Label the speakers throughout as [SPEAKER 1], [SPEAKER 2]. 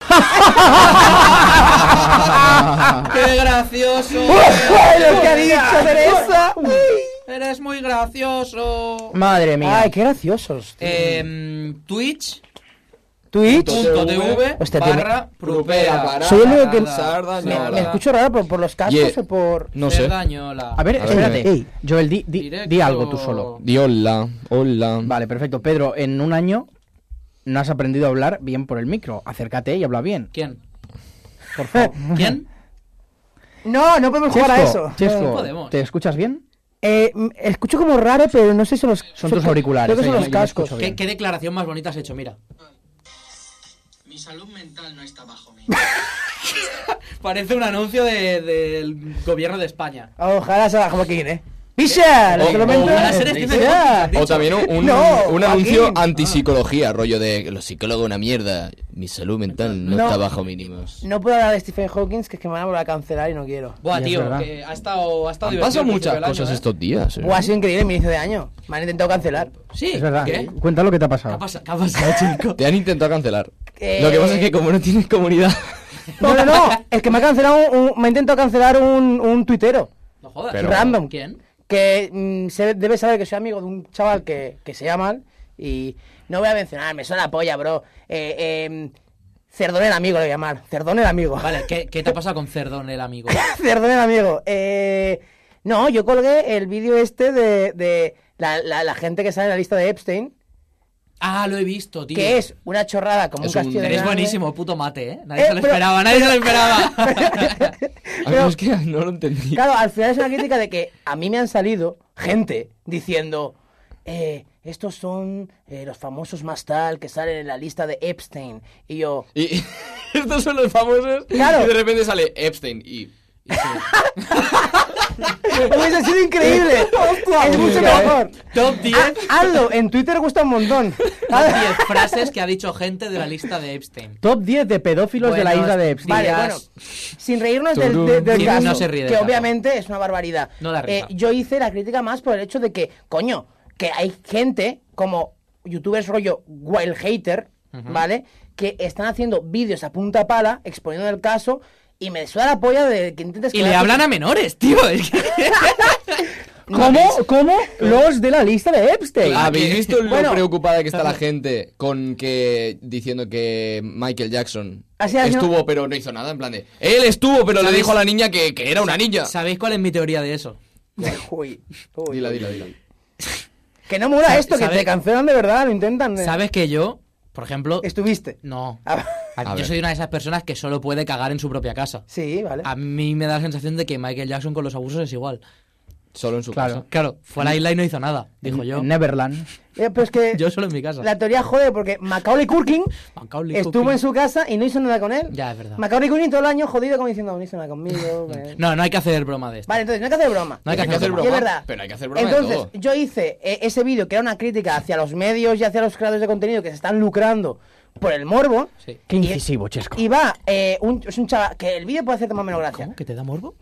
[SPEAKER 1] gracioso.
[SPEAKER 2] ¡Ay, lo que ha dicho Teresa!
[SPEAKER 1] Eres muy gracioso.
[SPEAKER 2] Madre mía.
[SPEAKER 3] Ay, qué graciosos. tío.
[SPEAKER 1] Eh, Twitch.
[SPEAKER 3] Twitch.
[SPEAKER 1] Punto TV
[SPEAKER 3] Hostia, tío,
[SPEAKER 1] barra
[SPEAKER 4] Propera,
[SPEAKER 1] propera.
[SPEAKER 4] parada,
[SPEAKER 3] Soy el único que-
[SPEAKER 4] sarda,
[SPEAKER 3] Me,
[SPEAKER 4] no,
[SPEAKER 3] me
[SPEAKER 4] la-
[SPEAKER 3] escucho raro por, por los cascos
[SPEAKER 5] Yeah.
[SPEAKER 3] o por.
[SPEAKER 5] No sé.
[SPEAKER 1] Cerdañola.
[SPEAKER 2] A ver,
[SPEAKER 5] A ver,
[SPEAKER 2] espérate.
[SPEAKER 3] ey.
[SPEAKER 2] Joel, di, di- di
[SPEAKER 1] Directo.
[SPEAKER 2] algo tú solo.
[SPEAKER 5] Di hola, hola.
[SPEAKER 2] Vale, perfecto. Pedro, en un año no has aprendido a hablar bien por el micro. Acércate y habla bien.
[SPEAKER 1] ¿Quién?
[SPEAKER 2] Por favor.
[SPEAKER 1] ¿Quién?
[SPEAKER 3] No, no podemos jugar a eso.
[SPEAKER 2] Chesco,
[SPEAKER 1] No podemos.
[SPEAKER 2] ¿te escuchas bien?
[SPEAKER 3] Eh, m- escucho como raro, pero no sé si son los.
[SPEAKER 2] Son tus auriculares,
[SPEAKER 3] Creo que
[SPEAKER 2] eh,
[SPEAKER 3] son
[SPEAKER 2] yo
[SPEAKER 3] los
[SPEAKER 2] me- yo me
[SPEAKER 3] cascos.
[SPEAKER 2] escucho bien.
[SPEAKER 1] ¿Qué, qué declaración más bonita has hecho? Mira.
[SPEAKER 6] Mi salud mental no está bajo mí.
[SPEAKER 1] Parece un anuncio de- del gobierno de España.
[SPEAKER 3] Ojalá sea Joaquín, eh. ¡Pisha!
[SPEAKER 5] Oh, ojalá
[SPEAKER 1] sea Stephen
[SPEAKER 5] O también un,
[SPEAKER 3] No,
[SPEAKER 5] un
[SPEAKER 3] Joaquín.
[SPEAKER 5] anuncio antipsicología, rollo de los psicólogos una mierda. Mi salud mental no,
[SPEAKER 3] No.
[SPEAKER 5] está bajo mínimos.
[SPEAKER 3] No puedo hablar de Stephen Hawking, que es que me van a volver a cancelar y no quiero.
[SPEAKER 1] Buah,
[SPEAKER 2] Y es
[SPEAKER 1] tío,
[SPEAKER 2] verdad.
[SPEAKER 1] que ha estado, ha estado
[SPEAKER 5] Han
[SPEAKER 1] divertido
[SPEAKER 5] pasado
[SPEAKER 1] el principio
[SPEAKER 5] muchas
[SPEAKER 1] del año,
[SPEAKER 5] cosas
[SPEAKER 1] ¿eh?
[SPEAKER 5] estos días. eh.
[SPEAKER 3] Buah, ha sido increíble mi inicio de año. Me han intentado cancelar.
[SPEAKER 1] Sí,
[SPEAKER 2] Es verdad.
[SPEAKER 1] ¿qué?
[SPEAKER 2] Cuenta lo que te ha
[SPEAKER 1] ¿Qué
[SPEAKER 2] pasado.
[SPEAKER 1] ha pasado, ¿Qué ha pasado, chico?
[SPEAKER 5] Te han intentado cancelar.
[SPEAKER 3] Que-
[SPEAKER 5] Lo que pasa es que como no tienes comunidad.
[SPEAKER 3] No, no, no. Es que me ha cancelado un, un- me ha intentado cancelar un, un tuitero.
[SPEAKER 1] No jodas.
[SPEAKER 5] Pero-
[SPEAKER 3] Random.
[SPEAKER 1] ¿Quién?
[SPEAKER 3] Que mm, se debe saber que soy amigo de un chaval que, que se llama Al, y no voy a mencionar, me suena a polla, bro. Eh, eh, Cerdón el amigo le voy a llamar. Cerdón el amigo.
[SPEAKER 1] Vale, ¿qué, ¿qué te ha pasado con Cerdón, el amigo?
[SPEAKER 3] Perdón, amigo. Eh, no, yo colgué el vídeo este de, de la, la- la gente que sale en la lista de Epstein,
[SPEAKER 1] Ah, lo he visto, tío.
[SPEAKER 3] que es una chorrada como
[SPEAKER 5] Es
[SPEAKER 3] un
[SPEAKER 5] un-
[SPEAKER 3] castillo de
[SPEAKER 1] Eres
[SPEAKER 3] grande.
[SPEAKER 1] buenísimo, puto mate, ¿eh? Nadie
[SPEAKER 3] Eh,
[SPEAKER 1] se lo
[SPEAKER 3] pero-
[SPEAKER 1] esperaba, nadie se lo esperaba.
[SPEAKER 5] A ver, es que no lo entendí.
[SPEAKER 3] Claro, al final es una crítica de que a mí me han salido gente diciendo, eh, estos son eh, los famosos más tal que salen en la lista de Epstein. Y yo,
[SPEAKER 5] Y estos son los famosos.
[SPEAKER 3] Claro.
[SPEAKER 5] Y de repente sale Epstein y.
[SPEAKER 3] hubiese sido increíble. es mucho
[SPEAKER 5] mira, eh.
[SPEAKER 3] mejor.
[SPEAKER 1] Top 10,
[SPEAKER 3] Ha- Hazlo, en Twitter gusta un montón.
[SPEAKER 1] top 10 frases que ha dicho gente de la lista de Epstein.
[SPEAKER 2] Top 10 de pedófilos de la
[SPEAKER 1] Buenos
[SPEAKER 2] isla de Epstein.
[SPEAKER 3] Vale,
[SPEAKER 1] días.
[SPEAKER 3] bueno, sin reírnos del,
[SPEAKER 5] Turum.
[SPEAKER 3] de- del
[SPEAKER 1] Sí,
[SPEAKER 3] caso,
[SPEAKER 1] no se ríe del
[SPEAKER 3] que
[SPEAKER 1] caso.
[SPEAKER 3] obviamente es una barbaridad. Eh,
[SPEAKER 1] No da risa.
[SPEAKER 3] yo hice la crítica más por el hecho de que, coño, que hay gente como youtubers rollo Wild Hater, ¿vale? Que están haciendo vídeos a punta pala exponiendo el caso y me suena la polla de que intentes...
[SPEAKER 1] Y le hablan a menores, tío. es que-
[SPEAKER 2] ¿Cómo? ¿Cómo? Los de la lista de Epstein.
[SPEAKER 5] ¿Habéis visto lo
[SPEAKER 3] Bueno.
[SPEAKER 5] preocupada que está la gente con que diciendo que Michael Jackson
[SPEAKER 3] Así es, ¿no?
[SPEAKER 5] estuvo pero no hizo nada? En plan de. Él estuvo, pero le
[SPEAKER 1] ¿Sabéis?
[SPEAKER 5] dijo a la niña que, que era una niña.
[SPEAKER 1] ¿Sabéis cuál es mi teoría de eso?
[SPEAKER 3] Uy, uy.
[SPEAKER 5] Dila, dila, dila.
[SPEAKER 3] Que no mola
[SPEAKER 1] Sa-
[SPEAKER 3] esto, que
[SPEAKER 1] sabe-
[SPEAKER 3] te cancelan de verdad, lo intentan. eh.
[SPEAKER 1] ¿Sabes que yo, por ejemplo...
[SPEAKER 3] Estuviste.
[SPEAKER 1] No.
[SPEAKER 3] Ah,
[SPEAKER 5] A
[SPEAKER 1] Yo
[SPEAKER 5] ver.
[SPEAKER 1] soy una de esas personas que solo puede cagar en su propia casa.
[SPEAKER 3] sí, vale.
[SPEAKER 1] A mí me da la sensación de que Michael Jackson con los abusos es igual.
[SPEAKER 5] Solo en su
[SPEAKER 2] Claro.
[SPEAKER 1] Claro, fue a la isla y no hizo nada, dijo
[SPEAKER 2] En-
[SPEAKER 1] yo.
[SPEAKER 2] en Neverland.
[SPEAKER 3] Eh, pero es que
[SPEAKER 1] Yo solo en mi casa.
[SPEAKER 3] la teoría jode porque Macaulay Culkin
[SPEAKER 1] Macaulay
[SPEAKER 3] estuvo
[SPEAKER 1] Culkin.
[SPEAKER 3] en su casa y no hizo nada con él.
[SPEAKER 1] Ya, es verdad.
[SPEAKER 3] Macaulay Culkin todo el año jodido como diciendo, no hizo nada conmigo. eh".
[SPEAKER 1] No, no hay que hacer broma de esto.
[SPEAKER 3] Vale, entonces no hay que hacer broma.
[SPEAKER 1] No hay que
[SPEAKER 5] casa. Hay que hacer
[SPEAKER 1] Y es
[SPEAKER 5] broma,
[SPEAKER 3] Y es verdad.
[SPEAKER 5] pero hay que hacer broma de
[SPEAKER 3] Entonces,
[SPEAKER 5] todo.
[SPEAKER 3] yo hice eh, ese vídeo que era una crítica hacia los medios y hacia los creadores de contenido que se están lucrando por el morbo.
[SPEAKER 1] Sí.
[SPEAKER 2] Qué
[SPEAKER 3] Y-
[SPEAKER 2] incisivo, Chesco.
[SPEAKER 3] Y va eh, un, es un chaval, que el vídeo puede hacerte más o menos gracia.
[SPEAKER 1] ¿Cómo? ¿Que te da morbo?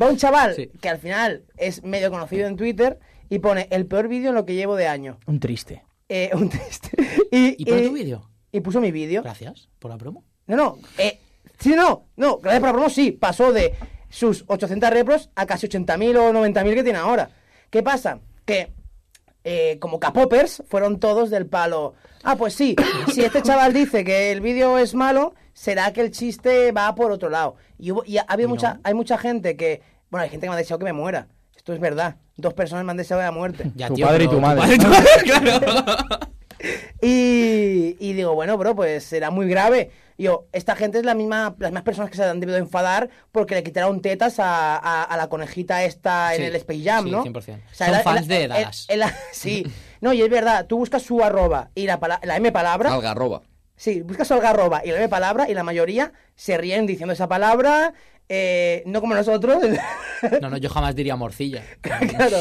[SPEAKER 3] Va un chaval
[SPEAKER 1] Sí.
[SPEAKER 3] que al final es medio conocido en Twitter y pone el peor vídeo en lo que llevo de año.
[SPEAKER 2] Un triste.
[SPEAKER 3] Eh, un test. Y,
[SPEAKER 1] ¿Y pone
[SPEAKER 3] eh,
[SPEAKER 1] tu vídeo?
[SPEAKER 3] Y puso mi vídeo.
[SPEAKER 1] Gracias por la promo.
[SPEAKER 3] No, no. Eh, sí, no. No, gracias por la promo, sí. Pasó de sus 800 repros a casi 80.000 o 90.000 que tiene ahora. ¿Qué pasa? Que eh, como capopers fueron todos del palo. Ah, pues sí. si este chaval dice que el vídeo es malo, será que el chiste va por otro lado. Y, hubo- y ha habido mucha, hay mucha gente que... Bueno, hay gente que me ha deseado que me muera. Esto es verdad. Dos personas me han deseado la muerte.
[SPEAKER 1] Ya,
[SPEAKER 2] Tu padre y
[SPEAKER 1] pero
[SPEAKER 2] tu madre.
[SPEAKER 1] padre y tu madre, claro.
[SPEAKER 3] Y, y digo, bueno, bro, pues será muy grave. Y yo, esta gente es la misma, las mismas personas que se han debido enfadar porque le quitaron tetas a, a- a la conejita esta en
[SPEAKER 1] Sí,
[SPEAKER 3] el Space Jam,
[SPEAKER 1] sí,
[SPEAKER 3] ¿no?
[SPEAKER 1] 100%. Son
[SPEAKER 3] el- el-
[SPEAKER 1] fans de
[SPEAKER 3] el-
[SPEAKER 1] Dallas.
[SPEAKER 3] el- el- sí. No, y es verdad, tú buscas su arroba y la, pala- la M palabra.
[SPEAKER 5] Algarroba.
[SPEAKER 3] Sí, buscas su algarroba y la M palabra y la mayoría se ríen diciendo esa palabra, eh, no como nosotros.
[SPEAKER 1] No, no, yo jamás diría morcilla.
[SPEAKER 3] claro.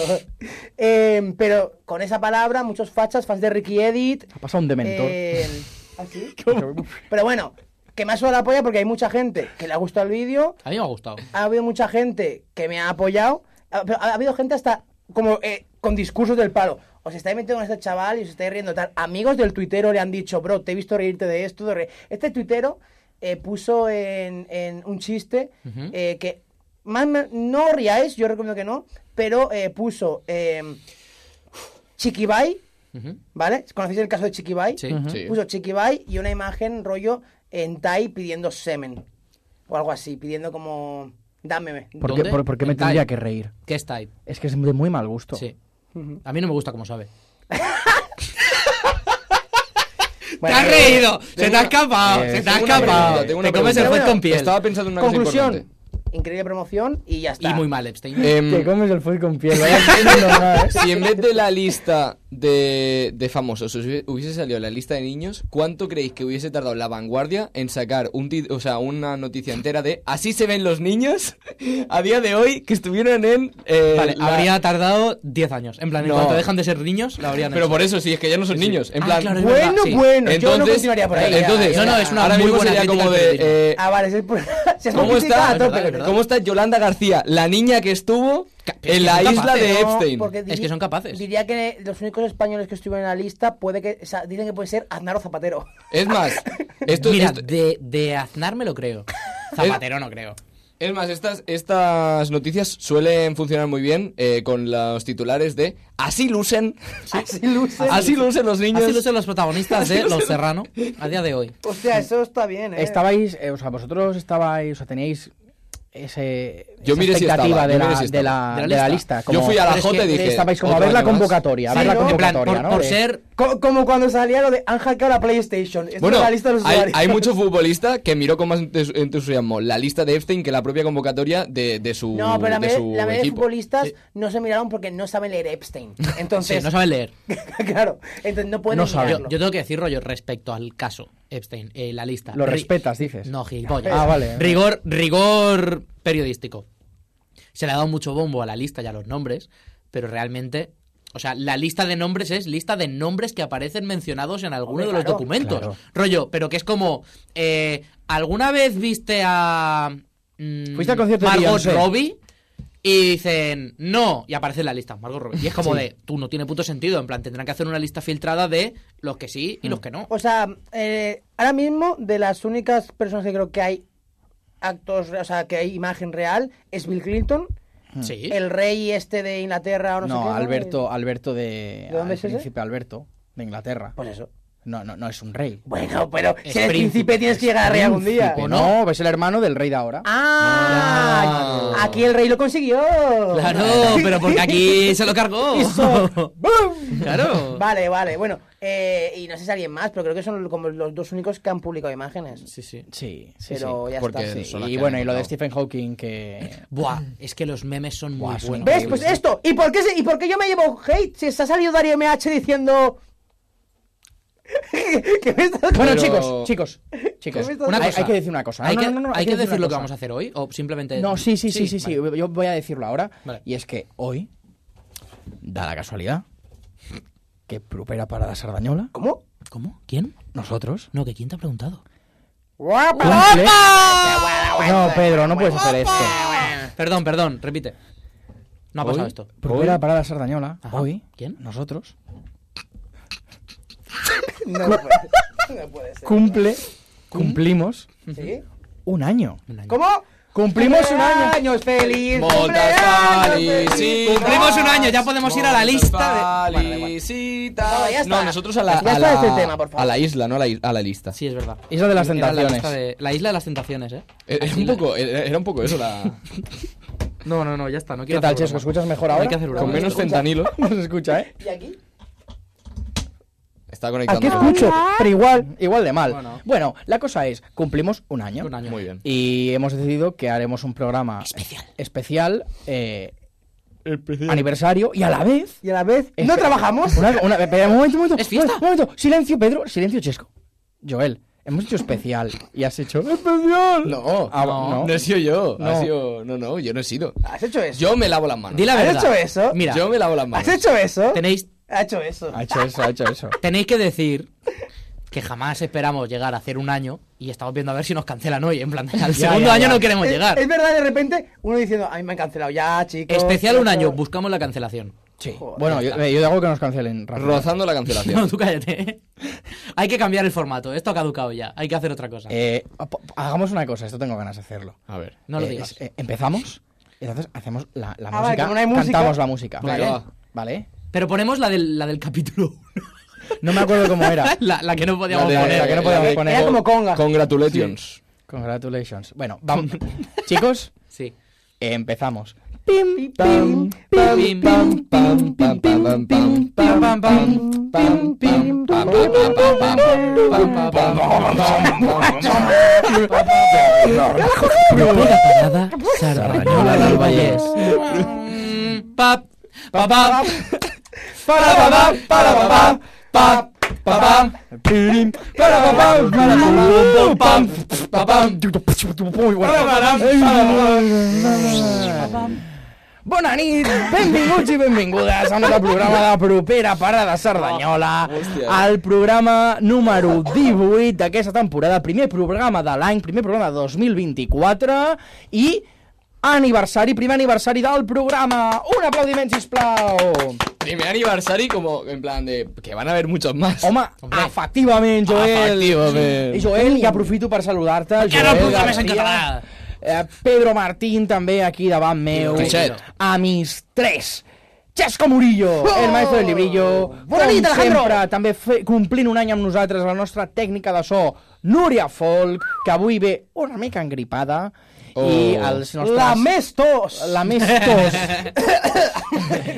[SPEAKER 3] Eh, pero con esa palabra, muchos fachas, fans de Ricky Edit,
[SPEAKER 2] Ha pasado un dementor.
[SPEAKER 3] eh, Pero bueno, que me ha sudado la polla porque hay mucha gente que le ha gustado el vídeo,
[SPEAKER 1] A mí me ha gustado.
[SPEAKER 3] ha habido mucha gente que me ha apoyado, ha, pero ha habido gente hasta como eh, con discursos del palo. Os estáis metiendo con este chaval y os estáis riendo tal. Amigos del tuitero le han dicho, bro, te he visto reírte de esto. de re-". Este tuitero eh, puso en, en un chiste eh, que más me- no os riáis, yo recomiendo que no, pero eh, puso eh, Chiquibai,
[SPEAKER 5] Ujú.
[SPEAKER 3] ¿vale? ¿Conocéis el caso de Chiquibai?
[SPEAKER 5] Sí, sí.
[SPEAKER 3] Puso Chiquibai y una imagen rollo en Tai pidiendo semen. O algo así, pidiendo como... Dámeme.
[SPEAKER 2] ¿Por
[SPEAKER 1] ¿Dónde?
[SPEAKER 2] qué, por- por qué me
[SPEAKER 1] En
[SPEAKER 2] tendría
[SPEAKER 1] Thai.
[SPEAKER 2] que reír?
[SPEAKER 1] ¿Qué es type?
[SPEAKER 2] Es que es de muy mal gusto.
[SPEAKER 1] Sí. A mí no me gusta como sabe.
[SPEAKER 3] Bueno,
[SPEAKER 1] ¡Te has reído! ¡Se te
[SPEAKER 5] una-
[SPEAKER 1] ha escapado!
[SPEAKER 2] Eh,
[SPEAKER 1] ¡Se te ha
[SPEAKER 5] tengo una
[SPEAKER 1] escapado!
[SPEAKER 5] pregunta, tengo una
[SPEAKER 1] Te comes el
[SPEAKER 5] pregunta.
[SPEAKER 1] juez con piel.
[SPEAKER 5] Estaba pensando en una cosa
[SPEAKER 3] Conclusión.
[SPEAKER 5] importante.
[SPEAKER 3] Increíble promoción y ya está.
[SPEAKER 1] Y muy mal, Epstein.
[SPEAKER 5] Em,
[SPEAKER 2] Te comes el food con piel. vaya siendo, ¿no? ¿eh?
[SPEAKER 5] si en vez de la lista de, de famosos os hubie- hubiese salido la lista de niños, ¿cuánto creéis que hubiese tardado la vanguardia en sacar un tit- o sea, una noticia entera de así se ven los niños a día de hoy que estuvieron en... eh,
[SPEAKER 1] Vale,
[SPEAKER 5] la-
[SPEAKER 1] habría tardado 10 años. En plan, en
[SPEAKER 5] No.
[SPEAKER 1] cuanto dejan de ser niños, la habrían
[SPEAKER 5] Pero
[SPEAKER 1] hecho.
[SPEAKER 5] por eso, sí, es que ya no son niños. En
[SPEAKER 1] Ah,
[SPEAKER 5] plan,
[SPEAKER 1] claro, es
[SPEAKER 3] Bueno,
[SPEAKER 1] verdad, sí.
[SPEAKER 3] bueno, yo no
[SPEAKER 5] entonces,
[SPEAKER 3] continuaría por ahí.
[SPEAKER 5] entonces,
[SPEAKER 3] ya,
[SPEAKER 1] No, no,
[SPEAKER 3] ya.
[SPEAKER 1] es una
[SPEAKER 5] ahora
[SPEAKER 1] muy
[SPEAKER 5] mismo
[SPEAKER 1] buena
[SPEAKER 5] sería
[SPEAKER 1] crítica
[SPEAKER 5] como
[SPEAKER 1] al
[SPEAKER 5] de...
[SPEAKER 1] periodismo.
[SPEAKER 5] eh,
[SPEAKER 3] Ah, vale, se, se es
[SPEAKER 5] ¿Cómo
[SPEAKER 3] publicidad
[SPEAKER 5] está,
[SPEAKER 3] a tope.
[SPEAKER 1] Es verdad.
[SPEAKER 5] ¿Cómo está Yolanda García, la niña que estuvo
[SPEAKER 1] es que
[SPEAKER 5] en la
[SPEAKER 1] son
[SPEAKER 5] isla
[SPEAKER 1] capaces,
[SPEAKER 5] de
[SPEAKER 3] No,
[SPEAKER 5] Epstein?
[SPEAKER 3] porque
[SPEAKER 1] Es que son capaces.
[SPEAKER 3] Diría que los únicos españoles que estuvieron en la lista puede que o sea, dicen que puede ser Aznar o Zapatero.
[SPEAKER 5] Es más, esto,
[SPEAKER 1] Mira,
[SPEAKER 5] esto-
[SPEAKER 1] de, de Aznar me lo creo. Zapatero no creo.
[SPEAKER 5] es más, estas, estas noticias suelen funcionar muy bien eh, con los titulares de así lucen,
[SPEAKER 3] Así luce.
[SPEAKER 5] así lucen los niños.
[SPEAKER 1] Así lo son los protagonistas de Los Serrano a día de hoy.
[SPEAKER 3] Hostia, eso está bien, eh.
[SPEAKER 2] Estabais, eh, o sea, vosotros estabais, o sea, teníais ese,
[SPEAKER 5] Yo
[SPEAKER 2] esa
[SPEAKER 5] miré si
[SPEAKER 2] expectativa
[SPEAKER 5] estaba,
[SPEAKER 2] de,
[SPEAKER 5] yo
[SPEAKER 2] la,
[SPEAKER 5] miré si
[SPEAKER 2] de, la,
[SPEAKER 1] estaba.
[SPEAKER 2] de la
[SPEAKER 1] Yo
[SPEAKER 2] lista.
[SPEAKER 5] Yo fui a la J y dije...
[SPEAKER 2] Estabais como a
[SPEAKER 5] otro
[SPEAKER 2] ver la
[SPEAKER 5] año más.
[SPEAKER 2] convocatoria, a
[SPEAKER 3] Sí,
[SPEAKER 2] ver la
[SPEAKER 3] ¿no?
[SPEAKER 1] En plan,
[SPEAKER 2] convocatoria,
[SPEAKER 1] por,
[SPEAKER 2] ¿no?
[SPEAKER 1] por
[SPEAKER 2] De-
[SPEAKER 1] ser.
[SPEAKER 3] Co- como cuando salía lo de han hackeado la PlayStation. Esto
[SPEAKER 5] Bueno,
[SPEAKER 3] es la lista de los
[SPEAKER 5] hay,
[SPEAKER 3] usuarios.
[SPEAKER 5] hay mucho futbolista que miró con más entus- entusiasmo la lista de Epstein que la propia convocatoria de, de su,
[SPEAKER 3] No, pero la,
[SPEAKER 5] de
[SPEAKER 3] mayoría-
[SPEAKER 5] su
[SPEAKER 3] la mayoría de
[SPEAKER 5] equipo.
[SPEAKER 3] futbolistas no se miraron porque no saben leer Epstein.
[SPEAKER 1] Sí,
[SPEAKER 3] Entonces,
[SPEAKER 1] no saben leer.
[SPEAKER 3] claro, entonces no pueden
[SPEAKER 2] No saben.
[SPEAKER 1] Yo,
[SPEAKER 3] mirarlo.
[SPEAKER 1] yo tengo que decir rollo respecto al caso Epstein, eh, la lista.
[SPEAKER 2] Lo
[SPEAKER 1] Ri-
[SPEAKER 2] respetas, dices.
[SPEAKER 1] No, gilipollas.
[SPEAKER 2] Ah, vale.
[SPEAKER 1] Rigor, rigor periodístico. Se le ha dado mucho bombo a la lista y a los nombres, pero realmente. O sea, la lista de nombres es lista de nombres que aparecen mencionados en alguno
[SPEAKER 3] Hombre,
[SPEAKER 1] de los
[SPEAKER 3] claro.
[SPEAKER 1] documentos.
[SPEAKER 2] Claro.
[SPEAKER 1] Rollo, pero que es como. eh, ¿Alguna vez viste a. mm,
[SPEAKER 2] ¿Fuiste al concierto de
[SPEAKER 1] Margot
[SPEAKER 2] Beyoncé?
[SPEAKER 1] Robbie? Y dicen, no, y aparece en la lista, Margot Robbie. Y es como de, tú no tiene puto sentido. En plan, tendrán que hacer una lista filtrada de los que sí y los que no.
[SPEAKER 3] O sea, eh, ahora mismo de las únicas personas que creo que hay actos, o sea, que hay imagen real, es Bill Clinton,
[SPEAKER 2] Mm.
[SPEAKER 1] Sí.
[SPEAKER 3] el rey este de Inglaterra o no, sé qué,
[SPEAKER 2] No, Alberto, Alberto de...
[SPEAKER 3] ¿De dónde
[SPEAKER 2] al
[SPEAKER 3] es ese?
[SPEAKER 2] príncipe Alberto, de Inglaterra.
[SPEAKER 3] Pues eso.
[SPEAKER 2] No, no, no es un rey.
[SPEAKER 3] Bueno, pero
[SPEAKER 1] Es
[SPEAKER 3] si eres
[SPEAKER 1] príncipe,
[SPEAKER 3] príncipe tienes que llegar a rey algún día.
[SPEAKER 2] ¿O no? Es el hermano del rey de ahora.
[SPEAKER 3] Ah,
[SPEAKER 5] Ah.
[SPEAKER 3] aquí el rey lo consiguió.
[SPEAKER 1] Claro, pero porque aquí se lo cargó.
[SPEAKER 3] Eso. ¡Bum!
[SPEAKER 1] Claro.
[SPEAKER 3] Vale, vale, bueno, eh, y no sé si alguien más, pero creo que son como los dos únicos que han publicado imágenes.
[SPEAKER 1] Sí, sí.
[SPEAKER 2] Sí, sí,
[SPEAKER 3] pero
[SPEAKER 2] sí.
[SPEAKER 3] ya
[SPEAKER 5] porque-
[SPEAKER 3] está.
[SPEAKER 5] Sí. Son las
[SPEAKER 2] Y
[SPEAKER 5] que
[SPEAKER 2] bueno,
[SPEAKER 5] han
[SPEAKER 2] y lo de
[SPEAKER 5] encontrado.
[SPEAKER 2] Stephen Hawking que...
[SPEAKER 1] Buah, es que los memes son muy
[SPEAKER 2] Buah, son
[SPEAKER 1] buenos.
[SPEAKER 3] ¿Ves? Pues esto. ¿Y por qué, se- y por qué yo me llevo hate? Si se ha salido Dario MH diciendo. que me estás-
[SPEAKER 2] Bueno,
[SPEAKER 5] Pero-
[SPEAKER 2] chicos, chicos, chicos.
[SPEAKER 3] Pero-
[SPEAKER 1] Una
[SPEAKER 2] hay,
[SPEAKER 1] cosa.
[SPEAKER 2] hay que decir una cosa.
[SPEAKER 1] Hay
[SPEAKER 2] No,
[SPEAKER 1] que,
[SPEAKER 2] no, no, no,
[SPEAKER 1] hay que
[SPEAKER 2] decir
[SPEAKER 1] decir
[SPEAKER 2] una
[SPEAKER 1] lo que
[SPEAKER 2] cosa.
[SPEAKER 1] vamos a hacer hoy o simplemente.
[SPEAKER 2] No, sí, sí, sí, sí, sí.
[SPEAKER 1] vale.
[SPEAKER 2] Yo voy a decirlo ahora.
[SPEAKER 1] Vale.
[SPEAKER 2] Y es que hoy, da la casualidad, que Prupera Parada Sardañola,
[SPEAKER 3] ¿Cómo?
[SPEAKER 1] ¿Cómo? ¿Quién?
[SPEAKER 2] nosotros,
[SPEAKER 1] No, que quién te ha preguntado.
[SPEAKER 2] cumple... No, Pedro, no puedes hacer esto.
[SPEAKER 1] Perdón, perdón, repite. No ha
[SPEAKER 5] Hoy-
[SPEAKER 1] pasado esto.
[SPEAKER 2] Prupera Parada Sardañola,
[SPEAKER 1] Ajá.
[SPEAKER 2] hoy,
[SPEAKER 1] ¿Quién?
[SPEAKER 2] nosotros,
[SPEAKER 3] No puede, no puede ser.
[SPEAKER 2] cumple, cumplimos
[SPEAKER 3] ¿Sí?
[SPEAKER 2] un año.
[SPEAKER 1] Un año.
[SPEAKER 3] ¿Cómo?
[SPEAKER 2] Cumplimos un año.
[SPEAKER 3] ¡Cumpleaños feliz!
[SPEAKER 5] Montas
[SPEAKER 3] ¡Cumpleaños
[SPEAKER 5] felices.
[SPEAKER 3] feliz!
[SPEAKER 1] Cumplimos un año, ya podemos ir a la lista. De... Bueno, da igual.
[SPEAKER 5] Felicitas.
[SPEAKER 3] No, ya está.
[SPEAKER 5] No, nosotros a la,
[SPEAKER 3] Ya
[SPEAKER 5] a
[SPEAKER 3] está
[SPEAKER 5] la-
[SPEAKER 3] este tema, por favor.
[SPEAKER 5] a la isla, no a la, is- a la lista.
[SPEAKER 1] Sí, es verdad.
[SPEAKER 2] Isla de las
[SPEAKER 1] Era la,
[SPEAKER 2] Tentaciones.
[SPEAKER 1] lista de- la isla de las tentaciones, ¿eh?
[SPEAKER 5] Era un poco, era era un poco eso, la...
[SPEAKER 1] No, no, no, ya está. No
[SPEAKER 2] ¿Qué
[SPEAKER 1] quiero
[SPEAKER 2] tal,
[SPEAKER 1] hacer
[SPEAKER 2] Chesco?
[SPEAKER 1] broma.
[SPEAKER 2] ¿Escuchas mejor
[SPEAKER 1] No
[SPEAKER 2] ahora?
[SPEAKER 1] Hay que hacer
[SPEAKER 5] con
[SPEAKER 1] broma.
[SPEAKER 5] menos fentanilo.
[SPEAKER 2] No se escucha, ¿eh?
[SPEAKER 3] ¿Y aquí?
[SPEAKER 5] Está
[SPEAKER 2] Aquí
[SPEAKER 5] conectando.
[SPEAKER 2] escucho, pero igual, igual de mal.
[SPEAKER 1] Bueno.
[SPEAKER 2] Bueno. la cosa es, cumplimos un año.
[SPEAKER 1] Un año.
[SPEAKER 5] Muy bien.
[SPEAKER 2] Y hemos decidido que haremos un programa especial, eh, aniversario y a la vez...
[SPEAKER 3] Y a la vez.
[SPEAKER 2] Es-
[SPEAKER 3] ¿No trabajamos?
[SPEAKER 2] Una- una- espera, un momento, un momento.
[SPEAKER 1] ¿Es fiesta?
[SPEAKER 2] Un momento, silencio, Pedro, silencio, Chesco. Joel, hemos hecho especial y has hecho... ¡Especial!
[SPEAKER 5] No,
[SPEAKER 2] Ah,
[SPEAKER 5] no,
[SPEAKER 2] no.
[SPEAKER 5] no he sido yo.
[SPEAKER 2] No.
[SPEAKER 5] Ha sido... No, no, yo no he sido.
[SPEAKER 3] ¿Has hecho eso?
[SPEAKER 5] Yo me lavo las manos.
[SPEAKER 1] Di la
[SPEAKER 3] ¿Has
[SPEAKER 1] verdad.
[SPEAKER 3] hecho eso?
[SPEAKER 1] Mira,
[SPEAKER 5] Yo me lavo las manos.
[SPEAKER 3] ¿Has hecho eso?
[SPEAKER 1] tenéis,
[SPEAKER 3] Ha hecho eso.
[SPEAKER 2] Ha hecho eso, ha hecho eso.
[SPEAKER 1] tenéis que decir que jamás esperamos llegar a hacer un año y estamos viendo a ver si nos cancelan hoy. En plan, al
[SPEAKER 2] Ya,
[SPEAKER 1] segundo
[SPEAKER 2] ya,
[SPEAKER 1] año
[SPEAKER 2] ya.
[SPEAKER 1] no queremos
[SPEAKER 3] Es-
[SPEAKER 1] llegar.
[SPEAKER 3] Es verdad, de repente, uno diciendo, a mí me han cancelado ya, chicos.
[SPEAKER 1] Especial un año,
[SPEAKER 3] Pero-
[SPEAKER 1] buscamos la cancelación.
[SPEAKER 2] Sí.
[SPEAKER 3] Joder,
[SPEAKER 2] bueno, yo, eh, yo hago que nos cancelen. rápido.
[SPEAKER 5] Rozando la
[SPEAKER 1] No,
[SPEAKER 5] cancelación.
[SPEAKER 1] tú cállate. ¿eh? Hay que cambiar el formato. Esto ha caducado ya. Hay
[SPEAKER 5] Eh,
[SPEAKER 1] que hacer otra cosa.
[SPEAKER 2] Eh, po- po- hagamos una cosa, esto tengo ganas de hacerlo.
[SPEAKER 5] A ver.
[SPEAKER 1] no lo
[SPEAKER 2] Eh,
[SPEAKER 1] digas.
[SPEAKER 2] es- eh, empezamos Entonces hacemos la, la
[SPEAKER 3] Ah, vale,
[SPEAKER 2] música,
[SPEAKER 3] como no hay música-
[SPEAKER 2] cantamos la música.
[SPEAKER 5] Venga,
[SPEAKER 2] ¿vale?
[SPEAKER 5] va.
[SPEAKER 2] Vale.
[SPEAKER 1] Pero ponemos la del, la del capítulo uno.
[SPEAKER 2] No me acuerdo cómo era.
[SPEAKER 1] la, la que no podíamos
[SPEAKER 5] La de-
[SPEAKER 1] poner.
[SPEAKER 2] la que no podíamos
[SPEAKER 5] la de-
[SPEAKER 2] poner.
[SPEAKER 3] Era como conga.
[SPEAKER 5] Congratulations.
[SPEAKER 2] Congratulations. Bueno, vamos. Chicos, eh,
[SPEAKER 1] Sí.
[SPEAKER 2] empezamos.
[SPEAKER 3] Pim,
[SPEAKER 5] Pam, pam, pam, pam, pam, pam, pam, pam, pam, pam, pam, pam, pam, pam, pam, pam, pam, pam, pam, pam, pam, pam.
[SPEAKER 1] Propera parada, Sardañola del Vallès. Pap, pa, pap,
[SPEAKER 5] Para, pa, pa, para, pa, pa, pa, pa, pam. Pirim, para, pa, pam, para, pa, pam, pam, pa, pam.
[SPEAKER 2] Bona nit, benvinguts i benvingudes a un altre programa de propera parada Cerdanyola,
[SPEAKER 5] Ah, Hòstia.
[SPEAKER 2] al programa número 18 d'aquesta temporada, primer programa de l'any, primer programa de 2024 i aniversari, primer aniversari del programa. Un aplaudiment, sisplau!
[SPEAKER 5] Primer aniversario como en plan de que van a haber muchos más.
[SPEAKER 2] Home,
[SPEAKER 3] Ah,
[SPEAKER 2] efectivament, Joel.
[SPEAKER 5] Efectivament.
[SPEAKER 2] I Joel, i aprofito per saludar-te. el
[SPEAKER 1] que no el
[SPEAKER 2] Joel
[SPEAKER 1] programa és en
[SPEAKER 2] García.
[SPEAKER 1] català.
[SPEAKER 2] Eh, Pedro Martín, també aquí davant meu.
[SPEAKER 5] Caixet.
[SPEAKER 2] A mis tres. Chesco Murillo, el maestro del librillo.
[SPEAKER 3] Oh! Bona
[SPEAKER 2] Com
[SPEAKER 3] nit, Alejandro.
[SPEAKER 2] Sempre, també fe, complint un any amb nosaltres la nostra tècnica de so, Núria Folk, que avui ve una mica engripada. I
[SPEAKER 5] Oh.
[SPEAKER 2] els nostres...
[SPEAKER 3] La mestos.
[SPEAKER 2] La més tos.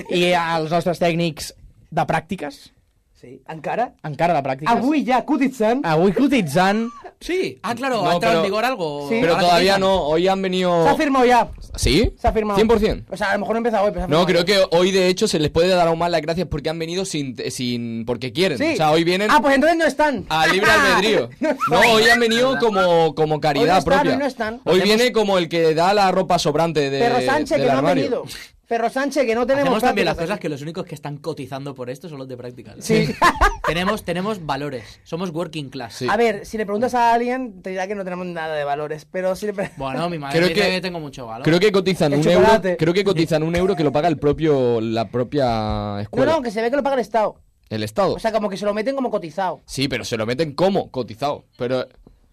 [SPEAKER 2] I els nostres tècnics de pràctiques,
[SPEAKER 3] Sí, encara?
[SPEAKER 2] encara de pràctiques.
[SPEAKER 3] Avui ja cotitzant.
[SPEAKER 5] Ah,
[SPEAKER 2] Avui cotitzant,
[SPEAKER 1] Sí. Ah, claro,
[SPEAKER 5] No,
[SPEAKER 1] ha entrado
[SPEAKER 5] pero-
[SPEAKER 1] en vigor algo.
[SPEAKER 3] Sí.
[SPEAKER 5] Pero
[SPEAKER 1] Ahora
[SPEAKER 5] todavía
[SPEAKER 1] comienzan.
[SPEAKER 5] no, hoy han venido...
[SPEAKER 3] Se ha firmado ya.
[SPEAKER 5] ¿Sí?
[SPEAKER 3] Se ha firmado.
[SPEAKER 5] 100%.
[SPEAKER 3] O sea, a lo mejor no empieza hoy, pero se ha
[SPEAKER 5] No,
[SPEAKER 3] firmado
[SPEAKER 5] creo
[SPEAKER 3] ya.
[SPEAKER 5] que hoy de hecho se les puede dar aún más las gracias porque han venido sin, sin porque quieren.
[SPEAKER 3] Sí.
[SPEAKER 5] O sea, hoy vienen
[SPEAKER 3] Ah, pues ah, entonces no están.
[SPEAKER 5] a libre albedrío. No, hoy han venido como, como caridad
[SPEAKER 3] Hoy no están,
[SPEAKER 5] propia.
[SPEAKER 3] hoy no están.
[SPEAKER 5] Hoy
[SPEAKER 3] Hacemos-
[SPEAKER 5] viene como el que da la ropa sobrante de,
[SPEAKER 3] Perro Sánchez,
[SPEAKER 5] del
[SPEAKER 3] que no ha
[SPEAKER 5] armario.
[SPEAKER 3] venido. Perro Sánchez, que no tenemos
[SPEAKER 1] Hacemos también las
[SPEAKER 3] prácticas.
[SPEAKER 1] cosas que los únicos que están cotizando por esto son los de práctica.
[SPEAKER 3] Sí.
[SPEAKER 1] tenemos, tenemos valores. Somos working class.
[SPEAKER 5] Sí.
[SPEAKER 3] A ver, si le preguntas a alguien, te dirá que no tenemos nada de valores. Pero si le pre-
[SPEAKER 1] Bueno, mi madre
[SPEAKER 5] Creo
[SPEAKER 1] dice
[SPEAKER 5] que-
[SPEAKER 1] que... tengo mucho valor.
[SPEAKER 5] Creo que cotizan
[SPEAKER 3] El
[SPEAKER 5] un euro,
[SPEAKER 3] chocolate.
[SPEAKER 5] creo que cotizan un euro que lo paga el propio la propia
[SPEAKER 3] No,
[SPEAKER 5] escuela,
[SPEAKER 3] no, que se ve que lo paga el Estado.
[SPEAKER 5] el Estado.
[SPEAKER 3] O sea, como que se lo meten como cotizado.
[SPEAKER 5] sí, pero se lo meten como cotizado, pero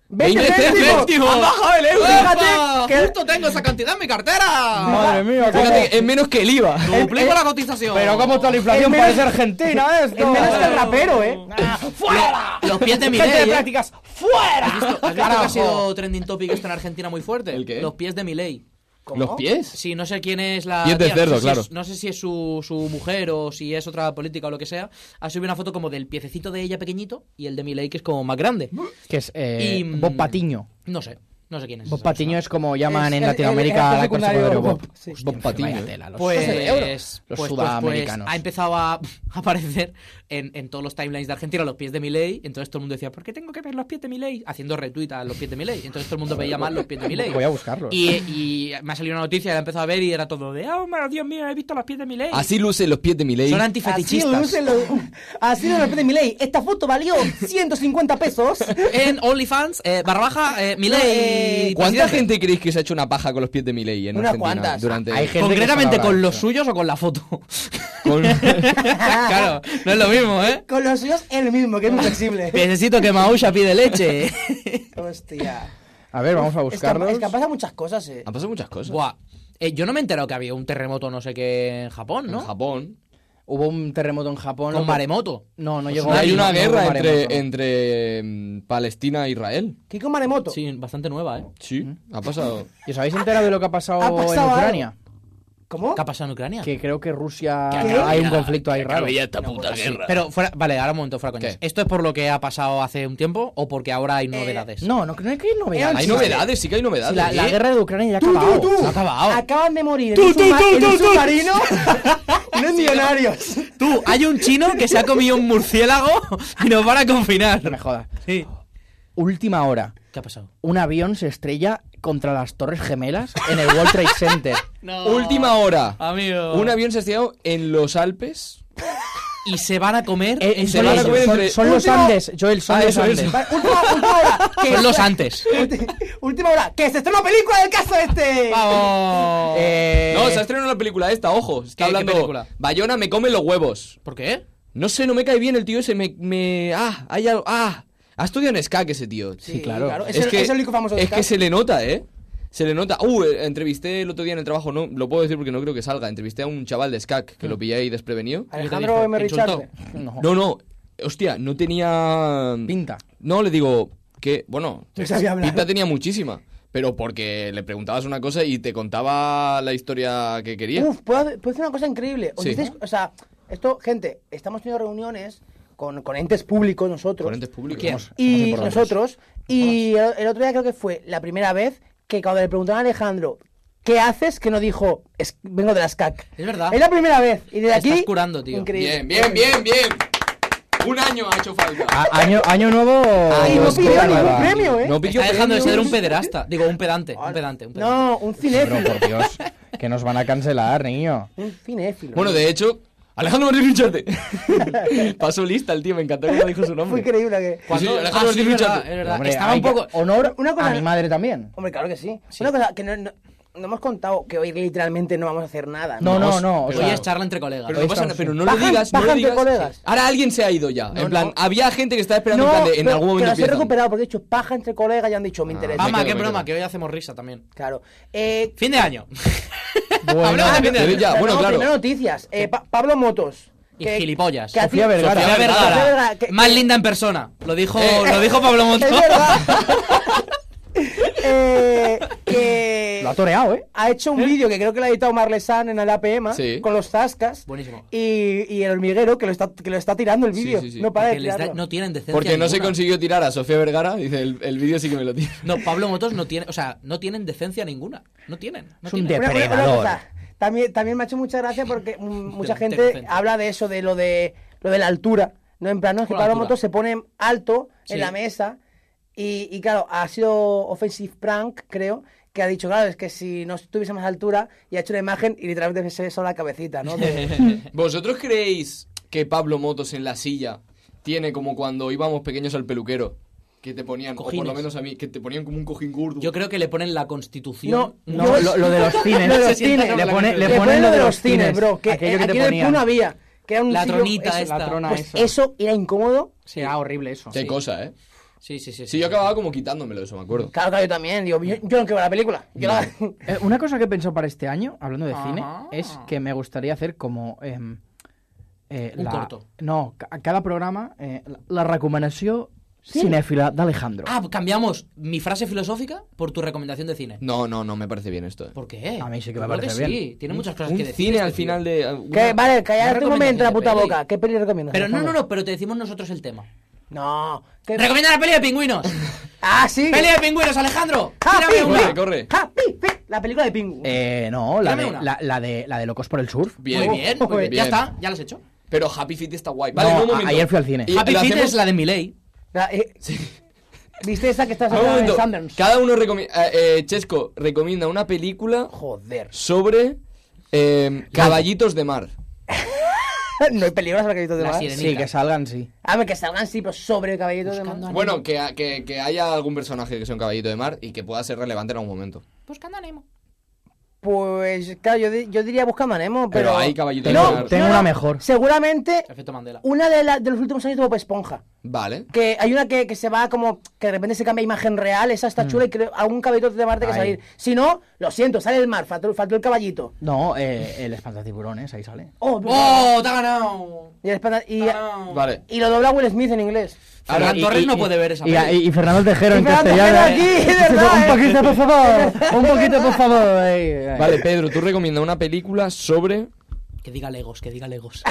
[SPEAKER 3] ¡Veinte
[SPEAKER 5] 20
[SPEAKER 3] céntimos!
[SPEAKER 5] céntimos.
[SPEAKER 1] ¡Han bajado el euro!
[SPEAKER 3] Fíjate que-
[SPEAKER 1] ¡Justo tengo esa cantidad en mi cartera!
[SPEAKER 2] madre mía, cómo,
[SPEAKER 5] Fíjate que es menos que el IVA.
[SPEAKER 3] eh,
[SPEAKER 1] ¡Duplico la cotización!
[SPEAKER 2] pero cómo está la
[SPEAKER 3] El
[SPEAKER 2] inflación
[SPEAKER 3] menos-
[SPEAKER 2] parece Argentina esto.
[SPEAKER 3] El menos que el rapero, ¿eh?
[SPEAKER 2] ¡Fuera!
[SPEAKER 1] Ah, Los pies de
[SPEAKER 2] Gente de
[SPEAKER 1] Milei, ¿eh?
[SPEAKER 2] prácticas, ¡fuera!
[SPEAKER 1] ¿Has visto, has visto que ha sido trending topic esto en Argentina muy fuerte?
[SPEAKER 5] ¿El qué?
[SPEAKER 1] Los pies de Milei.
[SPEAKER 5] Los pies.
[SPEAKER 1] Sí, no sé quién es la.
[SPEAKER 5] Y es de
[SPEAKER 1] tía, no sé
[SPEAKER 5] cerdo,
[SPEAKER 1] si
[SPEAKER 5] claro.
[SPEAKER 1] es- no sé si es su, su mujer o si es otra política o lo que sea. Ha subido una foto como del piececito de ella pequeñito y el de Milei que es como más grande.
[SPEAKER 2] Que es eh,
[SPEAKER 1] Y, mm,
[SPEAKER 2] Bob Patiño.
[SPEAKER 1] No sé, no sé quién es.
[SPEAKER 2] Bob
[SPEAKER 1] esa
[SPEAKER 2] Patiño es como
[SPEAKER 3] Es
[SPEAKER 2] llaman
[SPEAKER 3] el-
[SPEAKER 2] en
[SPEAKER 3] el-
[SPEAKER 2] Latinoamérica
[SPEAKER 3] el
[SPEAKER 2] a la clase
[SPEAKER 3] secundario
[SPEAKER 2] de Bob.
[SPEAKER 3] Bob, sí.
[SPEAKER 2] Hostia,
[SPEAKER 5] Bob Patiño,
[SPEAKER 2] vaya
[SPEAKER 5] eh.
[SPEAKER 2] tela, los
[SPEAKER 1] Pues,
[SPEAKER 2] socios de euro. Los
[SPEAKER 1] pues, pues,
[SPEAKER 2] sudamericanos.
[SPEAKER 1] pues, ha empezado a a aparecer en, en todos los timelines de Argentina los pies de Milei. Entonces todo el mundo decía, ¿por qué tengo que ver los pies de Milei? Haciendo retweet a los pies de Milei. Entonces todo el mundo veía más los pies de Milei.
[SPEAKER 2] Voy a buscarlo.
[SPEAKER 1] Y, y me ha salido una noticia, la he empezado a ver y era todo de, oh, madre, Dios mío, he visto los pies de Milei.
[SPEAKER 5] Así lucen los pies de mi ley.
[SPEAKER 1] Son
[SPEAKER 3] Así
[SPEAKER 1] antifetichistas.
[SPEAKER 3] lucen los... Así lo repite mi ley. Esta foto valió 150 pesos.
[SPEAKER 1] En OnlyFans, eh, barra baja, eh, Milei.
[SPEAKER 5] ¿Cuánta
[SPEAKER 1] presidente.
[SPEAKER 5] gente creéis que se ha hecho una paja con los pies de Milei en
[SPEAKER 3] Unas
[SPEAKER 5] Argentina
[SPEAKER 3] cuantas.
[SPEAKER 5] durante
[SPEAKER 2] Hay gente que
[SPEAKER 1] Concretamente
[SPEAKER 2] se lo habrá
[SPEAKER 1] con los
[SPEAKER 2] hecho.
[SPEAKER 1] suyos o con la foto.
[SPEAKER 5] con-
[SPEAKER 1] claro, no es lo mismo, ¿eh?
[SPEAKER 3] Con los suyos, el mismo, que es muy flexible.
[SPEAKER 1] Necesito que Mausha pide leche.
[SPEAKER 3] Hostia.
[SPEAKER 2] A ver, vamos a
[SPEAKER 3] Es que,
[SPEAKER 2] buscarlos.
[SPEAKER 3] es que pasa muchas cosas, eh.
[SPEAKER 5] Han pasado muchas cosas.
[SPEAKER 1] Buah. Eh, yo no me he enterado que había un terremoto no sé qué en Japón,
[SPEAKER 5] En
[SPEAKER 1] ¿no?
[SPEAKER 5] Japón.
[SPEAKER 2] Hubo un terremoto en Japón.
[SPEAKER 1] Con
[SPEAKER 2] hombre.
[SPEAKER 1] maremoto.
[SPEAKER 2] No, no
[SPEAKER 5] Y
[SPEAKER 2] llegó.
[SPEAKER 5] hay
[SPEAKER 2] no, no
[SPEAKER 5] una
[SPEAKER 2] hubo
[SPEAKER 5] guerra entre,
[SPEAKER 2] maremoto, no.
[SPEAKER 5] entre mm, Palestina e Israel.
[SPEAKER 3] Kiko Maremoto.
[SPEAKER 1] Sí, bastante nueva, ¿eh?
[SPEAKER 5] Sí. Ha pasado.
[SPEAKER 2] ¿Y os habéis enterado de lo que ha pasado,
[SPEAKER 3] Ha pasado
[SPEAKER 2] en
[SPEAKER 3] algo.
[SPEAKER 2] Ucrania?
[SPEAKER 3] ¿Cómo?
[SPEAKER 1] ¿Qué ha pasado en Ucrania?
[SPEAKER 2] Que creo que Rusia...
[SPEAKER 1] Que
[SPEAKER 2] Hay
[SPEAKER 1] acabía-
[SPEAKER 2] un conflicto ahí raro.
[SPEAKER 1] Pero fuera, vale, ahora un momento, fuera coñas.
[SPEAKER 5] ¿Qué?
[SPEAKER 1] ¿Esto es por lo que ha pasado hace un tiempo o porque ahora hay novedades?
[SPEAKER 2] No, no, no es que hay novedades.
[SPEAKER 5] Hay
[SPEAKER 3] Sí,
[SPEAKER 5] novedades, sí que hay
[SPEAKER 2] Si
[SPEAKER 5] novedades.
[SPEAKER 2] la, la
[SPEAKER 5] ¿Eh?
[SPEAKER 2] guerra de Ucrania ya ha
[SPEAKER 3] Tú, tú,
[SPEAKER 2] acabado.
[SPEAKER 3] tú.
[SPEAKER 2] Se ha acabado.
[SPEAKER 1] Ah.
[SPEAKER 3] Acaban de morir. en un subma- en un submarino. Unos millonarios.
[SPEAKER 1] Tú, hay un chino que se ha comido un murciélago y nos van a confinar.
[SPEAKER 2] No me jodas.
[SPEAKER 1] Sí.
[SPEAKER 2] Última hora.
[SPEAKER 1] ¿Qué ha pasado?
[SPEAKER 2] Un avión se estrella contra las Torres Gemelas en el World Trade Center.
[SPEAKER 5] Última hora.
[SPEAKER 1] Amigo.
[SPEAKER 5] Un avión se ha estrellado en los Alpes.
[SPEAKER 1] Y se van a comer.
[SPEAKER 2] Eh,
[SPEAKER 1] entre
[SPEAKER 2] son,
[SPEAKER 5] van a
[SPEAKER 1] ellos.
[SPEAKER 2] ellos,
[SPEAKER 5] comer
[SPEAKER 2] son-
[SPEAKER 5] entre-
[SPEAKER 2] son los
[SPEAKER 3] Último-
[SPEAKER 2] Andes, Joel, son
[SPEAKER 5] Ah,
[SPEAKER 2] los
[SPEAKER 5] eso, eso.
[SPEAKER 2] Andes.
[SPEAKER 3] Vale, última, última hora. Que
[SPEAKER 1] Son los antes.
[SPEAKER 3] ulti- última hora. Que se estrena una película del caso este.
[SPEAKER 1] ¡Vamos!
[SPEAKER 2] Eh,
[SPEAKER 5] No, se ha estrenado la película esta, ojo. Está
[SPEAKER 1] ¿Qué- qué
[SPEAKER 5] hablando.
[SPEAKER 1] película?
[SPEAKER 5] Bayona me come los huevos.
[SPEAKER 1] ¿Por qué?
[SPEAKER 5] No sé, no me cae bien el tío ese. Me. me- Ah, hay algo. Ah. Ha estudiado en Skak ese tío.
[SPEAKER 2] sí, claro.
[SPEAKER 3] Es, el, es el único famoso de
[SPEAKER 5] es que
[SPEAKER 3] Sky.
[SPEAKER 5] se le nota, ¿eh? se le nota. Uh, eh, entrevisté el otro día en el trabajo, no lo puedo decir porque no creo que salga. Entrevisté a un chaval de SCAC que lo pillé ahí desprevenido.
[SPEAKER 3] Alejandro M.
[SPEAKER 1] Insultó.
[SPEAKER 3] Mm. Richard.
[SPEAKER 2] No.
[SPEAKER 5] No, no, hostia, no tenía. mm,
[SPEAKER 2] Pinta.
[SPEAKER 5] No, le digo que, bueno,
[SPEAKER 3] No sabía hablar.
[SPEAKER 5] pinta tenía muchísima. Pero porque le preguntabas una cosa y te contaba la historia que quería.
[SPEAKER 3] Uf, puedo, puedo decir una cosa increíble. ¿Os
[SPEAKER 5] Sí.
[SPEAKER 3] disteis- o sea, esto, gente, estamos teniendo reuniones con, con entes públicos nosotros.
[SPEAKER 5] Ponentes públicos.
[SPEAKER 3] y
[SPEAKER 2] Somos importantes.
[SPEAKER 3] nosotros. Y el, el otro día creo que fue la primera vez que cuando le preguntaron a Alejandro, ¿qué haces? Que no dijo, "Es- vengo de las CAC.
[SPEAKER 1] Es verdad.
[SPEAKER 3] Es la primera vez. Y de
[SPEAKER 1] Te
[SPEAKER 3] aquí.
[SPEAKER 1] estás curando, tío.
[SPEAKER 5] Bien, bien, bien, bien. Un año ha hecho falta.
[SPEAKER 2] A- año, año nuevo.
[SPEAKER 3] Y no
[SPEAKER 2] pues,
[SPEAKER 3] pidió
[SPEAKER 2] cosa
[SPEAKER 3] ningún
[SPEAKER 2] nueva.
[SPEAKER 3] premio, ¿eh?
[SPEAKER 5] No pilló
[SPEAKER 1] Está dejando de
[SPEAKER 5] premios.
[SPEAKER 1] ser un pederasta. Digo, un pedante, un pedante, un pedante.
[SPEAKER 3] No, un
[SPEAKER 2] Pero
[SPEAKER 3] cinéfilo.
[SPEAKER 2] por Dios, que nos van a cancelar, niño.
[SPEAKER 3] Un cinéfilo.
[SPEAKER 5] Bueno, de hecho, Alejandro Martín Richarte. Pasó lista el tío, me encantó cómo dijo su
[SPEAKER 3] Fue
[SPEAKER 5] nombre.
[SPEAKER 3] increíble que.
[SPEAKER 5] Sí, sí,
[SPEAKER 1] Cuando-
[SPEAKER 5] Alejandro
[SPEAKER 1] Ah, sí, es
[SPEAKER 5] Martín
[SPEAKER 1] verdad,
[SPEAKER 5] Richard.
[SPEAKER 1] es verdad.
[SPEAKER 2] Hombre,
[SPEAKER 1] Estaba
[SPEAKER 2] hay
[SPEAKER 1] un
[SPEAKER 2] que-
[SPEAKER 1] poco...
[SPEAKER 2] Honor
[SPEAKER 3] Una cosa-
[SPEAKER 2] a mi madre también.
[SPEAKER 3] Hombre, claro que sí. Una cosa que no, no, no hemos contado que hoy literalmente no vamos a hacer nada.
[SPEAKER 2] No, no, no. o
[SPEAKER 1] Hoy
[SPEAKER 2] sea,
[SPEAKER 1] es charla entre colegas.
[SPEAKER 5] Pero no, pasa nada,
[SPEAKER 2] estamos,
[SPEAKER 5] pero
[SPEAKER 2] sí.
[SPEAKER 5] no lo
[SPEAKER 3] Bajan-
[SPEAKER 5] digas, no lo
[SPEAKER 3] bajan de
[SPEAKER 5] digas.
[SPEAKER 3] colegas.
[SPEAKER 5] Ahora alguien se ha ido ya. en plan, había gente que estaba esperando
[SPEAKER 3] No,
[SPEAKER 5] en plan de, en
[SPEAKER 3] pero
[SPEAKER 5] algún
[SPEAKER 3] que
[SPEAKER 5] momento
[SPEAKER 3] las he
[SPEAKER 5] empiezan.
[SPEAKER 3] recuperado porque he dicho paja entre colegas y han dicho me
[SPEAKER 5] Ah.
[SPEAKER 3] interesa.
[SPEAKER 5] Me
[SPEAKER 1] Ama,
[SPEAKER 5] quedo,
[SPEAKER 1] qué
[SPEAKER 5] me
[SPEAKER 1] broma,
[SPEAKER 5] quedo.
[SPEAKER 1] que hoy hacemos risa también.
[SPEAKER 3] Claro. Eh,
[SPEAKER 1] Fin de año.
[SPEAKER 2] Bueno,
[SPEAKER 1] Hablamos de fin de
[SPEAKER 5] pero
[SPEAKER 1] año.
[SPEAKER 5] Ah, ya,
[SPEAKER 3] pero
[SPEAKER 5] bueno,
[SPEAKER 3] Ah, no,
[SPEAKER 5] claro.
[SPEAKER 3] primero noticias. Eh, Pa- Pablo Motos.
[SPEAKER 1] Y gilipollas.
[SPEAKER 3] a ti-
[SPEAKER 2] Sofía Vergara.
[SPEAKER 1] Sofía
[SPEAKER 5] Vergara.
[SPEAKER 3] Sofía
[SPEAKER 1] Vergara.
[SPEAKER 3] Vergara, que-
[SPEAKER 1] Más
[SPEAKER 3] que-
[SPEAKER 1] linda en persona. Lo dijo,
[SPEAKER 5] Eh.
[SPEAKER 1] lo dijo Pablo
[SPEAKER 3] Es
[SPEAKER 1] Montón.
[SPEAKER 3] verdad. Eh, que
[SPEAKER 2] Lo ha toreado, ¿eh?
[SPEAKER 3] ha hecho un vídeo que creo que lo ha editado Marlesan en el APM
[SPEAKER 5] Sí.
[SPEAKER 3] con los zascas.
[SPEAKER 1] Buenísimo.
[SPEAKER 3] Y, y el hormiguero que lo está, que lo está tirando el
[SPEAKER 5] Sí,
[SPEAKER 3] vídeo.
[SPEAKER 5] sí, sí.
[SPEAKER 3] No para de
[SPEAKER 1] Que les da-
[SPEAKER 3] tirarlo.
[SPEAKER 1] no tienen decencia.
[SPEAKER 5] Porque no se
[SPEAKER 1] ninguna.
[SPEAKER 5] consiguió tirar a Sofía Vergara, dice, el, el vídeo sí que me lo tira.
[SPEAKER 1] No, Pablo Motos no tiene, o sea, no tienen decencia ninguna. No tienen. no
[SPEAKER 2] Es un
[SPEAKER 1] tienen.
[SPEAKER 2] dep-
[SPEAKER 3] Una- una- una
[SPEAKER 2] Depredador.
[SPEAKER 3] cosa, También, también me ha hecho mucha gracia porque mm, mucha
[SPEAKER 1] Te- te
[SPEAKER 3] gente
[SPEAKER 1] inocente.
[SPEAKER 3] habla de eso, de lo de lo de la altura. No, en plan, no, es que
[SPEAKER 1] Con la
[SPEAKER 3] Pablo
[SPEAKER 1] altura.
[SPEAKER 3] Motos se pone alto
[SPEAKER 1] Sí.
[SPEAKER 3] en la mesa y, y claro, ha sido offensive prank, creo, que ha dicho, claro, es que si no tuviese más altura y ha hecho una imagen y literalmente se ve solo la cabecita, ¿no? De-
[SPEAKER 5] ¿Vosotros creéis que Pablo Motos en la silla tiene como cuando íbamos pequeños al peluquero? Que te ponían, o por lo
[SPEAKER 1] Cojines.
[SPEAKER 5] menos a mí, que te ponían como un cojín gordo.
[SPEAKER 1] Yo creo que le ponen la
[SPEAKER 3] No,
[SPEAKER 1] constitución.
[SPEAKER 2] No,
[SPEAKER 3] yo-
[SPEAKER 2] lo, lo de los cines.
[SPEAKER 3] Lo de los
[SPEAKER 2] Se sienta
[SPEAKER 3] cines.
[SPEAKER 2] sobre Le, pone-
[SPEAKER 5] la
[SPEAKER 2] le
[SPEAKER 5] cabeza.
[SPEAKER 2] ponen lo de los
[SPEAKER 3] cines,
[SPEAKER 2] cines,
[SPEAKER 3] bro. Que
[SPEAKER 2] aquello que
[SPEAKER 3] aquí
[SPEAKER 2] te
[SPEAKER 3] en el
[SPEAKER 2] ponían.
[SPEAKER 3] Puno había. Que era un
[SPEAKER 1] La
[SPEAKER 3] sitio-
[SPEAKER 1] tronita
[SPEAKER 3] eso,
[SPEAKER 1] esta.
[SPEAKER 2] La trona
[SPEAKER 3] pues
[SPEAKER 2] esa.
[SPEAKER 3] eso era incómodo.
[SPEAKER 2] Sí, era horrible eso.
[SPEAKER 5] Qué cosa, ¿eh?
[SPEAKER 1] Sí, sí, sí.
[SPEAKER 5] Sí, yo acababa como quitándomelo, eso me acuerdo.
[SPEAKER 3] Claro, claro, yo también. Digo, yo, yo no quiero ver la película. Yo la-
[SPEAKER 2] Eh, una cosa que he pensado para este año, hablando de cine, es que me gustaría hacer como... em, eh,
[SPEAKER 1] Un
[SPEAKER 2] la-
[SPEAKER 1] corto.
[SPEAKER 2] No, ca- a cada programa, eh, la, la recomanació cinèfila d'Alejandro.
[SPEAKER 1] Ah, cambiamos mi frase filosófica por tu recomendación de cine.
[SPEAKER 5] No, no, no, me parece bien esto. eh.
[SPEAKER 1] ¿Por qué?
[SPEAKER 2] A mí sí que
[SPEAKER 1] Yo
[SPEAKER 2] me
[SPEAKER 1] creo
[SPEAKER 2] parece
[SPEAKER 1] Sí,
[SPEAKER 2] bien.
[SPEAKER 1] tiene muchas cosas
[SPEAKER 5] Un
[SPEAKER 1] que decir.
[SPEAKER 5] cine
[SPEAKER 1] este
[SPEAKER 5] al
[SPEAKER 1] tío.
[SPEAKER 5] final de... eh,
[SPEAKER 3] Que,
[SPEAKER 5] una-
[SPEAKER 3] vale,
[SPEAKER 1] Una
[SPEAKER 3] callad un momento
[SPEAKER 1] recomendación
[SPEAKER 3] la
[SPEAKER 1] de
[SPEAKER 3] puta
[SPEAKER 1] peli.
[SPEAKER 3] boca. ¿Qué peli recomiendas?
[SPEAKER 1] Pero no, no,
[SPEAKER 3] Alejandro?
[SPEAKER 1] no, pero te decimos nosotros el tema.
[SPEAKER 3] No. ¿Qué-
[SPEAKER 1] ¡Recomienda la peli de pingüinos!
[SPEAKER 3] Ah, sí.
[SPEAKER 1] ¡Peli de pingüinos, Alejandro!
[SPEAKER 3] Happy
[SPEAKER 2] Ah,
[SPEAKER 1] ¡Tírame una!
[SPEAKER 5] Corre,
[SPEAKER 3] Feet.
[SPEAKER 5] corre.
[SPEAKER 3] Happy Feet, La película de Pingu.
[SPEAKER 2] Eh, no, la
[SPEAKER 1] Dame
[SPEAKER 2] de,
[SPEAKER 1] una.
[SPEAKER 2] la, la de, la de Locos por el Surf.
[SPEAKER 5] Bien,
[SPEAKER 1] Muy bien, muy bien. Ya está, ya lo has hecho.
[SPEAKER 5] Pero Happy Feet está guay. Vale,
[SPEAKER 2] No,
[SPEAKER 5] no, un
[SPEAKER 2] a-
[SPEAKER 5] momento.
[SPEAKER 2] ayer fui al cine.
[SPEAKER 5] Y
[SPEAKER 1] Happy
[SPEAKER 5] lo
[SPEAKER 1] Feet
[SPEAKER 5] hacemos-
[SPEAKER 1] es la de Miley.
[SPEAKER 3] La- eh, ¿Viste esa que estás
[SPEAKER 5] Un
[SPEAKER 3] hablando de
[SPEAKER 5] momento.
[SPEAKER 3] Sundance?
[SPEAKER 5] Cada uno recomienda... Chesco recomienda una película
[SPEAKER 3] Joder.
[SPEAKER 5] sobre eh, caballitos de mar.
[SPEAKER 3] No hay peligros al caballito de
[SPEAKER 1] La
[SPEAKER 3] mar.
[SPEAKER 1] sirenita.
[SPEAKER 2] Sí, que salgan, sí.
[SPEAKER 3] A ver, que salgan sí, pero sobre el caballito de mar.
[SPEAKER 5] Bueno, que, ha- que, que haya algún personaje que sea un caballito de mar y que pueda ser relevante en algún momento.
[SPEAKER 1] Buscando a Nemo.
[SPEAKER 3] Pues claro, yo, di- yo diría buscando a Nemo, pero.
[SPEAKER 5] Pero hay caballito
[SPEAKER 2] de mar. Tengo una mejor.
[SPEAKER 3] Seguramente
[SPEAKER 1] Efecto Mandela.
[SPEAKER 3] una de, la- de los últimos años de Bob Esponja.
[SPEAKER 5] Vale.
[SPEAKER 3] Que hay una que, que se va como que de repente se cambia a imagen real, esa está chula y creo algún caballito de mar tiene que
[SPEAKER 2] Ahí.
[SPEAKER 3] salir. Si no, lo siento, sale el mar, faltó, faltó el caballito.
[SPEAKER 2] No, eh, el espantatiburones, ahí sale.
[SPEAKER 3] Oh,
[SPEAKER 1] ¡Oh, Ah. te ha ganado!
[SPEAKER 3] Y, el espanta- y,
[SPEAKER 1] Te ha ganado.
[SPEAKER 5] Vale.
[SPEAKER 3] y lo dobla Will Smith en inglés.
[SPEAKER 1] Ahora,
[SPEAKER 2] Y-
[SPEAKER 1] Torres
[SPEAKER 2] y-
[SPEAKER 1] no
[SPEAKER 2] y-
[SPEAKER 1] puede ver esa
[SPEAKER 2] y,
[SPEAKER 1] peli.
[SPEAKER 2] y Fernando Tejero en
[SPEAKER 3] Fernando
[SPEAKER 2] castellano.
[SPEAKER 3] Tejero aquí,
[SPEAKER 2] ¿eh?
[SPEAKER 3] de verdad,
[SPEAKER 2] un
[SPEAKER 3] ¿eh?
[SPEAKER 2] poquito, por favor. Un poquito, por favor. eh, ahí, ahí.
[SPEAKER 5] Vale, Pedro, tú recomiendas una película sobre.
[SPEAKER 1] Que diga Legos, que diga Legos.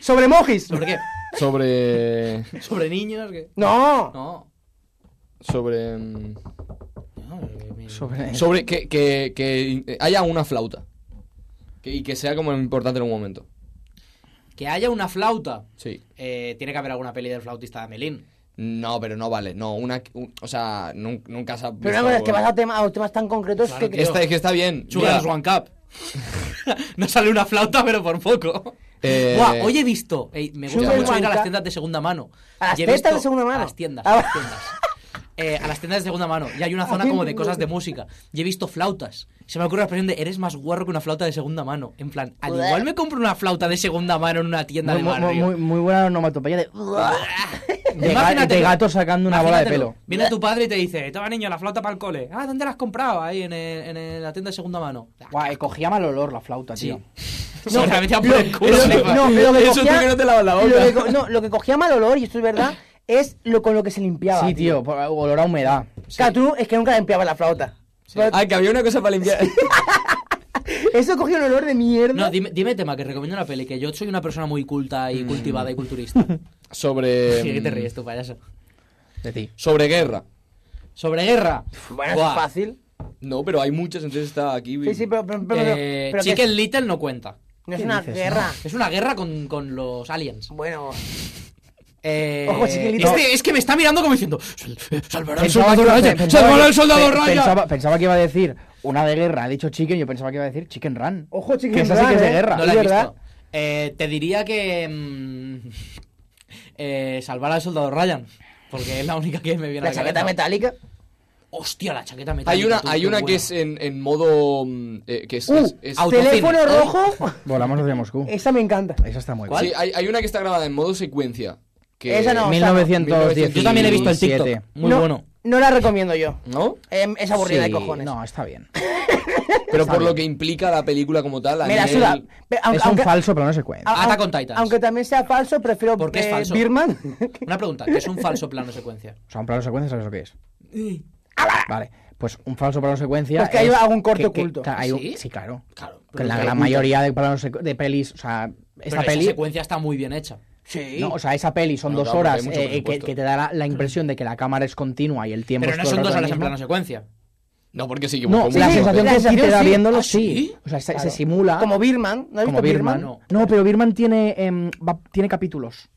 [SPEAKER 3] ¿Sobre Mojis?
[SPEAKER 1] ¿Sobre qué?
[SPEAKER 5] Sobre.
[SPEAKER 1] ¿Sobre niños? ¿Qué?
[SPEAKER 3] No.
[SPEAKER 1] No.
[SPEAKER 5] Sobre. mm,
[SPEAKER 1] No, eh, mi-
[SPEAKER 2] Sobre-
[SPEAKER 5] Sobre que, que, que haya una flauta. Que- y que sea como importante en un momento.
[SPEAKER 1] Que haya una flauta.
[SPEAKER 5] Sí.
[SPEAKER 1] Eh, tiene que haber alguna peli del flautista de Melín.
[SPEAKER 5] No, pero no vale. No, una. un- o sea, nun- nunca se ha
[SPEAKER 3] Pero
[SPEAKER 5] visto-
[SPEAKER 3] una cosa es que vas a, tema- a los temas tan concretos
[SPEAKER 1] Claro,
[SPEAKER 3] que...
[SPEAKER 1] tío.
[SPEAKER 5] Esta es que está bien.
[SPEAKER 1] Chugas
[SPEAKER 5] Mira,
[SPEAKER 1] One Cup. no sale una flauta, pero por poco.
[SPEAKER 5] Eh,
[SPEAKER 1] Buah, hoy he visto. ey, me gusta
[SPEAKER 5] Sugar
[SPEAKER 1] mucho
[SPEAKER 3] One
[SPEAKER 1] ir a las
[SPEAKER 3] Cup.
[SPEAKER 1] tiendas de segunda mano.
[SPEAKER 3] ¿A las
[SPEAKER 1] Y he
[SPEAKER 3] tetas
[SPEAKER 1] visto-
[SPEAKER 3] de segunda mano?
[SPEAKER 1] A las tiendas.
[SPEAKER 3] Ah,
[SPEAKER 1] A las tiendas. Eh, a las tiendas de segunda mano. Y hay una zona como de cosas de música. Y he visto flautas. Se me ocurre la expresión de eres más guarro que una flauta de segunda mano. En plan, al
[SPEAKER 3] Joder.
[SPEAKER 1] igual me compro una flauta de segunda mano en una tienda
[SPEAKER 2] Muy,
[SPEAKER 1] de
[SPEAKER 2] muy,
[SPEAKER 1] barrio.
[SPEAKER 2] muy- muy buena onomatopeya de... De, ga-
[SPEAKER 1] Imagínate-
[SPEAKER 2] de gato sacando una bola de
[SPEAKER 1] imagínatelo.
[SPEAKER 2] pelo.
[SPEAKER 1] Viene tu padre y te dice, toma niño, la flauta para el cole. Ah, ¿dónde la has comprado? Ahí en, el- en el- la tienda de segunda mano.
[SPEAKER 2] Guau, cogía mal olor la flauta,
[SPEAKER 1] Sí.
[SPEAKER 2] tío.
[SPEAKER 1] No, la metía por el Pues, culo.
[SPEAKER 3] Pero-
[SPEAKER 1] flipa.
[SPEAKER 3] no, pero lo que
[SPEAKER 5] Eso tú
[SPEAKER 3] cogía-
[SPEAKER 5] que no te lavas la
[SPEAKER 3] lo que
[SPEAKER 5] boca.
[SPEAKER 3] co- no, lo que cogía mal olor, y esto es verdad, es lo con lo que se limpiaba.
[SPEAKER 2] Sí, tío, por- olor a humedad.
[SPEAKER 3] Claro, tú es que nunca limpiaba la flauta. Pero
[SPEAKER 5] Ah, que había una cosa para limpiar.
[SPEAKER 3] Eso cogía un olor de mierda.
[SPEAKER 1] No, dime, dime tema que recomiendo una peli, que yo soy una persona muy culta
[SPEAKER 3] Mm.
[SPEAKER 1] y cultivada y culturista.
[SPEAKER 5] Sobre. mm,
[SPEAKER 1] Sí, que te ríes tú, payaso.
[SPEAKER 2] De ti.
[SPEAKER 5] Sobre guerra.
[SPEAKER 1] Sobre guerra.
[SPEAKER 3] bueno,
[SPEAKER 1] Buah.
[SPEAKER 3] es fácil.
[SPEAKER 5] No, pero hay muchas, entonces está aquí.
[SPEAKER 3] Sí, sí, pero, pero, pero-
[SPEAKER 1] Eh,
[SPEAKER 3] pero que
[SPEAKER 1] Chicken Little no cuenta.
[SPEAKER 3] no es una guerra.
[SPEAKER 1] Es una guerra con, con los aliens.
[SPEAKER 3] Bueno,
[SPEAKER 1] Eh,
[SPEAKER 3] Ojo, Chicken Little.
[SPEAKER 1] este- es que me está mirando como diciendo: "Sal- eh, Salvará el
[SPEAKER 2] Pensaba
[SPEAKER 1] soldado
[SPEAKER 2] que iba-
[SPEAKER 1] Ryan.
[SPEAKER 2] pensaba
[SPEAKER 1] Salvará
[SPEAKER 2] que-
[SPEAKER 1] el soldado
[SPEAKER 2] pe-
[SPEAKER 1] Ryan.
[SPEAKER 2] pensaba, pensaba que iba a decir una de guerra, ha dicho chicken, yo pensaba que iba a decir chicken run.
[SPEAKER 3] Ojo, Chicken
[SPEAKER 2] Que esa sí
[SPEAKER 3] Run,
[SPEAKER 2] que es de
[SPEAKER 3] eh.
[SPEAKER 2] guerra.
[SPEAKER 1] No la he
[SPEAKER 3] Es verdad.
[SPEAKER 1] visto. Eh, te diría que. mm, eh, salvar al soldado Ryan. Porque es la única que me viene a
[SPEAKER 3] la
[SPEAKER 1] la
[SPEAKER 3] chaqueta
[SPEAKER 1] cabeza.
[SPEAKER 3] metálica.
[SPEAKER 1] Hostia, la chaqueta metálica.
[SPEAKER 5] Hay una,
[SPEAKER 1] tú,
[SPEAKER 5] hay
[SPEAKER 1] qué
[SPEAKER 5] una
[SPEAKER 1] buena.
[SPEAKER 5] que es eh, en, en modo. mm, eh, que es.
[SPEAKER 3] Uh,
[SPEAKER 5] es- es-
[SPEAKER 1] autocine.
[SPEAKER 3] Teléfono rojo.
[SPEAKER 2] Volamos hacia Moscú.
[SPEAKER 3] Esa me encanta.
[SPEAKER 2] Esa está muy
[SPEAKER 5] Sí, hay, hay una que está grabada en modo secuencia. Que...
[SPEAKER 3] Esa no.
[SPEAKER 2] bien.
[SPEAKER 3] o sea,
[SPEAKER 2] 1917.
[SPEAKER 1] Yo también he visto el TikTok. Muy
[SPEAKER 3] no,
[SPEAKER 1] bueno.
[SPEAKER 3] No la recomiendo yo.
[SPEAKER 5] ¿No?
[SPEAKER 3] Em, es aburrida
[SPEAKER 2] Sí,
[SPEAKER 3] de cojones.
[SPEAKER 2] No, está bien.
[SPEAKER 5] Pero por lo que implica la película como tal. a
[SPEAKER 3] Me la
[SPEAKER 5] nivel-
[SPEAKER 3] suda. Pe- Eh, aunque-
[SPEAKER 2] es un
[SPEAKER 3] aunque-
[SPEAKER 2] falso, pero no se cuenta.
[SPEAKER 3] a-
[SPEAKER 1] Attack
[SPEAKER 3] aunque-
[SPEAKER 1] on Titans.
[SPEAKER 3] Aunque también sea falso, prefiero
[SPEAKER 1] ¿Por qué es
[SPEAKER 3] eh,
[SPEAKER 1] falso?
[SPEAKER 3] Birman.
[SPEAKER 1] Una pregunta: ¿qué es un falso plano secuencia?
[SPEAKER 2] O sea, un plano secuencia, ¿sabes lo que es? Vale. Pues un falso plano secuencia.
[SPEAKER 3] Pues que hay
[SPEAKER 2] es
[SPEAKER 3] algún corte
[SPEAKER 2] que- que-
[SPEAKER 3] oculto.
[SPEAKER 2] que hay un-
[SPEAKER 1] ¿Sí?
[SPEAKER 2] ¿Sí? claro.
[SPEAKER 1] Claro.
[SPEAKER 2] Que la
[SPEAKER 1] pero-
[SPEAKER 2] gran mayoría de, planos secu- de pelis, o sea,
[SPEAKER 1] pero
[SPEAKER 2] esta
[SPEAKER 1] esa
[SPEAKER 2] peli.
[SPEAKER 1] secuencia está muy bien hecha.
[SPEAKER 3] sí.
[SPEAKER 2] No, o sea, esa peli son
[SPEAKER 5] Bueno,
[SPEAKER 2] dos
[SPEAKER 5] claro, porque hay
[SPEAKER 2] horas
[SPEAKER 5] mucho
[SPEAKER 2] eh, que,
[SPEAKER 5] presupuesto.
[SPEAKER 2] que te da la, la impresión de que la cámara es continua y el tiempo
[SPEAKER 1] Pero
[SPEAKER 2] es
[SPEAKER 1] no
[SPEAKER 2] todo el
[SPEAKER 1] son dos
[SPEAKER 2] rato el
[SPEAKER 1] horas en
[SPEAKER 2] mismo.
[SPEAKER 1] plano secuencia.
[SPEAKER 5] No, porque sí que
[SPEAKER 2] No,
[SPEAKER 5] fue muy
[SPEAKER 2] la
[SPEAKER 5] bien,
[SPEAKER 2] sensación
[SPEAKER 5] pero-
[SPEAKER 2] que
[SPEAKER 3] sensación
[SPEAKER 2] sí te da
[SPEAKER 3] sí.
[SPEAKER 2] viéndolo,
[SPEAKER 1] ¿Ah,
[SPEAKER 2] sí.
[SPEAKER 1] sí?
[SPEAKER 2] O sea, se,
[SPEAKER 3] Claro.
[SPEAKER 2] se simula.
[SPEAKER 3] Como Birman. ¿No has
[SPEAKER 2] como
[SPEAKER 3] visto Birman?
[SPEAKER 2] Birdman. No, pero Birman tiene, em, va- tiene capítulos.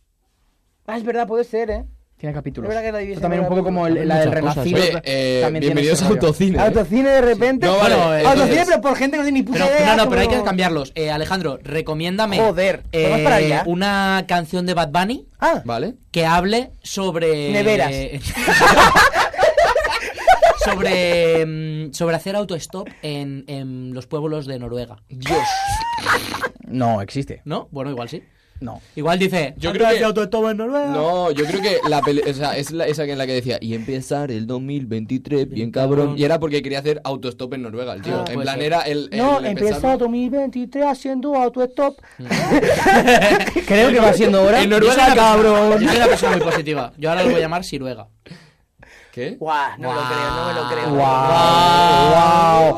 [SPEAKER 3] Ah, es verdad, puede ser, ¿eh.
[SPEAKER 2] Tiene capítulos.
[SPEAKER 3] Es verdad que la división
[SPEAKER 2] Esto también un
[SPEAKER 3] de
[SPEAKER 2] poco
[SPEAKER 3] la
[SPEAKER 2] como el-
[SPEAKER 1] película.
[SPEAKER 2] la del
[SPEAKER 1] Muchas cosas.
[SPEAKER 2] Renacido.
[SPEAKER 5] Oye,
[SPEAKER 2] también
[SPEAKER 5] eh,
[SPEAKER 2] tiene
[SPEAKER 5] bienvenidos
[SPEAKER 2] ese
[SPEAKER 5] a
[SPEAKER 2] rollo.
[SPEAKER 5] Autocine. ¿eh?
[SPEAKER 3] Autocine de repente.
[SPEAKER 5] No, vale,
[SPEAKER 1] Bueno, eh,
[SPEAKER 3] Autocine,
[SPEAKER 5] entonces-
[SPEAKER 3] pero por gente que no tiene
[SPEAKER 2] Pues
[SPEAKER 3] ni puta
[SPEAKER 1] Pero,
[SPEAKER 3] idea.
[SPEAKER 1] no, no, pero hay
[SPEAKER 3] como-
[SPEAKER 1] que cambiarlos. Eh, Alejandro, recomiéndame.
[SPEAKER 3] Joder,
[SPEAKER 1] eh,
[SPEAKER 3] ¿podemos parar ya?
[SPEAKER 1] Una canción de Bad Bunny
[SPEAKER 3] Ah,
[SPEAKER 5] ¿Vale?
[SPEAKER 1] que hable sobre.
[SPEAKER 3] Neveras.
[SPEAKER 1] sobre. mm, Sobre hacer autostop en, en los pueblos de Noruega.
[SPEAKER 5] Dios.
[SPEAKER 2] No, existe.
[SPEAKER 1] ¿No? Bueno, igual sí.
[SPEAKER 2] No.
[SPEAKER 1] Igual dice.
[SPEAKER 5] Yo creo que-
[SPEAKER 1] autostop en Noruega.
[SPEAKER 5] No, yo creo que la peli- o sea, es la- esa que en la que decía y empezar el 2023 bien cabrón y era porque quería hacer autostop en Noruega, el tío.
[SPEAKER 1] Ah,
[SPEAKER 5] en
[SPEAKER 1] puede
[SPEAKER 5] plan
[SPEAKER 1] ser.
[SPEAKER 5] era el, el
[SPEAKER 3] no,
[SPEAKER 5] empezar-
[SPEAKER 3] empieza 2023 haciendo autostop.
[SPEAKER 1] Mm.
[SPEAKER 2] Creo que va siendo hora.
[SPEAKER 5] En Noruega,
[SPEAKER 1] Yo
[SPEAKER 5] cabrón.
[SPEAKER 1] soy una persona muy positiva. Yo ahora lo voy a llamar Siruega.
[SPEAKER 5] ¿Qué?
[SPEAKER 3] Guau, no me lo creo, no me lo creo.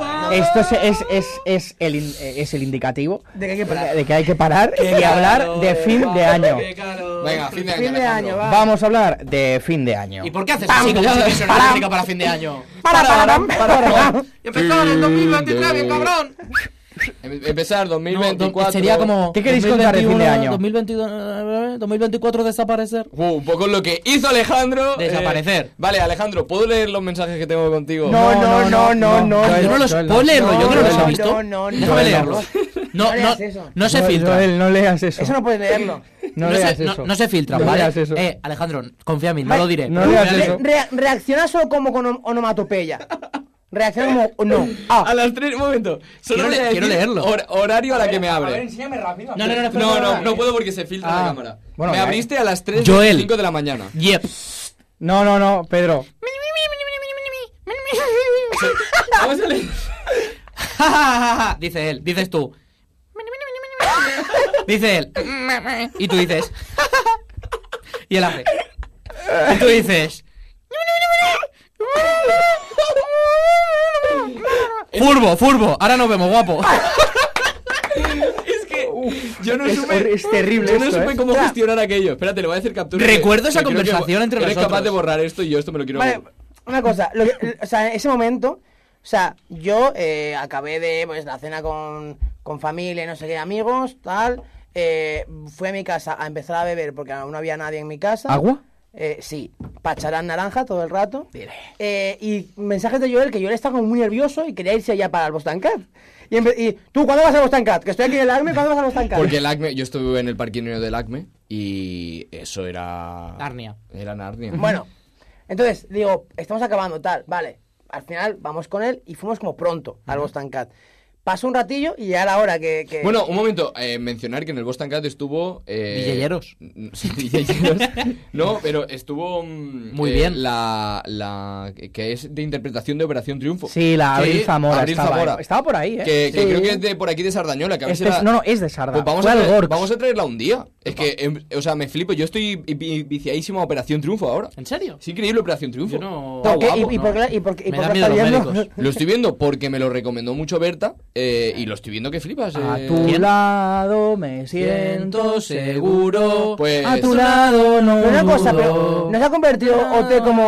[SPEAKER 2] Wow, Esto es, es, es, es, el, in- eh, es el indicativo
[SPEAKER 3] ¿De qué hay que parar?
[SPEAKER 2] de que hay que parar y hablar de fin de año.
[SPEAKER 5] Venga, fin de año.
[SPEAKER 3] Fin de
[SPEAKER 5] Alejandro.
[SPEAKER 3] año, va.
[SPEAKER 2] Vamos a hablar de fin de año.
[SPEAKER 1] ¿Y por qué haces así como si fuese una música para fin de año?
[SPEAKER 3] Para, para, para, para.
[SPEAKER 5] Empezaron en 2023, bien cabrón. Em, Empezar 2024.
[SPEAKER 1] No, sería como.
[SPEAKER 2] ¿Qué queréis contar de fin de año?
[SPEAKER 1] 2022, 2024 desaparecer.
[SPEAKER 5] Uh, un poco lo que hizo Alejandro. eh,
[SPEAKER 1] Desaparecer.
[SPEAKER 5] vale, Alejandro, ¿puedo leer los mensajes que tengo contigo?
[SPEAKER 3] No, no, no, no, no.
[SPEAKER 2] Joel
[SPEAKER 1] Yo no los
[SPEAKER 2] Joel
[SPEAKER 1] puedo leerlo, yo que no los he
[SPEAKER 2] Joel
[SPEAKER 3] no,
[SPEAKER 1] visto.
[SPEAKER 3] no, no,
[SPEAKER 1] Déjame
[SPEAKER 2] no.
[SPEAKER 1] leerlos. No,
[SPEAKER 3] No
[SPEAKER 1] no,
[SPEAKER 3] leas eso.
[SPEAKER 1] no se
[SPEAKER 2] Joel,
[SPEAKER 1] filtra.
[SPEAKER 2] Joel, no leas eso.
[SPEAKER 3] Eso no puedes leerlo.
[SPEAKER 2] No
[SPEAKER 1] No
[SPEAKER 2] leas
[SPEAKER 1] se, no-
[SPEAKER 2] eso.
[SPEAKER 1] no se filtra,
[SPEAKER 2] No
[SPEAKER 1] ¿vale?
[SPEAKER 2] leas eso.
[SPEAKER 1] Eh, Alejandro, confía en mí, no
[SPEAKER 3] Vale,
[SPEAKER 1] lo diré.
[SPEAKER 2] no
[SPEAKER 1] pero
[SPEAKER 2] leas
[SPEAKER 1] confía en
[SPEAKER 2] eso.
[SPEAKER 1] mí.
[SPEAKER 3] Re- reacciona solo como con on- onomatopeya. Reacciona como no. Ah,
[SPEAKER 5] A las 3, un momento.
[SPEAKER 1] Quiero
[SPEAKER 5] Solo voy a
[SPEAKER 1] le-
[SPEAKER 5] decir
[SPEAKER 1] quiero leerlo.
[SPEAKER 5] hor- horario a la que me abre.
[SPEAKER 2] enséñame rápido.
[SPEAKER 1] No, no, no, espera,
[SPEAKER 5] No,
[SPEAKER 1] espera,
[SPEAKER 5] no,
[SPEAKER 1] espera.
[SPEAKER 5] no puedo porque se filtra
[SPEAKER 2] Ah,
[SPEAKER 5] la cámara.
[SPEAKER 2] bueno,
[SPEAKER 5] me
[SPEAKER 2] ya,
[SPEAKER 5] abriste a las 3
[SPEAKER 1] Joel.
[SPEAKER 5] de la mañana.
[SPEAKER 1] Yep.
[SPEAKER 2] No, no, no, Pedro.
[SPEAKER 5] Vamos a leer.
[SPEAKER 1] dice él, dices tú. Dice él. Y tú dices. Y él hace. Y tú dices. Furbo, furbo, ahora nos vemos, guapo.
[SPEAKER 5] Es que yo no
[SPEAKER 2] es hor-
[SPEAKER 5] supe.
[SPEAKER 2] es terrible
[SPEAKER 5] Yo no
[SPEAKER 2] esto,
[SPEAKER 5] supe
[SPEAKER 2] ¿eh?
[SPEAKER 5] cómo gestionar aquello. Espérate, le voy a hacer captura.
[SPEAKER 1] Recuerdo
[SPEAKER 5] que-
[SPEAKER 1] esa
[SPEAKER 5] que creo que
[SPEAKER 1] conversación entre
[SPEAKER 5] eres
[SPEAKER 1] nosotros.
[SPEAKER 5] capaz de borrar esto y yo esto me lo quiero.
[SPEAKER 3] vale, una cosa. lo que- o sea, en ese momento, o sea, yo eh, acabé de pues, la cena con, con familia, y no sé qué, amigos, tal. eh, fui a mi casa a empezar a beber porque aún no había nadie en mi casa.
[SPEAKER 2] ¿Agua?
[SPEAKER 3] Eh, sí, pacharán naranja todo el rato. Eh, y mensajes de Joel, que Joel está como muy nervioso y quería irse allá para el Boston Cat. Y, en vez- y, tú, ¿cuándo vas al Boston Cat? Que estoy aquí en el Acme, ¿cuándo vas al Boston Cat?
[SPEAKER 5] Porque el Acme, yo estuve en el parquinero del Acme y eso era.
[SPEAKER 1] Narnia.
[SPEAKER 5] Era Narnia.
[SPEAKER 3] Bueno, entonces digo, estamos acabando, tal, vale. Al final vamos con él y fuimos como pronto al Boston Cat. pasó un ratillo y ya era hora que... que-
[SPEAKER 5] Bueno, un momento, eh, mencionar que en el Boston Cat estuvo. Eh,
[SPEAKER 1] Villeyeros.
[SPEAKER 5] n- sí, Villeyeros. no, pero estuvo. mm,
[SPEAKER 1] Muy
[SPEAKER 5] eh,
[SPEAKER 1] bien.
[SPEAKER 5] La, la. que es de interpretación de Operación Triunfo.
[SPEAKER 2] Sí, la Abril
[SPEAKER 5] Sí,
[SPEAKER 2] Zamora.
[SPEAKER 5] Abril
[SPEAKER 2] estaba,
[SPEAKER 5] Zamora.
[SPEAKER 2] estaba por ahí, ¿eh?
[SPEAKER 5] Que, que
[SPEAKER 2] Sí. Este
[SPEAKER 5] creo que es de por aquí de Sardañola. Que a
[SPEAKER 2] Es
[SPEAKER 5] veces
[SPEAKER 2] de-
[SPEAKER 5] la-
[SPEAKER 2] no, no, es de Sarda.
[SPEAKER 5] Pues vamos,
[SPEAKER 2] Fue
[SPEAKER 5] a
[SPEAKER 2] al
[SPEAKER 5] traer-
[SPEAKER 2] Gorg.
[SPEAKER 5] vamos a traerla un día. Es que, em, o sea, me flipo. Yo estoy vi- viciadísimo a Operación Triunfo ahora.
[SPEAKER 1] ¿En serio?
[SPEAKER 5] Es increíble Operación Triunfo.
[SPEAKER 1] Yo no-
[SPEAKER 5] Está
[SPEAKER 3] ¿Por qué?
[SPEAKER 5] guapo.
[SPEAKER 3] ¿Y, y por qué, y por qué- y
[SPEAKER 1] Me
[SPEAKER 3] por
[SPEAKER 1] da
[SPEAKER 3] qué
[SPEAKER 1] miedo
[SPEAKER 3] la
[SPEAKER 1] los
[SPEAKER 3] estás viendo?
[SPEAKER 1] médicos.
[SPEAKER 5] Lo estoy viendo porque me lo recomendó mucho Berta eh, y lo estoy viendo que flipas.
[SPEAKER 2] A
[SPEAKER 5] eh.
[SPEAKER 2] tu
[SPEAKER 1] ¿Quién?
[SPEAKER 2] lado me siento seguro.
[SPEAKER 5] Pues-
[SPEAKER 2] a tu lado no.
[SPEAKER 3] Pero una cosa,
[SPEAKER 2] dudo.
[SPEAKER 3] pero nos ha convertido OT como...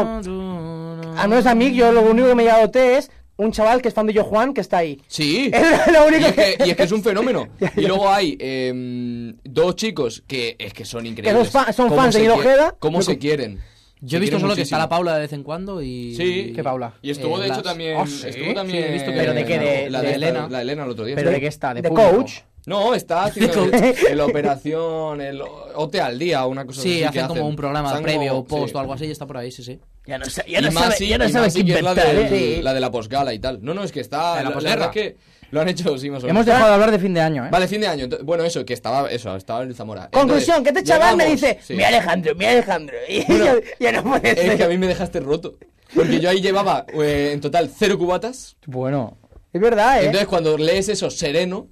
[SPEAKER 3] Al menos a mí, yo lo único que me llega a OT es un chaval que es fan de Yo Juan que está ahí.
[SPEAKER 5] Sí.
[SPEAKER 3] Es lo único
[SPEAKER 5] y, es que,
[SPEAKER 3] que-
[SPEAKER 5] y es que es un fenómeno. Y luego hay eh, dos chicos que es que son increíbles.
[SPEAKER 3] son fa- son
[SPEAKER 5] Cómo
[SPEAKER 3] fans de
[SPEAKER 5] se
[SPEAKER 3] Guido
[SPEAKER 5] quie-
[SPEAKER 3] Ojeda.
[SPEAKER 5] ¿Cómo
[SPEAKER 3] Yo
[SPEAKER 5] se
[SPEAKER 3] co-
[SPEAKER 5] quieren?
[SPEAKER 1] Yo he
[SPEAKER 5] Se
[SPEAKER 1] visto
[SPEAKER 5] quieren
[SPEAKER 1] solo que está la
[SPEAKER 5] muchísimo.
[SPEAKER 1] Paula de vez en cuando y.
[SPEAKER 5] Sí.
[SPEAKER 2] ¿Qué Paula?
[SPEAKER 5] Y estuvo
[SPEAKER 1] Eh,
[SPEAKER 5] de hecho
[SPEAKER 1] Blas.
[SPEAKER 5] también. eh,
[SPEAKER 2] Ah, sí.
[SPEAKER 5] Estuvo también.
[SPEAKER 1] Sí, he visto que- ¿Pero de qué?
[SPEAKER 2] ¿De-
[SPEAKER 5] la
[SPEAKER 1] de
[SPEAKER 5] esta-
[SPEAKER 1] Elena?
[SPEAKER 5] La de Elena el otro día.
[SPEAKER 2] ¿Pero
[SPEAKER 5] Sí.
[SPEAKER 2] de qué está? ¿De,
[SPEAKER 3] ¿De
[SPEAKER 2] público?
[SPEAKER 3] coach?
[SPEAKER 5] No, está haciendo el, la operación, el OT al día, una cosa así.
[SPEAKER 1] Sí,
[SPEAKER 5] que
[SPEAKER 1] hacen como un programa
[SPEAKER 5] Están
[SPEAKER 1] previo
[SPEAKER 5] como-
[SPEAKER 1] o post
[SPEAKER 5] sí.
[SPEAKER 1] o algo así y está por ahí, sí, sí.
[SPEAKER 2] Ya no, sé-
[SPEAKER 5] Y más
[SPEAKER 2] sabe-
[SPEAKER 5] si-
[SPEAKER 2] ya no
[SPEAKER 5] y más
[SPEAKER 2] sabes
[SPEAKER 5] si que es la
[SPEAKER 2] inventar,
[SPEAKER 5] del-
[SPEAKER 2] ¿eh?
[SPEAKER 5] La de la posgala y tal. No, no, es que
[SPEAKER 1] La
[SPEAKER 5] está.
[SPEAKER 1] de la
[SPEAKER 5] La, la
[SPEAKER 1] posguerra.
[SPEAKER 5] verdad es que lo han hecho, sí, más o menos.
[SPEAKER 2] Hemos dejado de hablar de fin de año, ¿eh?
[SPEAKER 5] Vale, fin de año. Ento- Bueno, eso, que estaba, eso, estaba en Zamora.
[SPEAKER 3] Conclusión, que
[SPEAKER 5] Entonces,
[SPEAKER 3] este chaval me
[SPEAKER 5] llegamos-
[SPEAKER 3] dice,
[SPEAKER 5] sí.
[SPEAKER 3] mira este-". Alejandro, mira Alejandro. Y yo, ya no puede
[SPEAKER 5] Es
[SPEAKER 3] ser.
[SPEAKER 5] que a mí me dejaste roto. Porque yo ahí llevaba eh, en total cero cubatas.
[SPEAKER 2] Bueno.
[SPEAKER 3] Es verdad, ¿eh?
[SPEAKER 5] Entonces cuando lees eso sereno,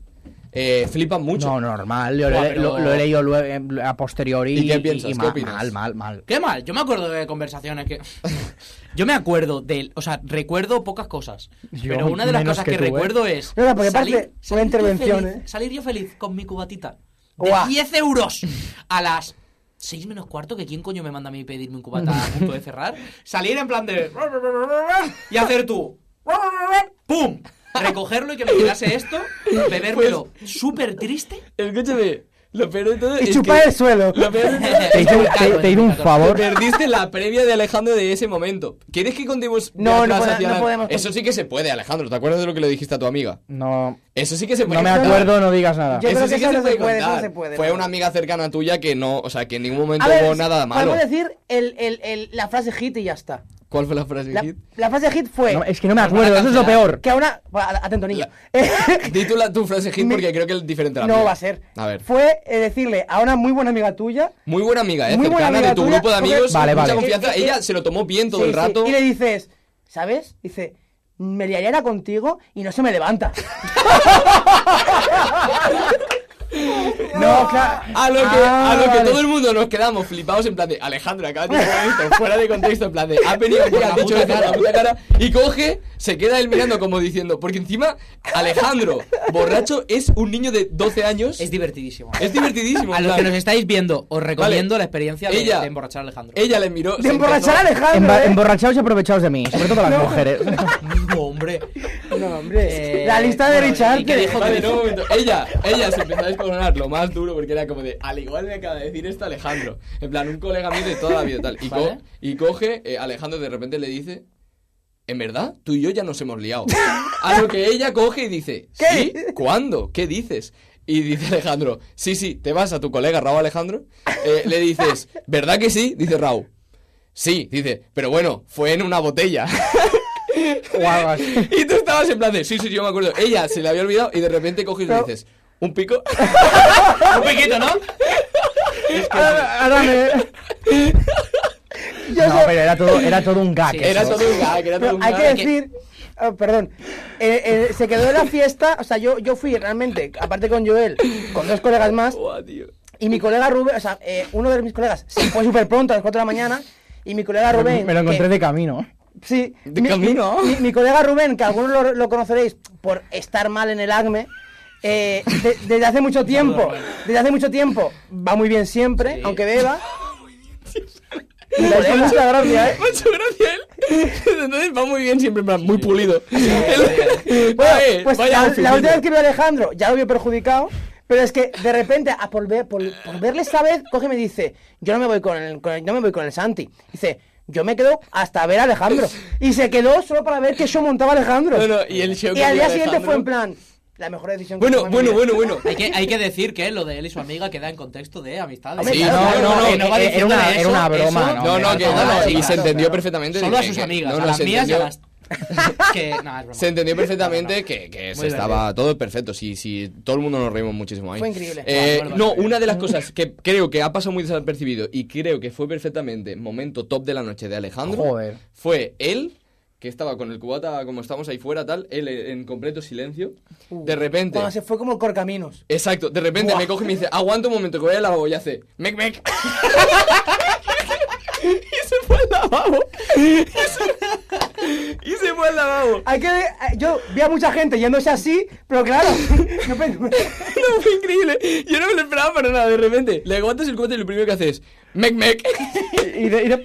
[SPEAKER 5] eh, flipan mucho.
[SPEAKER 2] No, no, normal. Yo
[SPEAKER 1] Buah,
[SPEAKER 2] lo,
[SPEAKER 1] pero-
[SPEAKER 2] lo- lo he leído luego, eh, a posteriori.
[SPEAKER 5] ¿Y qué piensas? ¿Qué
[SPEAKER 2] mal,
[SPEAKER 5] opinas?
[SPEAKER 2] mal, mal, mal.
[SPEAKER 1] Qué mal, yo me acuerdo de conversaciones que. Yo me acuerdo de. O sea, recuerdo pocas cosas.
[SPEAKER 2] Yo
[SPEAKER 1] pero una de las
[SPEAKER 2] menos
[SPEAKER 1] cosas
[SPEAKER 2] que
[SPEAKER 1] que,
[SPEAKER 2] tú, ¿eh?
[SPEAKER 1] recuerdo es.
[SPEAKER 3] No, no, porque aparte fue
[SPEAKER 1] yo
[SPEAKER 3] intervención,
[SPEAKER 1] feliz-
[SPEAKER 3] ¿eh?
[SPEAKER 1] Salir yo feliz con mi cubatita de
[SPEAKER 3] Guau.
[SPEAKER 1] 10 euros a las. 6 menos cuarto, que quién coño me manda a mí pedirme un cubata a punto de cerrar. Salir en plan de. Y hacer tú. ¡Pum! Recogerlo y que me quedase esto, bebérmelo
[SPEAKER 3] Pues
[SPEAKER 1] súper triste.
[SPEAKER 5] Escúchame, lo peor de todo
[SPEAKER 3] Y
[SPEAKER 5] es
[SPEAKER 3] chupar
[SPEAKER 5] que
[SPEAKER 3] el suelo.
[SPEAKER 5] lo peor de todo
[SPEAKER 2] Te
[SPEAKER 5] es
[SPEAKER 2] hice un,
[SPEAKER 1] Claro,
[SPEAKER 2] te- te hice un
[SPEAKER 1] claro.
[SPEAKER 5] que
[SPEAKER 2] favor.
[SPEAKER 5] perdiste la previa de Alejandro de ese momento. ¿Quieres que contemos? de
[SPEAKER 3] No, no
[SPEAKER 5] atrás
[SPEAKER 3] pode-
[SPEAKER 5] hacia
[SPEAKER 3] no
[SPEAKER 5] adelante?
[SPEAKER 3] podemos
[SPEAKER 5] Eso sí que se puede, Alejandro. ¿Te acuerdas de lo que le dijiste a tu amiga?
[SPEAKER 2] No,
[SPEAKER 5] Eso sí que se puede.
[SPEAKER 2] no me
[SPEAKER 5] contar.
[SPEAKER 2] acuerdo, no digas nada.
[SPEAKER 3] Yo-
[SPEAKER 5] Eso
[SPEAKER 3] creo
[SPEAKER 5] sí
[SPEAKER 3] que
[SPEAKER 5] que
[SPEAKER 3] eso
[SPEAKER 5] se
[SPEAKER 3] no
[SPEAKER 5] puede
[SPEAKER 3] se puede, eso no
[SPEAKER 5] contar.
[SPEAKER 3] se puede,
[SPEAKER 5] Fue
[SPEAKER 3] no.
[SPEAKER 5] una amiga cercana tuya que no, o sea, que en ningún momento
[SPEAKER 3] A ver,
[SPEAKER 5] hubo nada malo.
[SPEAKER 3] Podemos decir el, el, el- la frase hit y ya está.
[SPEAKER 5] ¿Cuál fue la frase?
[SPEAKER 3] La,
[SPEAKER 5] Hit?
[SPEAKER 3] la frase hit fue
[SPEAKER 2] No, es que no me acuerdo, eso es lo peor.
[SPEAKER 3] que a una... a- Atento, niño.
[SPEAKER 5] Di tú la- tu frase hit porque creo que es diferente a la
[SPEAKER 3] no
[SPEAKER 5] mía.
[SPEAKER 3] va a ser.
[SPEAKER 5] A ver.
[SPEAKER 3] Fue eh, decirle a una muy buena amiga tuya...
[SPEAKER 5] Muy buena amiga, ¿eh?
[SPEAKER 3] Muy buena
[SPEAKER 5] cercana
[SPEAKER 3] amiga
[SPEAKER 5] de tu
[SPEAKER 3] tuya,
[SPEAKER 5] grupo de
[SPEAKER 3] porque-
[SPEAKER 5] amigos.
[SPEAKER 2] Vale,
[SPEAKER 5] mucha
[SPEAKER 2] vale.
[SPEAKER 5] confianza.
[SPEAKER 3] Eh, eh,
[SPEAKER 5] Ella
[SPEAKER 3] eh.
[SPEAKER 5] se lo tomó bien todo
[SPEAKER 3] Sí,
[SPEAKER 5] el
[SPEAKER 3] sí.
[SPEAKER 5] rato.
[SPEAKER 3] Y le dices, ¿sabes? Dice, me liaría era contigo y no se me levanta.
[SPEAKER 2] No, claro.
[SPEAKER 5] A lo que,
[SPEAKER 2] Ah,
[SPEAKER 5] a lo que
[SPEAKER 2] vale.
[SPEAKER 5] todo el mundo nos quedamos flipados en plan de Alejandra, acaba de decir esto, fuera de contexto, en plan de ha venido aquí, ha dicho esto con la puta cara y coge, se queda él mirando como diciendo, porque encima Alejandro, borracho, es un niño de 12 años,
[SPEAKER 1] Es
[SPEAKER 5] es,
[SPEAKER 1] divertidísimo.
[SPEAKER 5] divertidísimo.
[SPEAKER 1] A
[SPEAKER 5] en
[SPEAKER 1] los
[SPEAKER 5] plan,
[SPEAKER 1] que nos estáis viendo, os recomiendo
[SPEAKER 5] Vale.
[SPEAKER 1] la experiencia de,
[SPEAKER 5] Ella-
[SPEAKER 1] de emborrachar a Alejandro.
[SPEAKER 5] Ella le miró.
[SPEAKER 3] De
[SPEAKER 5] se
[SPEAKER 3] emborrachar a
[SPEAKER 5] empezó-
[SPEAKER 3] Alejandro,
[SPEAKER 2] Emba-
[SPEAKER 3] ¿eh?
[SPEAKER 2] Emborrachados y aprovechados de mí, sobre todo las mujeres.
[SPEAKER 1] No, hombre.
[SPEAKER 3] No, hombre.
[SPEAKER 1] Eh,
[SPEAKER 3] la lista de
[SPEAKER 1] bueno,
[SPEAKER 3] Richard.
[SPEAKER 1] ¿y qué dijo?
[SPEAKER 5] Vale, no, un momento. Ella, ella se empezó a descoronar lo más duro porque era como de, al igual me acaba de decir esto Alejandro. En plan, un colega mío de toda la vida y tal. Y, co-
[SPEAKER 1] Vale.
[SPEAKER 5] y coge, eh, Alejandro de repente le dice, en verdad, tú y yo ya nos hemos liado. A lo que ella coge y dice, ¿sí? ¿Cuándo? ¿Qué dices? Y dice Alejandro, sí, sí, te vas a tu colega Raúl Alejandro. Eh, le dices, ¿verdad que sí? Dice Raúl. Sí, dice, pero bueno, fue en una botella.
[SPEAKER 2] o algo así.
[SPEAKER 5] Y tú estabas en plan de, sí, sí, yo me acuerdo. Ella se le había olvidado y de repente coges y le dices, ¿un pico?
[SPEAKER 1] Un piquito, ¿no?
[SPEAKER 2] Ahora- ahora me- Ah, No, pero era todo, era todo un gag.
[SPEAKER 1] Sí,
[SPEAKER 2] eso.
[SPEAKER 5] era todo un gag, era todo
[SPEAKER 3] Pero
[SPEAKER 5] un
[SPEAKER 3] hay
[SPEAKER 5] gag.
[SPEAKER 3] que decir, ah, perdón, eh, eh, se quedó en la fiesta, o sea, yo, yo fui realmente, aparte con Joel, con dos colegas más,
[SPEAKER 5] Buah, tío.
[SPEAKER 3] y mi colega Rubén, o sea, eh, uno de mis colegas se fue súper pronto a las 4 de la mañana, y mi colega Rubén...
[SPEAKER 2] Me lo encontré
[SPEAKER 3] que-
[SPEAKER 2] de camino.
[SPEAKER 3] Sí,
[SPEAKER 5] de camino.
[SPEAKER 3] Mi, mi colega Rubén, que algunos lo, lo conoceréis por estar mal en el ACME, eh, de- desde hace mucho tiempo, desde hace mucho tiempo, va muy bien siempre, aunque beba. Mi colega-
[SPEAKER 2] mucha gracia, ¿eh?
[SPEAKER 5] Mucho gracias él. Entonces va muy bien siempre, en plan, muy pulido. El-
[SPEAKER 3] Bueno,
[SPEAKER 5] Oye,
[SPEAKER 3] pues
[SPEAKER 5] eh, vaya
[SPEAKER 3] la,
[SPEAKER 5] oficina.
[SPEAKER 3] la última vez que vi a Alejandro ya lo vio perjudicado, pero es que de repente, a por, ver- por, por verle esta vez, coge y me dice, yo no me voy con el, con el- no me voy con el Santi. Dice, yo me quedo hasta ver a Alejandro. Y se quedó solo para ver que yo montaba Alejandro.
[SPEAKER 5] No, no, y el show
[SPEAKER 3] Y
[SPEAKER 5] que
[SPEAKER 3] al
[SPEAKER 5] dio
[SPEAKER 3] día siguiente
[SPEAKER 5] Alejandro.
[SPEAKER 3] fue en plan, la mejor decisión que
[SPEAKER 5] Bueno,
[SPEAKER 3] tomé en mi
[SPEAKER 5] bueno,
[SPEAKER 3] vida".
[SPEAKER 5] bueno, bueno.
[SPEAKER 1] Hay que, hay que decir que lo de él y su amiga queda en contexto de amistad.
[SPEAKER 3] Hombre,
[SPEAKER 5] Sí,
[SPEAKER 3] claro,
[SPEAKER 5] no,
[SPEAKER 3] claro,
[SPEAKER 5] no, eh,
[SPEAKER 3] claro,
[SPEAKER 5] no,
[SPEAKER 3] que
[SPEAKER 2] era-
[SPEAKER 3] que
[SPEAKER 2] era una-
[SPEAKER 3] eso-
[SPEAKER 2] era una broma,
[SPEAKER 3] eso-
[SPEAKER 5] No, no, que
[SPEAKER 2] Hombre,
[SPEAKER 5] no, no,
[SPEAKER 2] claro,
[SPEAKER 5] y se
[SPEAKER 3] claro,
[SPEAKER 5] entendió
[SPEAKER 3] claro.
[SPEAKER 5] perfectamente. de
[SPEAKER 1] Solo a
[SPEAKER 5] que-
[SPEAKER 1] sus
[SPEAKER 5] que-
[SPEAKER 1] amigas,
[SPEAKER 5] no,
[SPEAKER 1] a
[SPEAKER 5] no,
[SPEAKER 1] las
[SPEAKER 5] se
[SPEAKER 1] mías y a
[SPEAKER 5] entendió.
[SPEAKER 1] las que, no, es broma.
[SPEAKER 5] Se entendió perfectamente que, que se
[SPEAKER 1] Muy
[SPEAKER 5] estaba todo perfecto. Sí, sí, todo el mundo nos reímos muchísimo ahí.
[SPEAKER 3] Fue increíble.
[SPEAKER 5] Eh,
[SPEAKER 1] Claro,
[SPEAKER 5] no,
[SPEAKER 1] claro.
[SPEAKER 5] una de las cosas que creo que ha pasado muy desapercibido y creo que fue perfectamente momento top de la noche de Alejandro
[SPEAKER 2] Joder.
[SPEAKER 5] fue él, que estaba con el cubata como estamos ahí fuera, tal, él en completo silencio. de repente.
[SPEAKER 3] Uh. Cuando se fue como el corcaminos.
[SPEAKER 5] Exacto, de repente me coge y me dice, aguanta un momento, que voy al lavabo y hace, mec, mec. y se fue al lavabo. Y se- y se fue al lavabo.
[SPEAKER 3] Hay que ver- yo vi a mucha gente yéndose así, pero claro, no pensé-
[SPEAKER 5] No, fue increíble. Yo no me lo esperaba para nada. De repente, le aguantas el cubata y lo primero que haces, mec, mec.
[SPEAKER 3] y de- y de-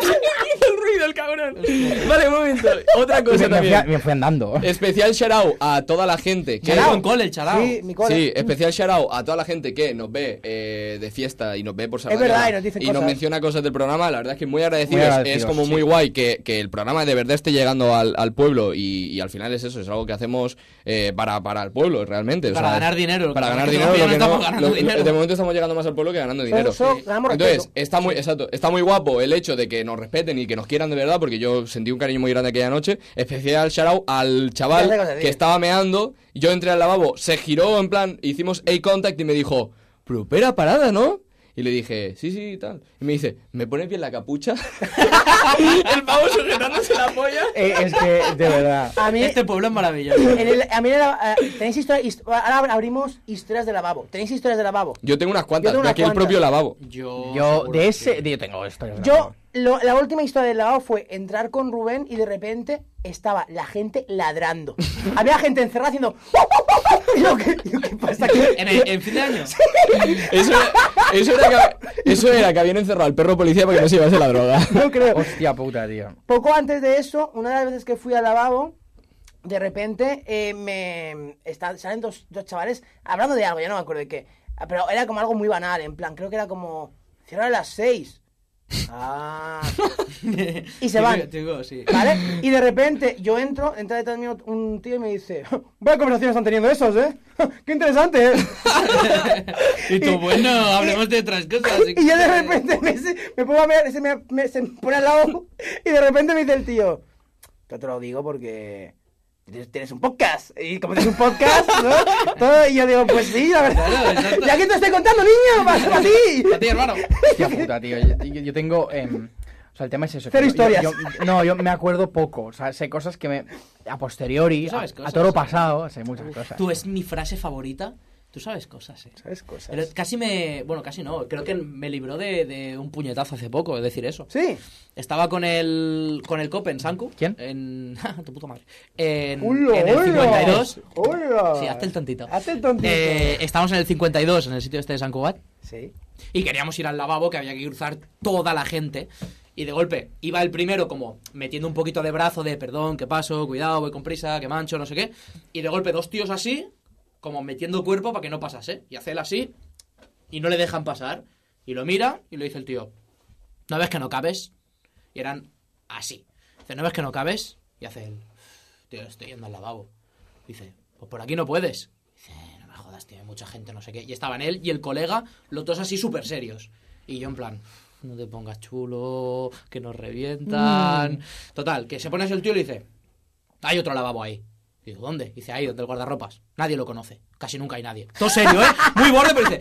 [SPEAKER 5] Hizo el ruido el cabrón. Vale, un momento. Otra
[SPEAKER 2] Y me,
[SPEAKER 5] cosa
[SPEAKER 2] me fui, a-
[SPEAKER 5] también.
[SPEAKER 2] me fui andando.
[SPEAKER 5] Especial shout out a toda la gente que.
[SPEAKER 1] Charao en cole, charao.
[SPEAKER 3] Sí, mi cole.
[SPEAKER 5] Sí, especial shout out a toda la gente que nos ve eh, de fiesta y nos ve por Sabadell
[SPEAKER 3] verdad, y nos dicen cosas.
[SPEAKER 5] menciona cosas del programa. La verdad es que muy agradecidos.
[SPEAKER 2] Muy agradecidos,
[SPEAKER 5] es como
[SPEAKER 2] sí.
[SPEAKER 5] muy guay que, que el programa de verdad esté llegando al, al pueblo y, y al final es eso, es algo que hacemos eh, para, para el pueblo realmente. o
[SPEAKER 1] Para
[SPEAKER 5] sea,
[SPEAKER 1] ganar dinero,
[SPEAKER 5] Para
[SPEAKER 1] que
[SPEAKER 5] ganar
[SPEAKER 1] todavía no
[SPEAKER 5] dinero. lo que no-
[SPEAKER 1] estamos ganando
[SPEAKER 5] lo- lo-
[SPEAKER 1] dinero.
[SPEAKER 5] De momento estamos llegando más al pueblo que ganando dinero.
[SPEAKER 3] solo ganamos
[SPEAKER 5] Entonces,
[SPEAKER 3] respeto.
[SPEAKER 5] está muy, exacto, está muy guapo el hecho de que nos respeten y que nos quieran de verdad, porque yo sentí un cariño muy grande aquella noche. Especial shout out al chaval
[SPEAKER 3] Ya sé cosas,
[SPEAKER 5] que
[SPEAKER 3] sí.
[SPEAKER 5] estaba meando. Yo entré al lavabo, se giró en plan, hicimos eye contact y me dijo, propera parada, ¿no? Y le dije, sí, sí, tal. Y me dice, ¿me pones bien la capucha? el pavo sujetándose la polla.
[SPEAKER 2] Eh, es que, de verdad.
[SPEAKER 3] A mí,
[SPEAKER 1] Este pueblo es maravilloso.
[SPEAKER 3] en el- a mí en la- eh, tenéis historia- hist- ahora abrimos historias de lavabo. ¿Tenéis historias de lavabo?
[SPEAKER 5] Yo tengo unas cuantas,
[SPEAKER 3] tengo
[SPEAKER 5] de
[SPEAKER 3] unas
[SPEAKER 5] aquí el
[SPEAKER 3] cuantas.
[SPEAKER 5] propio lavabo.
[SPEAKER 1] Yo.
[SPEAKER 2] Yo,
[SPEAKER 1] seguro
[SPEAKER 2] de
[SPEAKER 1] que
[SPEAKER 2] ese.
[SPEAKER 1] sí.
[SPEAKER 2] Yo tengo historias.
[SPEAKER 3] Yo, lo- la última historia del lavabo fue entrar con Rubén y de repente estaba la gente ladrando. Había gente encerrada haciendo... Y yo, ¿qué, yo, ¿qué pasa aquí?
[SPEAKER 1] ¿En, el- en fin de año.
[SPEAKER 5] Eso era, eso, era que, eso era que habían encerrado al perro policía para que no se llevase la droga.
[SPEAKER 3] No creo.
[SPEAKER 2] Hostia puta, tío.
[SPEAKER 3] Poco antes de eso, una de las veces que fui al lavabo, de repente eh, me está- salen dos, dos chavales hablando de algo, ya no me acuerdo de qué. Ah, Pero era como algo muy banal, en plan, creo que era como, cierra a las seis. Ah. Y se van.
[SPEAKER 1] Te digo, sí.
[SPEAKER 3] ¿Vale? Y de repente yo entro, entra detrás mío un tío y me dice, vaya conversaciones están teniendo esos, ¿eh? Qué interesante, ¿eh?
[SPEAKER 1] Y tú, bueno, hablemos de otras cosas.
[SPEAKER 3] Y yo de repente me, se- me pongo a mirar, y se me, me- se me pone al lado y de repente me dice el tío, yo te lo digo porque tienes- tienes un podcast. Y como tienes un podcast, ¿no? Todo, y yo digo, pues sí, la
[SPEAKER 1] Claro,
[SPEAKER 3] verdad.
[SPEAKER 1] exacto.
[SPEAKER 3] Ya que te estoy contando, niño, para, para ti.
[SPEAKER 1] A ti, hermano.
[SPEAKER 2] Hostia puta, tío. Yo, yo- yo tengo. em, o sea, el tema es eso.
[SPEAKER 3] Cero
[SPEAKER 2] que yo-
[SPEAKER 3] historias.
[SPEAKER 2] yo- yo- no, yo me acuerdo poco. O sea, sé cosas que me. A posteriori,
[SPEAKER 1] Tú
[SPEAKER 2] a,
[SPEAKER 1] sabes
[SPEAKER 2] todo
[SPEAKER 1] cosas,
[SPEAKER 2] toro
[SPEAKER 1] sí.
[SPEAKER 2] pasado, sé muchas cosas.
[SPEAKER 1] Tú es mi frase favorita. Tú sabes cosas, eh.
[SPEAKER 3] ¿Sabes cosas?
[SPEAKER 1] Pero casi me. Bueno, casi no. Creo que me libró de, de un puñetazo hace poco, es decir, eso.
[SPEAKER 3] Sí.
[SPEAKER 1] Estaba con el. Con el Cop en Sanku.
[SPEAKER 2] ¿Quién?
[SPEAKER 1] En. ah, tu puta madre. En,
[SPEAKER 3] Hola,
[SPEAKER 1] en el
[SPEAKER 3] hola.
[SPEAKER 1] 52.
[SPEAKER 3] Hola.
[SPEAKER 1] Sí, hazte el tontito.
[SPEAKER 3] Hazte el tontito.
[SPEAKER 1] Eh, estábamos en el 52, en el sitio este de San Cugat.
[SPEAKER 3] Sí.
[SPEAKER 1] Y queríamos ir al lavabo, que había que cruzar toda la gente. Y de golpe iba el primero como metiendo un poquito de brazo de perdón, que paso, cuidado, voy con prisa, que mancho, no sé qué. Y de golpe dos tíos así, como metiendo cuerpo para que no pasase. Y hace él así y no le dejan pasar. Y lo mira y le dice el tío, ¿no ves que no cabes? Y eran así. Dice, ¿no ves que no cabes? Y hace él, tío, estoy yendo al lavabo. Dice, pues por aquí no puedes. Dice, no me jodas, tío, hay mucha gente, no sé qué. Y estaban él y el colega, los dos así súper serios. Y yo en plan, no te pongas chulo, que nos revientan.
[SPEAKER 3] Mm.
[SPEAKER 1] Total, que se pone así el tío y le dice, hay otro lavabo ahí. Digo, ¿dónde? Dice, ahí, donde el guardarropas. Nadie lo conoce. Casi nunca hay nadie. Todo serio, ¿eh? Muy borde, pero dice,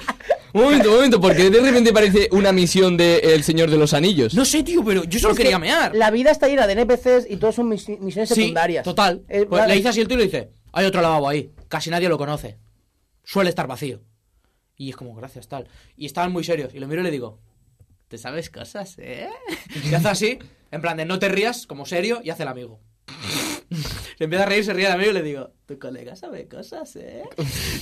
[SPEAKER 5] Un momento, un momento, porque de repente parece una misión de El Señor de los Anillos.
[SPEAKER 1] no sé, tío, pero yo solo
[SPEAKER 3] Es que
[SPEAKER 1] quería mear.
[SPEAKER 3] La vida está llena de NPCs y todos son misi- misiones
[SPEAKER 1] Sí,
[SPEAKER 3] secundarias.
[SPEAKER 1] total.
[SPEAKER 3] Eh,
[SPEAKER 1] Pues
[SPEAKER 3] vale.
[SPEAKER 1] le dice así el tío y le dice, hay otro lavabo ahí, casi nadie lo conoce. Suele estar vacío. Y es como, gracias, tal. Y estaban muy serios. Y lo miro y le digo, ¿te sabes cosas, eh? Y hace así, en plan de no te rías, como serio, y hace el amigo. Se empieza a reír, se ríe el amigo y le digo, tu colega sabe cosas, eh.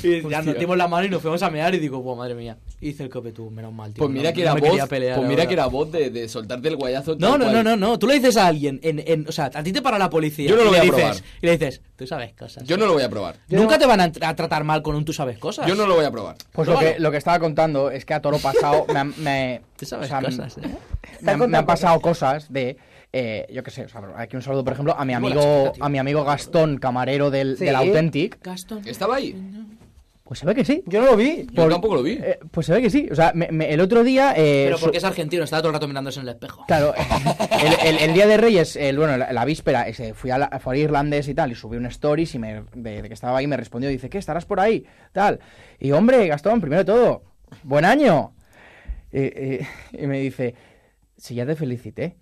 [SPEAKER 1] Y ya nos dimos la mano y nos fuimos a mear y digo, buah, madre mía. Y Hice el copetú, menos mal, tío.
[SPEAKER 5] Pues
[SPEAKER 1] no-
[SPEAKER 5] mira que
[SPEAKER 1] no
[SPEAKER 5] era
[SPEAKER 1] me
[SPEAKER 5] voz,
[SPEAKER 1] quería pelear
[SPEAKER 5] pues mira
[SPEAKER 1] ahora.
[SPEAKER 5] que era voz de, de soltarte el guayazo.
[SPEAKER 1] No,
[SPEAKER 5] tal
[SPEAKER 1] no,
[SPEAKER 5] cual.
[SPEAKER 1] no, no, no. Tú le dices a alguien, en, en, o sea, a ti te para la policía.
[SPEAKER 5] Yo no lo
[SPEAKER 1] y le
[SPEAKER 5] voy a
[SPEAKER 1] dices-
[SPEAKER 5] probar.
[SPEAKER 1] Y le dices, tú sabes cosas.
[SPEAKER 5] Yo no lo voy a probar.
[SPEAKER 1] Nunca te van a, tra- a tratar mal con un tú sabes cosas.
[SPEAKER 5] Yo no lo voy a probar.
[SPEAKER 2] Pues
[SPEAKER 1] Pero
[SPEAKER 2] lo, que,
[SPEAKER 1] bueno.
[SPEAKER 2] lo que estaba contando es que a toro pasado me, han- me-
[SPEAKER 1] Tú sabes
[SPEAKER 2] o sea,
[SPEAKER 5] mm,
[SPEAKER 1] cosas, ¿eh?
[SPEAKER 2] me, han-
[SPEAKER 3] contando
[SPEAKER 2] me han pasado cosas de eh, yo qué sé, o sea, aquí un saludo por ejemplo a mi
[SPEAKER 1] Igual la
[SPEAKER 2] amigo
[SPEAKER 1] chica, tío.
[SPEAKER 2] a mi amigo Gastón, camarero del,
[SPEAKER 3] Sí.
[SPEAKER 2] del Authentic,
[SPEAKER 1] Gastón.
[SPEAKER 5] Estaba ahí.
[SPEAKER 2] Pues se ve que sí.
[SPEAKER 3] Yo no lo vi.
[SPEAKER 5] Yo tampoco lo vi.
[SPEAKER 2] Eh, pues se ve que sí. O sea, me- me- el otro día... eh,
[SPEAKER 1] Pero
[SPEAKER 2] su-
[SPEAKER 1] porque es argentino, estaba todo el rato mirándose en el espejo.
[SPEAKER 2] Claro, eh, el, el- el día de Reyes, el, bueno, la, la víspera, ese, fui, a la, fui a irlandés y tal, y subí un stories y me, de, de que estaba ahí me respondió, dice, ¿qué? ¿Estarás por ahí? Tal. Y hombre, Gastón, primero de todo, buen año. Y, y- y me dice, si ya te felicité.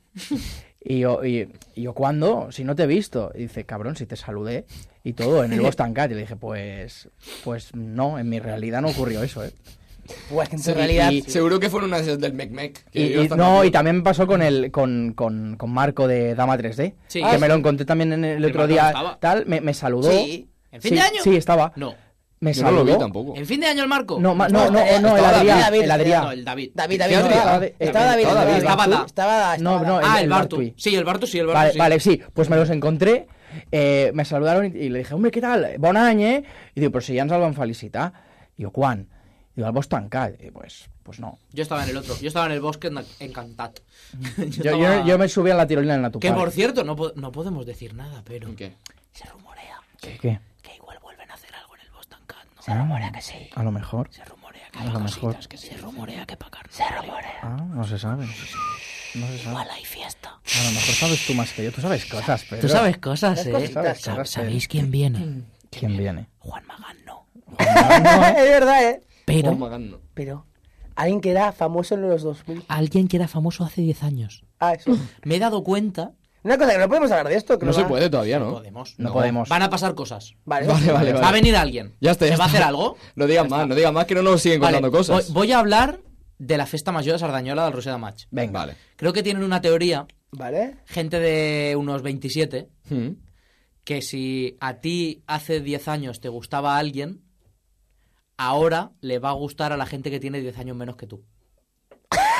[SPEAKER 2] Y yo, y, y yo, ¿cuándo? Si no te he visto. Y dice, cabrón, si te saludé. Y todo, en el Boston Cat. Y le dije, pues, pues no, en mi realidad no ocurrió eso, ¿eh?
[SPEAKER 3] Pues que en
[SPEAKER 2] Sí,
[SPEAKER 3] realidad.
[SPEAKER 2] y-
[SPEAKER 5] Seguro que fueron unas del Mecmec.
[SPEAKER 2] Y- y- no, y también me pasó con el con, con, con Marco de Dama 3D.
[SPEAKER 1] Sí.
[SPEAKER 2] que
[SPEAKER 1] Ah,
[SPEAKER 2] me
[SPEAKER 1] sí.
[SPEAKER 2] lo encontré también en el
[SPEAKER 1] Que
[SPEAKER 2] otro
[SPEAKER 1] Marco
[SPEAKER 2] día.
[SPEAKER 1] estaba.
[SPEAKER 2] Tal, me, me saludó.
[SPEAKER 1] Sí. ¿En fin
[SPEAKER 2] Sí,
[SPEAKER 1] de año?
[SPEAKER 2] Sí, estaba.
[SPEAKER 1] No.
[SPEAKER 2] Me
[SPEAKER 5] Yo no
[SPEAKER 2] saludó.
[SPEAKER 5] lo vi tampoco.
[SPEAKER 1] ¿En fin de año el marco?
[SPEAKER 2] No, ma- no, no,
[SPEAKER 3] estaba-
[SPEAKER 2] eh, no, el
[SPEAKER 3] estaba
[SPEAKER 2] Adrián.
[SPEAKER 3] David,
[SPEAKER 2] el Adrián.
[SPEAKER 1] No, el David.
[SPEAKER 3] David,
[SPEAKER 5] ¿Qué
[SPEAKER 3] David, no,
[SPEAKER 5] Adrián?
[SPEAKER 3] estaba,
[SPEAKER 2] Eh,
[SPEAKER 3] estaba David,
[SPEAKER 5] estaba David.
[SPEAKER 3] estaba
[SPEAKER 1] Estaba-
[SPEAKER 3] Estaba,
[SPEAKER 2] No,
[SPEAKER 3] estaba-
[SPEAKER 2] no,
[SPEAKER 1] Ah,
[SPEAKER 2] el
[SPEAKER 1] el, Bartu.
[SPEAKER 2] Bartui.
[SPEAKER 1] Sí, el Bartu, sí, el Bartu.
[SPEAKER 2] Vale,
[SPEAKER 1] sí.
[SPEAKER 2] vale, sí, pues me los encontré, eh, me saludaron i, i li dije, hombre, què tal? Bon any, eh? I diu, però si ja ens el van felicitar. I jo, quan? I diu, el vols tancar? I diu, pues, pues no.
[SPEAKER 1] Yo estaba en el otro. Yo estaba en el bosque en- encantado. Yo
[SPEAKER 2] Jo, jo,
[SPEAKER 1] estaba-
[SPEAKER 2] jo me subí a la tirolina en la
[SPEAKER 1] Que
[SPEAKER 2] tupada.
[SPEAKER 1] por cierto, no, po- no podemos decir nada, pero.
[SPEAKER 5] ¿Qué?
[SPEAKER 1] Se rumorea
[SPEAKER 2] Què, què?
[SPEAKER 1] que igual vuelven a hacer algo en el Boston Cat, ¿no?
[SPEAKER 2] Se rumorea que sí. A lo mejor.
[SPEAKER 1] Se rumorea que
[SPEAKER 2] A
[SPEAKER 1] hay
[SPEAKER 2] lo
[SPEAKER 1] cositas
[SPEAKER 2] mejor.
[SPEAKER 1] que se rumorea que pagar. Se rumorea.
[SPEAKER 2] Ah, no se sabe. No se sabe. No se sabe.
[SPEAKER 1] Igual hay fiesta.
[SPEAKER 2] A lo mejor sabes tú más que yo. Tú sabes cosas, pero...
[SPEAKER 1] Tú sabes cosas, eh.
[SPEAKER 2] cositas,
[SPEAKER 1] Sa-
[SPEAKER 2] cosas,
[SPEAKER 1] ¿Sabéis quién viene?
[SPEAKER 2] quién viene.
[SPEAKER 1] Juan Magán no.
[SPEAKER 3] es verdad, ¿eh?
[SPEAKER 5] Juan
[SPEAKER 1] Pero
[SPEAKER 5] Magán no.
[SPEAKER 3] Pero alguien que era famoso en los 2000.
[SPEAKER 1] alguien que era famoso hace 10 años.
[SPEAKER 3] Ah, eso.
[SPEAKER 1] Me he dado cuenta.
[SPEAKER 3] Una cosa que no podemos hablar de esto, que
[SPEAKER 5] No se
[SPEAKER 3] va-
[SPEAKER 5] puede todavía, ¿no?
[SPEAKER 1] Podemos.
[SPEAKER 2] No podemos.
[SPEAKER 1] Van a pasar cosas.
[SPEAKER 3] Vale,
[SPEAKER 5] Vale, vale,
[SPEAKER 1] Va a
[SPEAKER 5] vale.
[SPEAKER 1] venir alguien.
[SPEAKER 5] Ya está, ya
[SPEAKER 1] ¿Se va a
[SPEAKER 5] está.
[SPEAKER 1] hacer algo?
[SPEAKER 5] No digas más, no digas más que no nos siguen
[SPEAKER 1] Vale,
[SPEAKER 5] contando cosas.
[SPEAKER 1] Voy, voy a hablar de la festa mayor de Sardañola del Roseda Match.
[SPEAKER 2] Venga.
[SPEAKER 5] Vale.
[SPEAKER 1] Creo que tienen una teoría,
[SPEAKER 3] Vale.
[SPEAKER 1] gente de unos 27,
[SPEAKER 5] Hmm.
[SPEAKER 1] que si a ti hace 10 años te gustaba alguien, ahora le va a gustar a la gente que tiene 10 años menos que tú.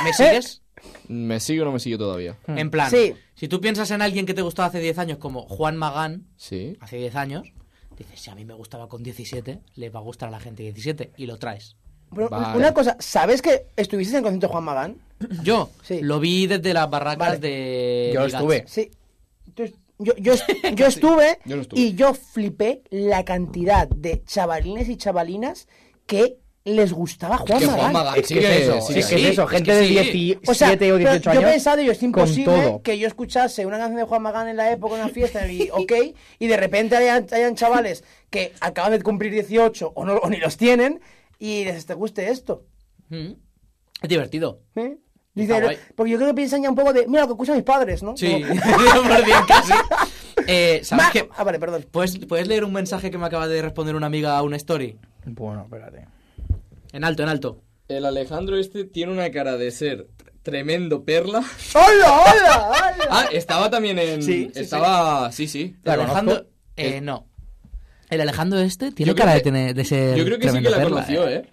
[SPEAKER 1] ¿Me sigues?
[SPEAKER 5] ¿Me sigue o no me sigue todavía?
[SPEAKER 1] En plan,
[SPEAKER 3] Mm. Sí.
[SPEAKER 1] si tú piensas en alguien que te gustaba hace 10 años, como Juan Magán,
[SPEAKER 5] Sí.
[SPEAKER 1] hace 10 años, dices, si a mí me gustaba con 17, le va a gustar a la gente 17, y lo traes.
[SPEAKER 3] Pero
[SPEAKER 5] Vale.
[SPEAKER 3] Una cosa, ¿sabes que estuviste en el concierto de Juan Magán?
[SPEAKER 1] Yo
[SPEAKER 3] Sí.
[SPEAKER 1] lo vi desde las barracas
[SPEAKER 3] Vale.
[SPEAKER 1] de...
[SPEAKER 2] Yo
[SPEAKER 1] Big Gats.
[SPEAKER 2] estuve.
[SPEAKER 3] Sí. Tú es- yo, yo, est- yo estuve
[SPEAKER 5] yo no estuve.
[SPEAKER 3] y yo flipé la cantidad de chavalines y chavalinas que les gustaba Juan
[SPEAKER 5] Que
[SPEAKER 3] Magán.
[SPEAKER 5] Juan Magán
[SPEAKER 2] Es que es
[SPEAKER 5] sigue-
[SPEAKER 2] eso,
[SPEAKER 5] sigue
[SPEAKER 2] es que es
[SPEAKER 5] ahí.
[SPEAKER 2] eso,
[SPEAKER 1] es
[SPEAKER 2] gente
[SPEAKER 1] que sí.
[SPEAKER 2] de 17
[SPEAKER 3] O sea,
[SPEAKER 2] o 18
[SPEAKER 3] pero
[SPEAKER 2] años.
[SPEAKER 3] yo pensaba, yo, es
[SPEAKER 2] Con
[SPEAKER 3] imposible
[SPEAKER 2] todo.
[SPEAKER 3] que yo escuchase una canción de Juan Magán en la época, en una fiesta, y ok, y de repente hayan, hayan chavales que acaban de cumplir 18 o, no, o ni los tienen y les te guste esto.
[SPEAKER 1] Mm. Es divertido.
[SPEAKER 3] ¿eh?
[SPEAKER 1] Está
[SPEAKER 3] Dice,
[SPEAKER 1] guay.
[SPEAKER 3] porque yo creo que piensan ya un poco de, mira lo que escuchan mis padres, ¿no?
[SPEAKER 1] Sí,
[SPEAKER 3] Como,
[SPEAKER 1] por bien casi. Eh, ¿Sabes
[SPEAKER 3] "Ma-".
[SPEAKER 1] qué?
[SPEAKER 3] Ah, vale, perdón.
[SPEAKER 1] ¿Puedes, ¿Puedes leer un mensaje que me acaba de responder una amiga a una story?
[SPEAKER 2] Bueno, espérate.
[SPEAKER 1] En alto, en alto.
[SPEAKER 5] El Alejandro este tiene una cara de ser tremendo perla.
[SPEAKER 3] ¡Hola, hola, hola!
[SPEAKER 5] Ah, estaba también en... Sí, estaba... Sí, sí.
[SPEAKER 2] ¿La
[SPEAKER 1] Alejandro.
[SPEAKER 2] conozco?
[SPEAKER 1] Eh, no. El Alejandro este tiene
[SPEAKER 5] Yo creo
[SPEAKER 1] cara de,
[SPEAKER 5] que-
[SPEAKER 1] tener- de ser.
[SPEAKER 5] Yo creo que sí que
[SPEAKER 1] tremendo
[SPEAKER 5] la
[SPEAKER 1] perla,
[SPEAKER 5] conoció, ¿eh?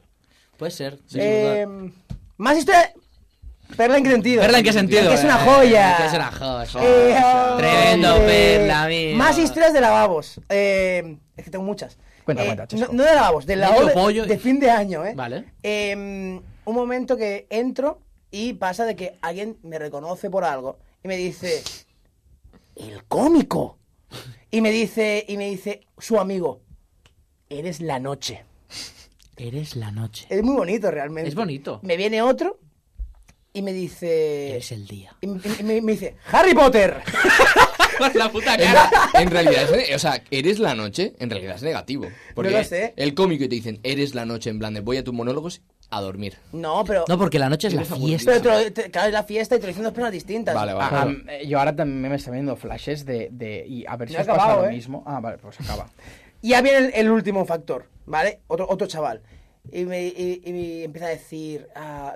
[SPEAKER 1] Puede ser.
[SPEAKER 3] Eh, más historia. Perla en qué sentido.
[SPEAKER 1] ¿Perla en qué sentido?
[SPEAKER 3] Que es una
[SPEAKER 1] eh?
[SPEAKER 3] joya.
[SPEAKER 1] Que es una joya.
[SPEAKER 3] Eh,
[SPEAKER 1] Tremendo
[SPEAKER 3] hombre.
[SPEAKER 1] perla, amigo.
[SPEAKER 3] Más historias de lavabos. Eh, es que tengo muchas.
[SPEAKER 2] Cuenta,
[SPEAKER 3] Eh,
[SPEAKER 2] cuenta,
[SPEAKER 3] no,
[SPEAKER 2] Chesco.
[SPEAKER 3] no de lavabos, de
[SPEAKER 1] Medio
[SPEAKER 3] lavabo de,
[SPEAKER 1] pollo y-
[SPEAKER 3] de fin de año, ¿eh?
[SPEAKER 1] Vale.
[SPEAKER 3] Eh, un momento que entro y pasa de que alguien me reconoce por algo y me dice, el cómico. Y me dice, y me dice su amigo, eres la noche.
[SPEAKER 1] Eres la noche.
[SPEAKER 3] Es muy bonito realmente.
[SPEAKER 1] Es bonito.
[SPEAKER 3] Me viene otro y me dice...
[SPEAKER 1] Eres el día.
[SPEAKER 3] Y me, y me- me dice, Harry Potter.
[SPEAKER 1] Con la puta
[SPEAKER 5] En,
[SPEAKER 1] cara.
[SPEAKER 5] en realidad, es, ne- o sea, eres la noche, en realidad es negativo. Porque
[SPEAKER 3] No lo sé.
[SPEAKER 5] el cómico y te dicen, eres la noche, en plan de voy a tus monólogos a dormir.
[SPEAKER 3] No, pero...
[SPEAKER 1] No, porque la noche es la
[SPEAKER 5] Eres aburrido.
[SPEAKER 1] fiesta.
[SPEAKER 3] pero te lo- te- claro, es la fiesta y te lo dicen dos personas distintas.
[SPEAKER 5] Vale, vale.
[SPEAKER 2] Ah, am- eh, yo ahora también me están viendo flashes de, de- Y a ver si
[SPEAKER 3] No he
[SPEAKER 2] os pasa
[SPEAKER 3] acabado,
[SPEAKER 2] lo
[SPEAKER 3] ¿eh?
[SPEAKER 2] mismo. Ah, vale, pues acaba.
[SPEAKER 3] Y ya viene el, el último factor, ¿vale? Otro, otro chaval. Y me, y- y me empieza a decir, ah,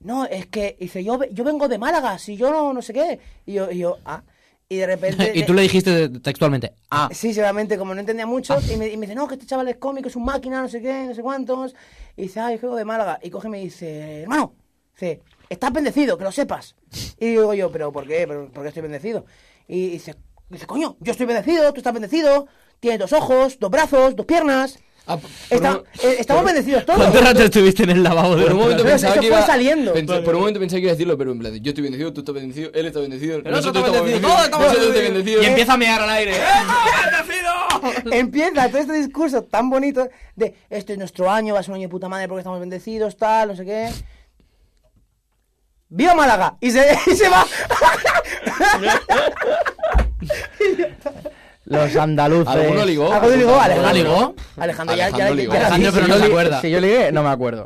[SPEAKER 3] no, es que, dice, yo, ve- yo vengo de Málaga, si yo no, no sé qué. Y yo, y yo, ah. Y de repente...
[SPEAKER 1] y tú le dijiste textualmente. Ah,
[SPEAKER 3] Sí, seguramente, como no entendía mucho, y, me, y me dice, no, que este chaval es cómico, es un máquina, no sé qué, no sé cuántos. Y dice, ay, juego de Málaga. Y coge y me dice, hermano, dice, estás bendecido, que lo sepas. Y digo yo, pero ¿por qué? ¿Pero ¿Por qué estoy bendecido? Y dice, dice, coño, yo estoy bendecido, tú estás bendecido, tienes dos ojos, dos brazos, dos piernas.
[SPEAKER 5] Ah, por-
[SPEAKER 3] Está- eh, estamos bendecidos todos.
[SPEAKER 1] ¿cuánto rato estuviste en el lavabo de
[SPEAKER 5] Por un
[SPEAKER 1] los
[SPEAKER 5] momento
[SPEAKER 3] Pero
[SPEAKER 5] pensaba
[SPEAKER 3] eso
[SPEAKER 5] que
[SPEAKER 3] fue
[SPEAKER 5] iba-
[SPEAKER 3] saliendo.
[SPEAKER 5] pens- por un momento pensaba que iba a decirlo, pero en plan, de, yo estoy bendecido, tú estás bendecido, él está bendecido,
[SPEAKER 1] El otro
[SPEAKER 5] nosotros
[SPEAKER 1] está
[SPEAKER 5] estamos
[SPEAKER 1] bendecido,
[SPEAKER 5] bendecidos,
[SPEAKER 1] todos estamos
[SPEAKER 5] nosotros
[SPEAKER 1] bendecidos.
[SPEAKER 5] estamos
[SPEAKER 1] Y empieza
[SPEAKER 5] bendecidos.
[SPEAKER 1] a mear al aire. ¡Eh, no, bendecido!
[SPEAKER 3] empieza todo este discurso tan bonito de este es nuestro año, va a ser un año de puta madre porque estamos bendecidos, tal, no sé qué. ¡Viva Málaga! Y se, y se va.
[SPEAKER 2] Los andaluces.
[SPEAKER 5] ¿Alguno ligó?
[SPEAKER 3] Algo de ligó,
[SPEAKER 5] ¿Alguno
[SPEAKER 3] Alejandro.
[SPEAKER 7] ligó?
[SPEAKER 3] Alejandro, ya, ya,
[SPEAKER 5] Alejandro
[SPEAKER 3] ya- ya
[SPEAKER 5] ligó.
[SPEAKER 3] la
[SPEAKER 7] Alejandro,
[SPEAKER 3] vi.
[SPEAKER 7] pero no se
[SPEAKER 2] Yo li-
[SPEAKER 7] acuerda.
[SPEAKER 2] Si yo ligué, no me acuerdo.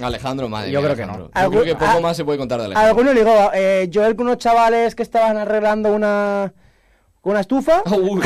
[SPEAKER 5] Alejandro, madre
[SPEAKER 2] Yo
[SPEAKER 5] mía,
[SPEAKER 2] creo que no.
[SPEAKER 5] Alejandro. Yo creo que
[SPEAKER 3] Algún-
[SPEAKER 5] poco
[SPEAKER 3] ah.
[SPEAKER 5] más se puede contar de Alejandro.
[SPEAKER 3] Alguno ligó. Eh, Joel con unos chavales que estaban arreglando una, una estufa.
[SPEAKER 5] Uy,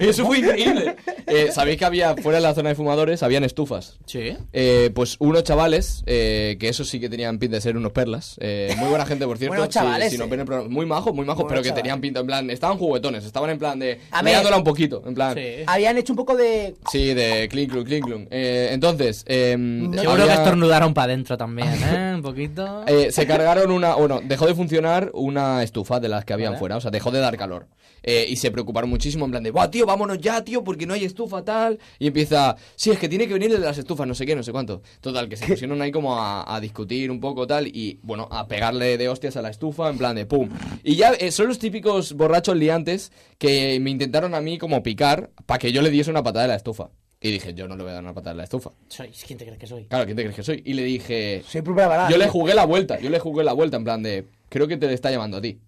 [SPEAKER 5] eso fue increíble. Eh, Sabéis que había, fuera de la zona de fumadores, habían estufas.
[SPEAKER 7] Sí.
[SPEAKER 5] Eh, pues unos chavales, eh, que esos sí que tenían pinta de ser unos perlas. eh, muy buena gente, por cierto.
[SPEAKER 3] Buenos
[SPEAKER 5] si-
[SPEAKER 3] chavales,
[SPEAKER 5] si nos
[SPEAKER 3] eh.
[SPEAKER 5] ven en el programa. muy majos, muy majos,
[SPEAKER 3] Buenos
[SPEAKER 5] pero que
[SPEAKER 3] chavales.
[SPEAKER 5] tenían pinta, en plan, estaban juguetones, estaban en plan de...
[SPEAKER 3] A ver.
[SPEAKER 5] mirándola un poquito, en plan... Sí.
[SPEAKER 7] Sí.
[SPEAKER 3] Habían hecho un poco de.
[SPEAKER 5] de clink, clunk, clink, clunk. Eh, entonces, eh,
[SPEAKER 7] Seguro que
[SPEAKER 5] había-
[SPEAKER 7] estornudaron para adentro también, ¿eh? Un poquito.
[SPEAKER 5] eh, se cargaron una, bueno, dejó de funcionar una estufa de las que habían fuera, o sea, dejó de dar calor. Eh, y se preocuparon muchísimo en plan de, ¡buah, tío, vámonos ya, tío, porque no hay estufa tal! Y empieza, sí, es que tiene que venir de las estufas, no sé qué, no sé cuánto. Total, que se pusieron ahí como a, a discutir un poco tal y, bueno, a pegarle de hostias a la estufa en plan de, ¡pum! Y ya eh, son los típicos borrachos liantes que me intentaron a mí como picar para que yo le diese una patada a la estufa. Y dije, yo no le voy a dar una patada a la estufa.
[SPEAKER 1] Sois- ¿Quién te crees que soy?
[SPEAKER 5] Claro, ¿quién te crees que soy? Y le dije,
[SPEAKER 3] Siempre preparada.
[SPEAKER 5] yo le jugué la vuelta, yo le jugué la vuelta en plan de, creo que te le está llamando a ti.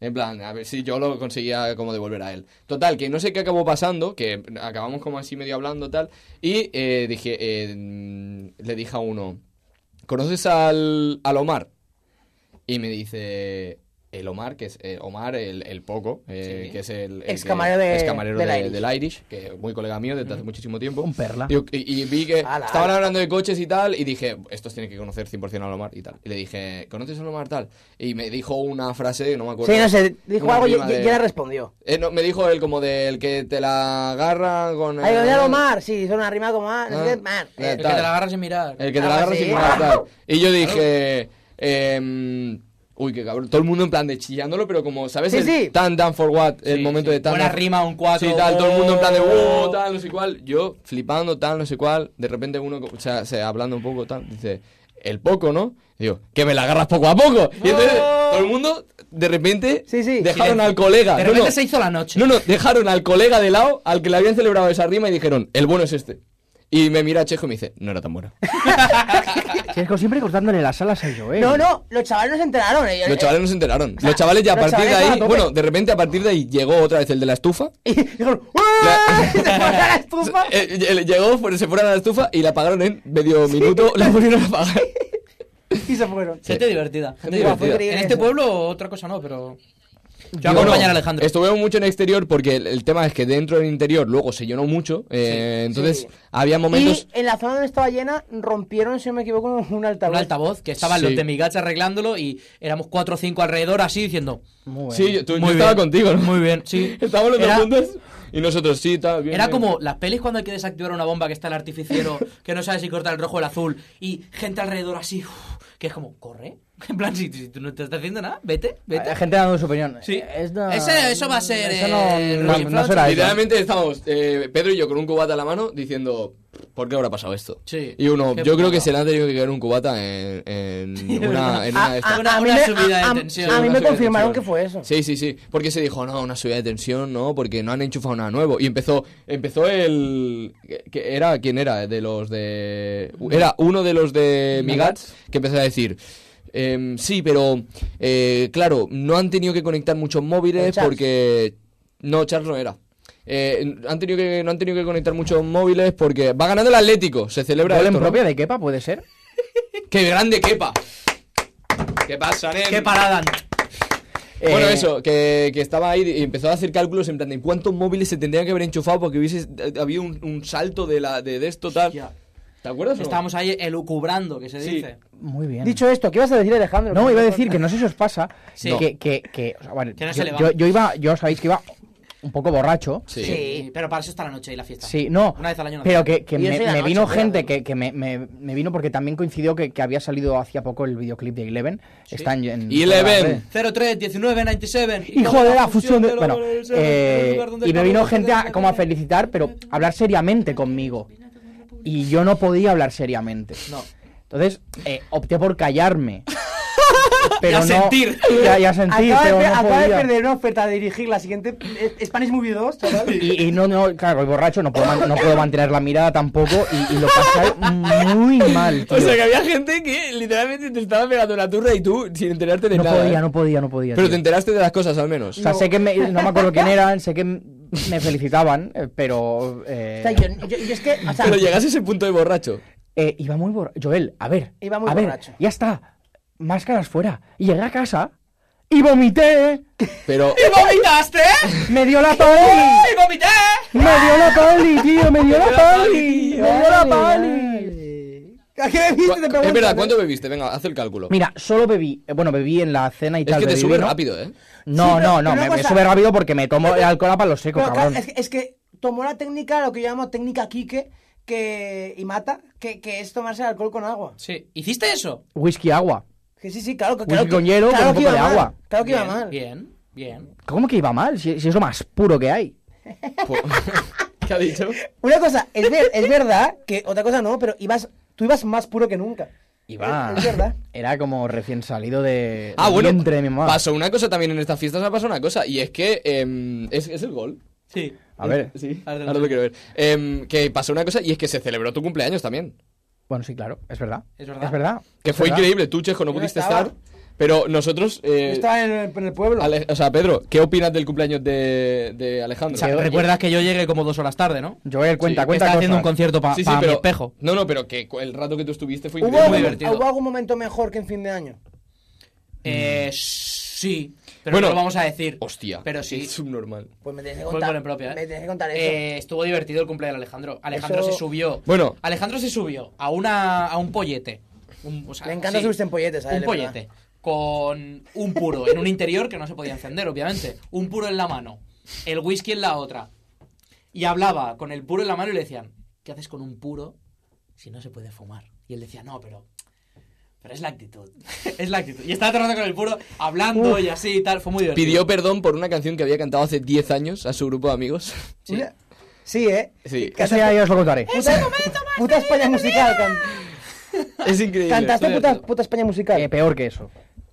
[SPEAKER 5] En plan, a ver si yo lo conseguía como devolver a él. Total, que no sé qué acabó pasando, que acabamos como así medio hablando tal, y eh, dije, eh, mm, le dije a uno, ¿conoces al, al Omar? Y me dice, el Omar, que es eh, Omar el, el poco, eh, que es el... el que-
[SPEAKER 3] Excamarero de-
[SPEAKER 5] es camarero
[SPEAKER 3] del
[SPEAKER 5] de-
[SPEAKER 3] Irish. Mm.
[SPEAKER 5] del Irish, que es muy colega mío desde hace muchísimo tiempo.
[SPEAKER 2] Un perla.
[SPEAKER 5] Digo, y, y vi que
[SPEAKER 3] Ala,
[SPEAKER 5] estaban
[SPEAKER 3] Ah, ala.
[SPEAKER 5] hablando de coches y tal, y dije, estos tienen que conocer 100% a Lomar y tal. Y le dije, ¿conoces a Lomar tal? Y me dijo una frase que no me acuerdo.
[SPEAKER 3] Sí, no sé, dijo
[SPEAKER 5] Una
[SPEAKER 3] algo y
[SPEAKER 5] rima
[SPEAKER 3] y-
[SPEAKER 5] de-
[SPEAKER 3] y ella respondió.
[SPEAKER 5] Eh, no, me dijo él como del que te la agarra con...
[SPEAKER 3] Ay,
[SPEAKER 5] el-
[SPEAKER 3] lo de Alomar, sí, son una rima como. ah, no sé
[SPEAKER 5] Ah,
[SPEAKER 3] qué, man.
[SPEAKER 5] eh,
[SPEAKER 3] Eh,
[SPEAKER 7] El que
[SPEAKER 5] tal. Eh,
[SPEAKER 7] te la agarras sin mirar.
[SPEAKER 5] El que te
[SPEAKER 3] Ah,
[SPEAKER 5] la agarra
[SPEAKER 3] sí.
[SPEAKER 5] sin mirar, tal. Y yo dije, em, uy, qué cabrón. Todo el mundo en plan de chillándolo, pero como, ¿sabes?
[SPEAKER 3] Sí,
[SPEAKER 5] el
[SPEAKER 3] sí.
[SPEAKER 5] Tan down for what, el
[SPEAKER 7] Sí,
[SPEAKER 5] momento
[SPEAKER 7] sí.
[SPEAKER 5] de tan...
[SPEAKER 7] Buena
[SPEAKER 5] down-
[SPEAKER 7] rima, un oh. 4.
[SPEAKER 5] Sí, tal, todo el mundo en plan de "Wow", tal, no sé cuál. Yo flipando, tal, no sé cuál. De repente uno, o sea, se- hablando un poco, tal, dice, el poco, ¿no? Digo, que me la agarras poco a poco. Y entonces, todo el mundo, de repente,
[SPEAKER 3] Oh. Sí, sí.
[SPEAKER 5] dejaron
[SPEAKER 7] Silencio.
[SPEAKER 5] al colega.
[SPEAKER 7] De
[SPEAKER 5] no,
[SPEAKER 7] repente
[SPEAKER 5] no.
[SPEAKER 7] se hizo la noche.
[SPEAKER 5] No, no, dejaron al colega de lado, al que le habían celebrado esa rima, y dijeron, el bueno es este. Y me mira Chejo y me dice, no era tan bueno.
[SPEAKER 2] Si es que siempre cortándole las alas a Joel.
[SPEAKER 3] Eh, No, no, los chavales no se enteraron. eh, ellos-
[SPEAKER 5] Los chavales no se enteraron. Eh, Los chavales ya a
[SPEAKER 3] los
[SPEAKER 5] partir de
[SPEAKER 3] chavales a
[SPEAKER 5] ahí,
[SPEAKER 3] tope.
[SPEAKER 5] bueno, de repente a partir de ahí llegó otra vez el de la estufa.
[SPEAKER 3] Y dijeron, ¡Uah! Y se fueron a la estufa.
[SPEAKER 5] Eh, eh, llegó, fue- se fueron a la estufa y la apagaron en medio minuto, la volvieron a apagar.
[SPEAKER 3] Y se fueron.
[SPEAKER 1] Gente divertida.
[SPEAKER 5] Gente
[SPEAKER 1] Gente
[SPEAKER 5] divertida.
[SPEAKER 1] divertida.
[SPEAKER 3] Fue
[SPEAKER 1] En
[SPEAKER 3] increíble.
[SPEAKER 1] este pueblo, otra cosa no, pero. Yo
[SPEAKER 5] Bueno,
[SPEAKER 1] acompañar a Alejandro.
[SPEAKER 5] Estuve mucho en exterior porque el, el tema es que dentro del interior luego se llenó mucho. eh, entonces
[SPEAKER 3] sí.
[SPEAKER 5] había momentos.
[SPEAKER 3] Y en la zona donde estaba llena, rompieron, si no me equivoco, un altavoz.
[SPEAKER 1] Un altavoz que estaban
[SPEAKER 5] Sí.
[SPEAKER 1] los de mi gacha arreglándolo y éramos cuatro o cinco alrededor así diciendo.
[SPEAKER 2] Muy bueno.
[SPEAKER 5] Sí, yo, tú, yo
[SPEAKER 1] Muy bien.
[SPEAKER 5] estaba contigo, ¿no?
[SPEAKER 1] Muy bien, sí.
[SPEAKER 5] Estábamos los
[SPEAKER 1] Era-
[SPEAKER 5] dos juntos y nosotros sí, tal. bien,
[SPEAKER 1] Era
[SPEAKER 5] bien.
[SPEAKER 1] como las pelis cuando hay que desactivar una bomba que está el artificiero, que no sabe si corta el rojo o el azul, y gente alrededor así, uf, que es como, corre. En plan, si, si tú no te estás haciendo nada, vete, vete.
[SPEAKER 2] La gente dando su opinión.
[SPEAKER 1] Sí.
[SPEAKER 2] Eh, es no-
[SPEAKER 1] Ese- eso va a ser,
[SPEAKER 2] Eso no,
[SPEAKER 1] eh,
[SPEAKER 2] no-
[SPEAKER 1] Rolling
[SPEAKER 2] no
[SPEAKER 1] Flower.
[SPEAKER 2] será eso.
[SPEAKER 5] Literalmente estábamos eh, Pedro y yo con un cubata a la mano diciendo, ¿por qué habrá pasado esto?
[SPEAKER 1] Sí.
[SPEAKER 5] Y uno,
[SPEAKER 1] Qué
[SPEAKER 5] yo creo
[SPEAKER 1] putada.
[SPEAKER 5] que se le ha tenido que caer un cubata en, en una, en una de estas.
[SPEAKER 1] ah, Una- una subida de
[SPEAKER 3] a- a-
[SPEAKER 1] tensión,
[SPEAKER 3] a mí
[SPEAKER 5] una
[SPEAKER 3] me
[SPEAKER 5] subida de
[SPEAKER 3] confirmaron que
[SPEAKER 5] tensión.
[SPEAKER 3] fue eso.
[SPEAKER 5] Sí, sí, sí. Porque se dijo, no, una subida de tensión, no, porque no han enchufado nada nuevo. Y empezó, empezó el. que- que era, ¿Quién era? De los de. Era uno de los de Migats que empezó a decir. "Em, sí, pero eh, claro, no han tenido que conectar muchos
[SPEAKER 3] El
[SPEAKER 5] móviles
[SPEAKER 3] Charles.
[SPEAKER 5] porque. No, Charles no era. Eh, han tenido que, no han tenido que conectar muchos móviles porque va ganando el Atlético. Se celebra
[SPEAKER 2] Gol
[SPEAKER 5] esto,
[SPEAKER 2] en
[SPEAKER 5] ¿no?
[SPEAKER 2] propia de Kepa, puede ser.
[SPEAKER 5] ¡Qué grande quepa! ¿Qué pasa, Nen?
[SPEAKER 1] ¡Qué parada!
[SPEAKER 5] Bueno,
[SPEAKER 2] Eh,
[SPEAKER 5] eso, que, que estaba ahí y empezó a hacer cálculos en plan de cuántos móviles se tendrían que haber enchufado porque hubiese eh, habido un, un salto de, la, de, de esto tal.
[SPEAKER 1] Ya.
[SPEAKER 5] ¿Te acuerdas? o no?
[SPEAKER 1] Estábamos ahí elucubrando, que se
[SPEAKER 5] Sí.
[SPEAKER 1] dice.
[SPEAKER 2] Muy bien.
[SPEAKER 3] Dicho esto, ¿qué ibas a decir, Alejandro?
[SPEAKER 2] no, iba a decir que no sé si os pasa
[SPEAKER 1] Sí.
[SPEAKER 2] que, que, que, o sea, bueno,
[SPEAKER 1] Que no se
[SPEAKER 2] yo-
[SPEAKER 1] le va.
[SPEAKER 2] yo, yo iba, yo sabéis que iba un poco borracho.
[SPEAKER 5] Sí.
[SPEAKER 1] Sí, pero para eso está la noche y la fiesta.
[SPEAKER 2] Sí, no.
[SPEAKER 1] Una vez al año no.
[SPEAKER 2] Pero que, que
[SPEAKER 3] Y
[SPEAKER 2] me,
[SPEAKER 3] eso ya
[SPEAKER 2] me
[SPEAKER 3] no,
[SPEAKER 2] vino
[SPEAKER 3] se puede
[SPEAKER 2] gente
[SPEAKER 3] hacer.
[SPEAKER 2] que, que me, me, me vino porque también coincidió que, que había salido hacía poco el videoclip de Eleven. Está en, en-
[SPEAKER 5] Eleven.
[SPEAKER 1] 03, 19, 97.
[SPEAKER 2] Hijo de la fusión de... Bueno, eh, y me vino gente a- como a felicitar, pero a hablar seriamente conmigo. Y yo no podía hablar seriamente.
[SPEAKER 1] No.
[SPEAKER 2] Entonces, eh, opté por callarme. Pero
[SPEAKER 1] a
[SPEAKER 2] no,
[SPEAKER 1] sentir.
[SPEAKER 2] Ya, ya sentir,
[SPEAKER 3] acaba de,
[SPEAKER 2] pero
[SPEAKER 3] per-
[SPEAKER 2] no
[SPEAKER 3] acaba de
[SPEAKER 2] podía.
[SPEAKER 3] perder una oferta de dirigir la siguiente eh, Spanish Movie 2, chaval.
[SPEAKER 2] Y, y no, no, claro, el borracho no puedo, man- no puedo mantener la mirada tampoco y, y lo pasé muy mal, tío.
[SPEAKER 5] O sea, que había gente que literalmente te estaba pegando la turra y tú sin enterarte de
[SPEAKER 2] no
[SPEAKER 5] nada.
[SPEAKER 2] podía,
[SPEAKER 5] ¿eh?
[SPEAKER 2] no podía, no podía.
[SPEAKER 5] Pero
[SPEAKER 2] tío.
[SPEAKER 5] te enteraste de las cosas al menos.
[SPEAKER 2] O sea, sé que me- no me acuerdo quién eran, sé que m- me felicitaban, eh, pero. eh,
[SPEAKER 3] O sea, yo, yo- yo es que, o sea,
[SPEAKER 5] Pero llegas a ese punto de borracho.
[SPEAKER 2] eh, iba muy borracho. Joel, a ver.
[SPEAKER 3] Iba muy
[SPEAKER 2] a ver,
[SPEAKER 3] borracho.
[SPEAKER 2] ya está. Máscaras fuera. Y llegué a casa y vomité.
[SPEAKER 5] Pero
[SPEAKER 1] ¿Y vomitaste?
[SPEAKER 2] Me dio la pali.
[SPEAKER 1] ¡Y vomité!
[SPEAKER 2] Me dio la pali, tío. Me dio la pali. Me dio la pali.
[SPEAKER 3] Vale. ¿A qué me
[SPEAKER 5] Cu-
[SPEAKER 3] viste? Te pregunto,
[SPEAKER 5] Es verdad,
[SPEAKER 2] ¿eh?
[SPEAKER 3] ¿no?
[SPEAKER 5] ¿cuánto bebiste? Venga, haz el cálculo.
[SPEAKER 2] Mira, solo bebí. eh, Bueno, bebí en la cena y
[SPEAKER 5] es
[SPEAKER 2] tal.
[SPEAKER 5] que te
[SPEAKER 2] bebí
[SPEAKER 5] sube
[SPEAKER 2] vino.
[SPEAKER 5] rápido, ¿eh?
[SPEAKER 2] No,
[SPEAKER 3] Sí,
[SPEAKER 2] no, no.
[SPEAKER 3] pero- pero
[SPEAKER 2] Me,
[SPEAKER 3] una
[SPEAKER 2] me
[SPEAKER 3] cosa-
[SPEAKER 2] sube rápido porque me tomo el alcohol a palo seco,
[SPEAKER 3] Pero, claro,
[SPEAKER 2] cabrón.
[SPEAKER 3] es, que- es que tomó la técnica, lo que yo llamo técnica Quique que, y mata, que, que es tomarse el alcohol con agua.
[SPEAKER 1] Sí. ¿Hiciste eso?
[SPEAKER 2] Whisky agua.
[SPEAKER 3] Que sí, sí, claro que.
[SPEAKER 2] Whisky
[SPEAKER 3] Claro que
[SPEAKER 2] con hielo,
[SPEAKER 3] claro
[SPEAKER 2] con un
[SPEAKER 3] que
[SPEAKER 2] poco
[SPEAKER 3] iba
[SPEAKER 2] de
[SPEAKER 3] mal,
[SPEAKER 2] agua.
[SPEAKER 3] Claro que iba
[SPEAKER 1] Bien,
[SPEAKER 3] mal.
[SPEAKER 1] Bien, bien.
[SPEAKER 2] ¿Cómo que iba mal? Si, si es lo más puro que hay.
[SPEAKER 5] Po- Pues, ¿Qué ha dicho?
[SPEAKER 3] Una cosa, es, ver- es verdad que otra cosa no, pero ibas, tú ibas más puro que nunca.
[SPEAKER 2] Iba.
[SPEAKER 3] Es- es verdad.
[SPEAKER 2] Era como recién salido de.
[SPEAKER 5] Ah,
[SPEAKER 2] del
[SPEAKER 5] bueno.
[SPEAKER 2] vientre de mi mamá.
[SPEAKER 5] Pasó una cosa también en estas fiestas, ha pasado una cosa. Y es que. em, es, es el gol.
[SPEAKER 1] Sí.
[SPEAKER 2] A ver.
[SPEAKER 5] Sí,
[SPEAKER 1] Ahora te
[SPEAKER 5] ahora
[SPEAKER 1] lo digo.
[SPEAKER 5] lo quiero ver. Em, que pasó una cosa y es que se celebró tu cumpleaños también.
[SPEAKER 2] Bueno, sí, claro, es verdad.
[SPEAKER 1] Es verdad.
[SPEAKER 2] Es verdad.
[SPEAKER 5] Que
[SPEAKER 2] es
[SPEAKER 5] fue
[SPEAKER 2] verdad.
[SPEAKER 5] increíble. Tú, Chejo, no
[SPEAKER 3] Yo no
[SPEAKER 5] pudiste
[SPEAKER 3] estaba.
[SPEAKER 5] estar. Pero nosotros. eh,
[SPEAKER 3] Yo estaba en el, en el pueblo.
[SPEAKER 5] Ale- o sea, Pedro, ¿qué opinas del cumpleaños de, de Alejandro?
[SPEAKER 2] O sea,
[SPEAKER 1] Eh, Recuerdas que yo llegué como dos horas tarde, ¿no?
[SPEAKER 2] Joel, cuenta,
[SPEAKER 5] Sí,
[SPEAKER 2] cuenta
[SPEAKER 1] Estaba haciendo un
[SPEAKER 2] cosas.
[SPEAKER 1] concierto para
[SPEAKER 5] Sí, sí,
[SPEAKER 1] mi
[SPEAKER 5] pero-
[SPEAKER 1] espejo.
[SPEAKER 5] No, no, pero que cu- el rato que tú estuviste fue
[SPEAKER 3] ¿Hubo,
[SPEAKER 5] increíble.
[SPEAKER 3] algún,
[SPEAKER 1] Muy divertido.
[SPEAKER 3] hubo algún momento mejor que en fin de año?
[SPEAKER 1] Eh, sí. Pero
[SPEAKER 5] Bueno.
[SPEAKER 1] no lo vamos a decir.
[SPEAKER 5] Hostia.
[SPEAKER 1] Pero sí.
[SPEAKER 5] Es subnormal.
[SPEAKER 3] Pues me tenés que
[SPEAKER 1] Voy
[SPEAKER 3] contar.
[SPEAKER 1] con el propio, ¿eh?
[SPEAKER 3] Me tenés que contar eso.
[SPEAKER 1] Eh, estuvo divertido el cumpleaños de Alejandro. Alejandro
[SPEAKER 3] Eso-
[SPEAKER 1] se subió.
[SPEAKER 5] Bueno.
[SPEAKER 1] Alejandro se subió a una a un pollete. Un- o sea,
[SPEAKER 3] Le encanta
[SPEAKER 1] sí,
[SPEAKER 3] subirse en polletes, a él,
[SPEAKER 1] Un
[SPEAKER 3] es
[SPEAKER 1] pollete. Con un puro en un interior que no se podía encender, obviamente. Un puro en la mano. El whisky en la otra. Y hablaba con el puro en la mano y le decían, ¿qué haces con un puro si no se puede fumar? Y él decía, no, pero... Pero es la actitud. es la actitud. Y estaba todo el rato con el puro hablando y así y tal. Fue muy divertido.
[SPEAKER 5] Pidió perdón por una canción que había cantado hace 10 años a su grupo de amigos.
[SPEAKER 1] Sí.
[SPEAKER 3] Una- Sí, ¿eh?
[SPEAKER 5] Sí.
[SPEAKER 2] Eso ya, ya os lo contaré.
[SPEAKER 3] Puta, puta España musical. can-
[SPEAKER 5] Es increíble.
[SPEAKER 3] ¿Cantaste
[SPEAKER 5] Estoy
[SPEAKER 3] puta,
[SPEAKER 5] harto.
[SPEAKER 3] puta España musical?
[SPEAKER 2] Eh, peor que eso.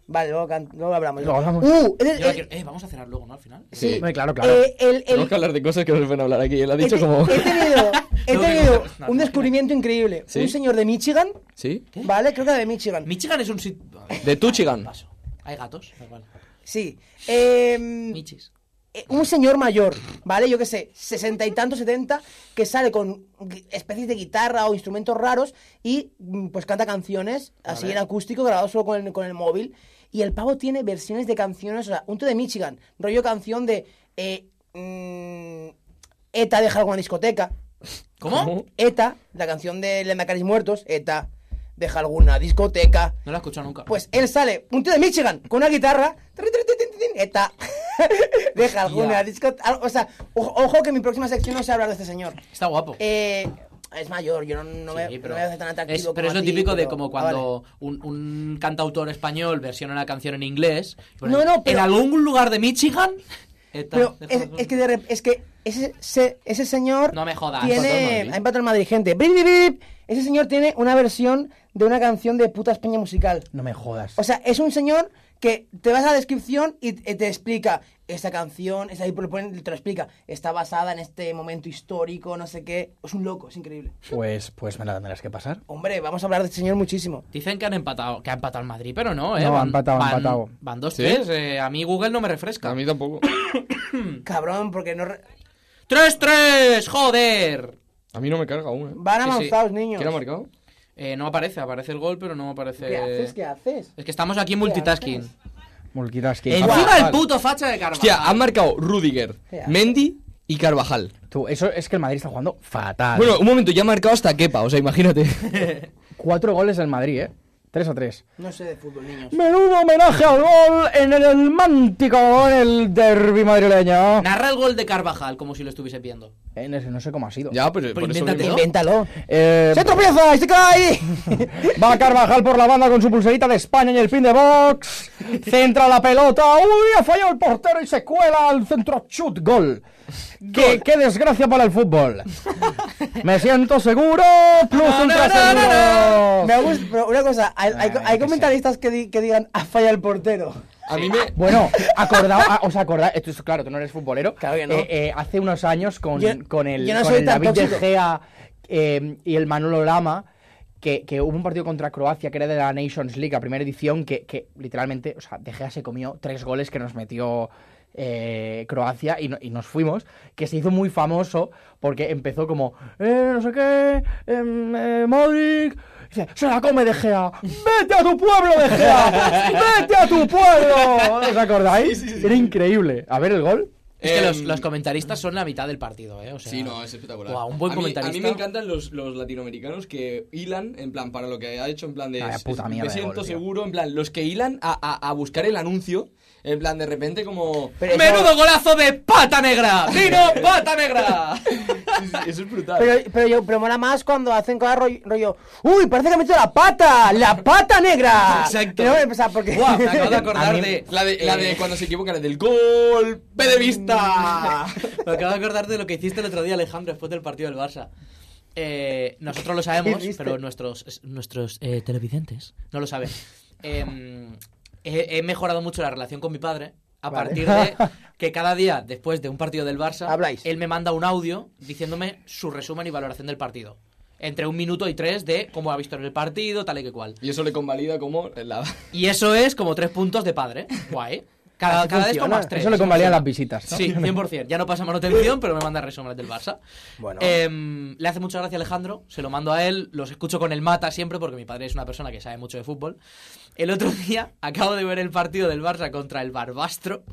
[SPEAKER 3] Vale, luego, can- luego hablamos.
[SPEAKER 2] Luego hablamos.
[SPEAKER 3] Uh, el-
[SPEAKER 1] Yo la
[SPEAKER 3] el-
[SPEAKER 1] quiero- Eh, vamos a cenar luego, ¿no? Al final.
[SPEAKER 5] Sí.
[SPEAKER 2] Hombre, claro, claro.
[SPEAKER 3] eh, el- el-
[SPEAKER 5] Tenemos que hablar de cosas que no se pueden hablar aquí. Él ha dicho
[SPEAKER 3] he te-
[SPEAKER 5] como...
[SPEAKER 3] He tenido, he
[SPEAKER 1] No, que
[SPEAKER 3] tenido
[SPEAKER 1] no, no,
[SPEAKER 3] un
[SPEAKER 1] no.
[SPEAKER 3] descubrimiento increíble.
[SPEAKER 5] ¿Sí?
[SPEAKER 3] Un señor de Michigan,
[SPEAKER 5] ¿Sí?
[SPEAKER 3] ¿vale? Creo que era de Michigan.
[SPEAKER 1] Michigan es un sitio...
[SPEAKER 5] De Tuchigan.
[SPEAKER 1] Paso. Hay gatos. da igual.
[SPEAKER 3] sí. Em,
[SPEAKER 1] Michis.
[SPEAKER 3] eh, un señor mayor, ¿vale? Yo qué sé, sesenta y tantos, setenta, que sale con gui- especies de guitarra o instrumentos raros y mm, pues canta canciones así en acústico, grabado solo con el, con el móvil. Y el pavo tiene versiones de canciones, o sea, un tío de Michigan, rollo canción de eh, mm, ETA deja algo en la discoteca.
[SPEAKER 1] ¿Cómo?
[SPEAKER 3] ETA, la canción de Los Macaris Muertos, ETA deja alguna discoteca.
[SPEAKER 1] No la he escuchado nunca.
[SPEAKER 3] Pues él sale, un tío de Michigan, con una guitarra. tri, tri, tri, tri, tri, Eta. Deja alguna disco. al- O sea, o- ojo que mi próxima sección no sé hablar de este señor.
[SPEAKER 1] Está guapo.
[SPEAKER 3] Eh, es mayor, yo no, no me,
[SPEAKER 1] Sí,
[SPEAKER 3] no me hace tan atractivo.
[SPEAKER 1] es,
[SPEAKER 3] como
[SPEAKER 1] pero es
[SPEAKER 3] a
[SPEAKER 1] lo
[SPEAKER 3] ti,
[SPEAKER 1] típico de
[SPEAKER 3] pero-
[SPEAKER 1] como
[SPEAKER 3] ah, vale.
[SPEAKER 1] cuando un, un cantautor español versiona una canción en inglés. por
[SPEAKER 3] No,
[SPEAKER 1] ejemplo,
[SPEAKER 3] no, pero-
[SPEAKER 1] En algún lugar de Michigan. eh, tal,
[SPEAKER 3] Pero
[SPEAKER 1] deja
[SPEAKER 3] es,
[SPEAKER 1] algún-
[SPEAKER 3] es que, de rep- es que ese, se- ese señor.
[SPEAKER 1] No me jodas. Ha empatado
[SPEAKER 3] Tiene.
[SPEAKER 1] el Madrid.
[SPEAKER 3] Ha empatado el Madrid, gente. Brip, brip, brip. Ese señor tiene una versión de una canción de puta España musical.
[SPEAKER 2] No me jodas.
[SPEAKER 3] O sea, es un señor que te vas a la descripción y eh, te te explica esta canción, esta, y pone- te lo explica, está basada en este momento histórico, no sé qué. Es un loco, es increíble.
[SPEAKER 2] Pues, pues me la tendrás que pasar.
[SPEAKER 3] Hombre, vamos a hablar de este señor muchísimo.
[SPEAKER 1] Dicen que han empatado, que ha empatado el Madrid, pero no, ¿eh?
[SPEAKER 2] No, ha empatado, ha
[SPEAKER 1] van,
[SPEAKER 2] empatado.
[SPEAKER 1] Van dos,
[SPEAKER 5] ¿Sí?
[SPEAKER 1] tres. eh, a mí Google no me refresca.
[SPEAKER 5] A mí tampoco.
[SPEAKER 3] Cabrón, porque no... re-
[SPEAKER 1] ¡Tres, tres! ¡Joder!
[SPEAKER 5] A mí no me carga aún, ¿eh?
[SPEAKER 1] Sí,
[SPEAKER 3] Van
[SPEAKER 1] sí.
[SPEAKER 3] avanzados, niños.
[SPEAKER 5] ¿Quién ha marcado?
[SPEAKER 1] Eh, no aparece, aparece el gol, pero no aparece.
[SPEAKER 3] ¿Qué haces? ¿Qué haces?
[SPEAKER 1] Es que estamos aquí multitasking.
[SPEAKER 2] Multitasking.
[SPEAKER 1] Encima
[SPEAKER 5] Guau.
[SPEAKER 1] el puto facha de Carvajal.
[SPEAKER 5] Hostia, han marcado Rudiger,
[SPEAKER 3] Ya.
[SPEAKER 5] Mendy y Carvajal.
[SPEAKER 2] Tú, eso es que el Madrid está jugando fatal.
[SPEAKER 5] Bueno, un momento, ya ha marcado hasta Kepa, o sea, imagínate.
[SPEAKER 2] Cuatro goles del Madrid, ¿eh? 3 a 3.
[SPEAKER 3] No sé de fútbol, niños.
[SPEAKER 2] Menudo homenaje al gol en el Mántico, en el derby madrileño.
[SPEAKER 1] Narra el gol de Carvajal como si lo estuviese viendo.
[SPEAKER 2] Eh, no sé- no sé cómo ha sido.
[SPEAKER 5] ya, pero, por eso...
[SPEAKER 1] invéntatelo.
[SPEAKER 5] mismo.
[SPEAKER 3] Invéntalo.
[SPEAKER 2] Eh,
[SPEAKER 3] ¡Se tropieza! y ¡Se cae!
[SPEAKER 2] Va Carvajal por la banda con su pulserita de España en el pin de box. Centra la pelota. ¡Uy! Ha fallado el portero y se cuela al centro. Chut, gol. ¡Qué, qué desgracia para el fútbol! Me siento seguro. Plus ultra seguro.
[SPEAKER 3] Me gusta, pero una cosa, Hay, hay- hay comentaristas que, di- que digan, ha fallado el portero.
[SPEAKER 5] A mí me...
[SPEAKER 2] Bueno, acordado, a- os acordáis, esto es claro, tú no eres futbolero.
[SPEAKER 3] Claro que no.
[SPEAKER 2] Eh, eh, hace unos años con,
[SPEAKER 3] Yo-
[SPEAKER 2] con el,
[SPEAKER 3] yo no
[SPEAKER 2] con
[SPEAKER 3] soy
[SPEAKER 2] el
[SPEAKER 3] tan
[SPEAKER 2] David De
[SPEAKER 3] tóxico.
[SPEAKER 2] Gea eh, y el Manolo Lama, que, que hubo un partido contra Croacia que era de la Nations League, la primera edición, que, que literalmente, o sea, De Gea se comió tres goles que nos metió eh, Croacia y, no- y nos fuimos, que se hizo muy famoso porque empezó como, eh, no sé qué, em, eh, Modric. y dice, Se la come De Gea. ¡Vete a tu pueblo, De Gea! ¡Vete a tu pueblo! ¿Os acordáis? Era increíble. A ver el gol.
[SPEAKER 1] Es que
[SPEAKER 5] Em,
[SPEAKER 1] los, los comentaristas son la mitad del partido, ¿eh? O sea,
[SPEAKER 5] Sí, no, es espectacular.
[SPEAKER 1] Guau, un buen
[SPEAKER 5] a, mí, a
[SPEAKER 1] comentarista.
[SPEAKER 5] mí me encantan los, los latinoamericanos que hilan, en plan, para lo que ha hecho, en plan de...
[SPEAKER 2] Vaya
[SPEAKER 5] es-
[SPEAKER 2] puta
[SPEAKER 5] es-
[SPEAKER 2] mierda
[SPEAKER 5] me
[SPEAKER 2] de
[SPEAKER 5] siento
[SPEAKER 2] gol, tío.
[SPEAKER 5] seguro, en plan, los que hilan a, a- a buscar el anuncio, en plan, de repente como...
[SPEAKER 3] Pero eso-
[SPEAKER 1] ¡Menudo golazo de pata negra! ¡Vino pata negra!
[SPEAKER 5] Sí, sí, eso es brutal.
[SPEAKER 3] Pero, pero, yo, pero mola más cuando hacen cosas rollo, rollo, ¡Uy, parece que ha metido la pata! ¡La pata negra!
[SPEAKER 1] Exacto.
[SPEAKER 3] Y luego, o sea, porque...
[SPEAKER 1] Guau, me acabo de
[SPEAKER 2] A
[SPEAKER 1] acordar
[SPEAKER 2] mí-
[SPEAKER 1] de.
[SPEAKER 5] La de, la de
[SPEAKER 1] eh,
[SPEAKER 5] cuando se equivoca, la del gol, ¡Ve de vista.
[SPEAKER 1] Me acabo de acordar de lo que hiciste el otro día, Alejandro, después del partido del Barça. Eh, nosotros lo sabemos,
[SPEAKER 3] ¿Qué hiciste?
[SPEAKER 1] pero nuestros, es- nuestros eh, televidentes no lo saben. Em, he, he mejorado mucho la relación con mi padre a
[SPEAKER 3] Vale.
[SPEAKER 1] partir de que cada día, después de un partido del Barça,
[SPEAKER 3] Habláis.
[SPEAKER 1] él me manda un audio diciéndome su resumen y valoración del partido. Entre un minuto y tres de cómo ha visto en el partido, tal y que cual.
[SPEAKER 5] Y eso le convalida como la...
[SPEAKER 1] Y eso es como tres puntos de padre. Guay. Cada,
[SPEAKER 3] Así
[SPEAKER 1] cada vez con
[SPEAKER 3] funciona.
[SPEAKER 1] más tres.
[SPEAKER 2] Eso le convalida
[SPEAKER 1] funciona.
[SPEAKER 2] las visitas, ¿no?
[SPEAKER 1] Sí, 100%. Ya no pasa manutención, pero me manda resúmenes del Barça.
[SPEAKER 3] Bueno.
[SPEAKER 5] Eh,
[SPEAKER 1] Em, le hace mucha gracia a Alejandro, se lo mando a él, los escucho con el mata siempre porque mi padre es una persona que sabe mucho de fútbol. El otro día acabo de ver el partido del Barça contra el Barbastro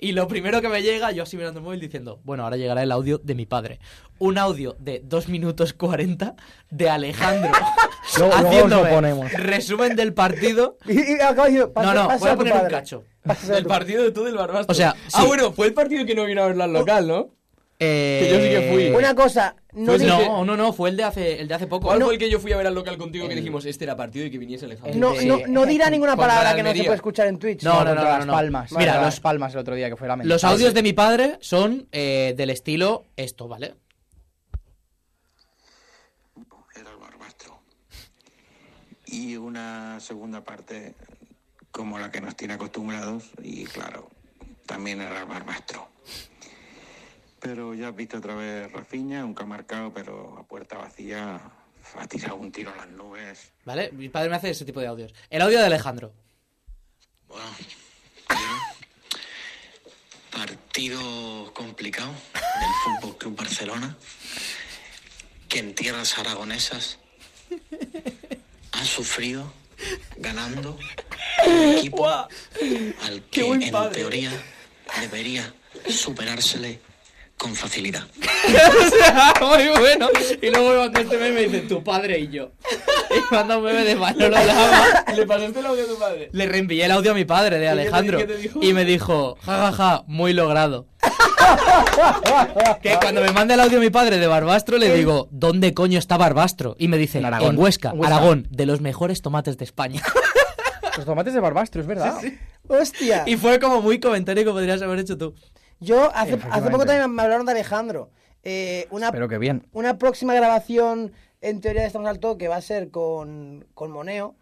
[SPEAKER 1] y lo primero que me llega, yo así mirando el móvil diciendo, bueno, ahora llegará el audio de mi padre. Un audio de 2 minutos 40 de Alejandro
[SPEAKER 2] Luego- luego os lo
[SPEAKER 1] haciéndome
[SPEAKER 2] ponemos.
[SPEAKER 1] resumen del partido
[SPEAKER 3] Y, y acabo diciendo,
[SPEAKER 1] no,
[SPEAKER 3] "Pasa-
[SPEAKER 1] no,
[SPEAKER 3] pásalo
[SPEAKER 1] voy a
[SPEAKER 3] tu
[SPEAKER 1] poner un
[SPEAKER 3] padre".
[SPEAKER 1] cacho.
[SPEAKER 3] Pásalo
[SPEAKER 5] Del
[SPEAKER 3] tu-
[SPEAKER 5] partido de tú del Barbastro.
[SPEAKER 1] O sea,
[SPEAKER 5] Ah,
[SPEAKER 1] sí.
[SPEAKER 5] bueno, fue el partido que no vino a verlo al local, ¿no?
[SPEAKER 1] Eh,
[SPEAKER 5] Que yo sí que fui.
[SPEAKER 3] Una cosa, no
[SPEAKER 5] Pues
[SPEAKER 3] dije...
[SPEAKER 1] no, no, no, fue el de hace, el de hace poco.
[SPEAKER 5] ¿Cuál
[SPEAKER 1] No,
[SPEAKER 5] fue el que yo fui a ver al local contigo que dijimos, este era partido y que viniese Alejandro?
[SPEAKER 3] No,
[SPEAKER 1] de-
[SPEAKER 3] no, no dirá ninguna
[SPEAKER 5] Contra
[SPEAKER 3] palabra
[SPEAKER 5] la
[SPEAKER 3] que no se
[SPEAKER 5] Almería.
[SPEAKER 3] puede escuchar en Twitch.
[SPEAKER 1] No, no, no,
[SPEAKER 2] contra
[SPEAKER 1] no,
[SPEAKER 2] las
[SPEAKER 1] no.
[SPEAKER 2] palmas.
[SPEAKER 1] Mira,
[SPEAKER 2] Mira,
[SPEAKER 1] los-
[SPEAKER 2] las palmas el otro día que fue lamentable.
[SPEAKER 5] Ah,
[SPEAKER 1] los audios de mi padre son eh, del estilo esto, ¿vale?
[SPEAKER 8] Era el barbastro. Y una segunda parte como la que nos tiene acostumbrados y claro, también era el barbastro. Pero ya has visto otra vez Rafiña, un marcado, pero a puerta vacía ha tirado un tiro a las nubes.
[SPEAKER 1] ¿Vale? Mi padre me hace ese tipo de audios. El audio de Alejandro.
[SPEAKER 8] Bueno, partido complicado del Fútbol Club Barcelona, que en tierras aragonesas ha sufrido ganando un equipo al que en teoría debería superársele con facilidad.
[SPEAKER 1] O sea, Muy bueno. Y luego me mandó este meme y dice, tu padre y yo. Y manda un meme de Manolo Lama.
[SPEAKER 5] ¿Le pasaste el audio a tu padre?
[SPEAKER 1] Le reenvié el audio a mi padre de Alejandro.
[SPEAKER 5] qué te dijo?
[SPEAKER 1] Y me dijo, jajaja, muy logrado. que cuando me manda el audio mi padre de Barbastro, le digo, ¿dónde coño está Barbastro? Y me dice, en,
[SPEAKER 2] En Aragón.
[SPEAKER 1] Huesca,
[SPEAKER 2] En Huesca.
[SPEAKER 1] Aragón, de los mejores tomates de España.
[SPEAKER 2] Los tomates de Barbastro, es verdad.
[SPEAKER 3] Hostia.
[SPEAKER 1] y fue como muy comentario que podrías haber hecho tú.
[SPEAKER 3] Yo hace, hace poco
[SPEAKER 2] Efectivamente.
[SPEAKER 3] también me hablaron de Alejandro. Eh, una,
[SPEAKER 2] Pero que bien.
[SPEAKER 3] una próxima grabación, en teoría, de Estamos al Toque va a ser con, con Moneo.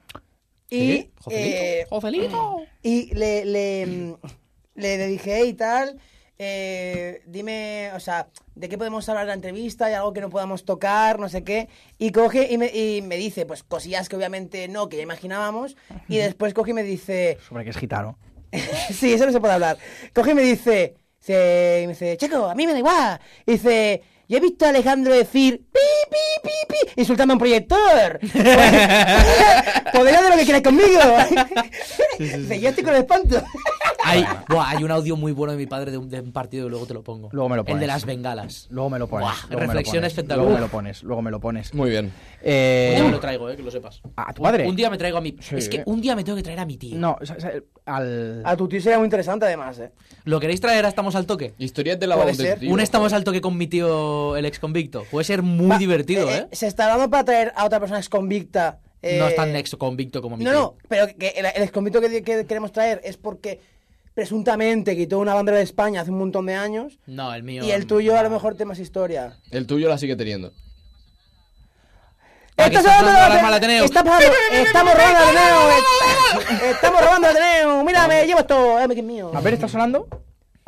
[SPEAKER 3] Y,
[SPEAKER 2] Sí, Joselito.
[SPEAKER 3] eh, y le, le, mm, le, le dije, hey, tal, eh, dime, o sea, ¿de qué podemos hablar en la entrevista? ¿Hay algo que no podamos tocar? No sé qué. Y coge y me, y me dice, pues cosillas que obviamente no, que ya imaginábamos. Y después coge y me dice,
[SPEAKER 2] Sobre que es gitano.
[SPEAKER 3] sí, eso no se puede hablar. Coge y me dice, se- y me dice, Chaco, a mí me da igual. Y dice, yo he visto a Alejandro decir, pi, pi, pi, pi, insultando a un proyector. Podría de lo que quieras conmigo. Dice, yo estoy con el espanto.
[SPEAKER 1] Hay, buah, hay un audio muy bueno de mi padre de un, de un partido y luego te lo pongo.
[SPEAKER 2] Luego me lo
[SPEAKER 1] El
[SPEAKER 2] pones.
[SPEAKER 1] de las bengalas.
[SPEAKER 2] Luego me lo pones.
[SPEAKER 1] Buah,
[SPEAKER 2] luego me lo
[SPEAKER 1] reflexión
[SPEAKER 2] pones,
[SPEAKER 1] espectacular.
[SPEAKER 2] Luego me lo pones, luego me lo pones.
[SPEAKER 5] Muy bien.
[SPEAKER 2] Eh,
[SPEAKER 1] Un día me lo traigo, eh, que lo sepas.
[SPEAKER 2] ¿A tu padre?
[SPEAKER 1] Un, un día me traigo a mi...
[SPEAKER 2] Sí.
[SPEAKER 1] Es que un día me tengo que traer a mi tío.
[SPEAKER 2] No, o sea, o sea, al...
[SPEAKER 3] A tu tío sería muy interesante además, ¿eh?
[SPEAKER 1] ¿Lo queréis traer a Estamos al Toque?
[SPEAKER 5] Historias de
[SPEAKER 3] Puede
[SPEAKER 5] la
[SPEAKER 3] ser.
[SPEAKER 1] Un
[SPEAKER 2] eh.
[SPEAKER 1] Estamos al Toque con mi tío, el ex convicto. Puede ser muy
[SPEAKER 3] Va,
[SPEAKER 1] divertido, ¿eh?
[SPEAKER 3] Se está dando para traer a otra persona exconvicta. eh,
[SPEAKER 1] no es tan ex convicto como mi
[SPEAKER 3] No,
[SPEAKER 1] tío.
[SPEAKER 3] no, pero que el, el exconvicto que, que queremos traer es porque presuntamente quitó una bandera de España hace un montón de años.
[SPEAKER 1] No, el mío...
[SPEAKER 3] Y el tuyo a lo mejor tiene más historia.
[SPEAKER 5] El tuyo la sigue teniendo.
[SPEAKER 3] Está
[SPEAKER 1] está
[SPEAKER 3] sonando
[SPEAKER 1] sonando
[SPEAKER 3] la
[SPEAKER 1] la alarma
[SPEAKER 3] te-
[SPEAKER 1] de Ateneo.
[SPEAKER 3] Estamos, estamos robando el Ateneo. Estamos robando el Ateneo. Mírame, llevo esto. Ay, que es mío.
[SPEAKER 2] A ver, ¿está sonando?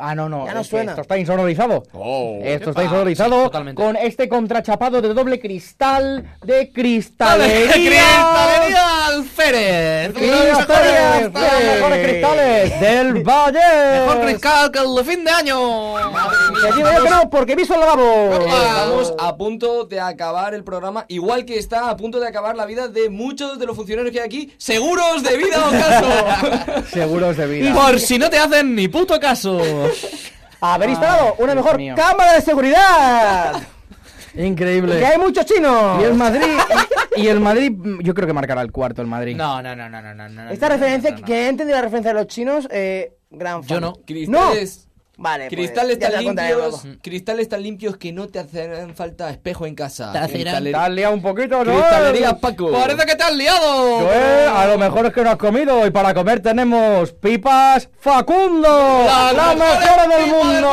[SPEAKER 2] Ah, no, no.
[SPEAKER 3] Ya no
[SPEAKER 2] es que
[SPEAKER 3] suena.
[SPEAKER 2] Esto está insonorizado.
[SPEAKER 5] Oh.
[SPEAKER 1] Epa,
[SPEAKER 2] esto está insonorizado
[SPEAKER 1] Ah, sí, totalmente.
[SPEAKER 2] con este contrachapado de doble cristal de cristalería.
[SPEAKER 1] ¡Cristalería Alférez!
[SPEAKER 2] Cristalería, de los mejores cristales del Valle.
[SPEAKER 1] Mejor cristal que el de fin de año.
[SPEAKER 3] Y aquí veo que no, porque piso el lavabo.
[SPEAKER 5] Estamos
[SPEAKER 1] Ah.
[SPEAKER 5] a punto de acabar el programa, igual que está a punto de acabar la vida de muchos de los funcionarios que hay aquí, seguros de vida o caso.
[SPEAKER 2] Seguros de vida.
[SPEAKER 1] Por si no te hacen ni puto caso.
[SPEAKER 3] Haber instalado una
[SPEAKER 2] Dios
[SPEAKER 3] mejor
[SPEAKER 2] mío.
[SPEAKER 3] cámara de seguridad. Que
[SPEAKER 2] Increíble.
[SPEAKER 3] hay muchos chinos.
[SPEAKER 2] Y el Madrid. Y el Madrid, yo creo que marcará el cuarto el Madrid.
[SPEAKER 1] No, no, no, no, no, no. no
[SPEAKER 3] Esta
[SPEAKER 1] no, no,
[SPEAKER 3] referencia,
[SPEAKER 1] no, no.
[SPEAKER 3] que entendí la referencia de los chinos, eh, gran
[SPEAKER 1] Yo
[SPEAKER 3] fan.
[SPEAKER 1] no. Eh,
[SPEAKER 5] Cristales.
[SPEAKER 3] Vale, pues,
[SPEAKER 5] cristales
[SPEAKER 3] ya te
[SPEAKER 5] tan
[SPEAKER 3] la contaré
[SPEAKER 5] limpios,
[SPEAKER 3] luego.
[SPEAKER 5] cristales tan limpios que no te harán falta espejo en casa.
[SPEAKER 1] Te harán-
[SPEAKER 5] Cristale-
[SPEAKER 2] Dale un poquito, Joel.
[SPEAKER 5] Cristalería Paco.
[SPEAKER 1] Parece que te has liado.
[SPEAKER 2] Joel, a lo mejor es que no has comido. Y para comer tenemos pipas Facundo. La, mejor del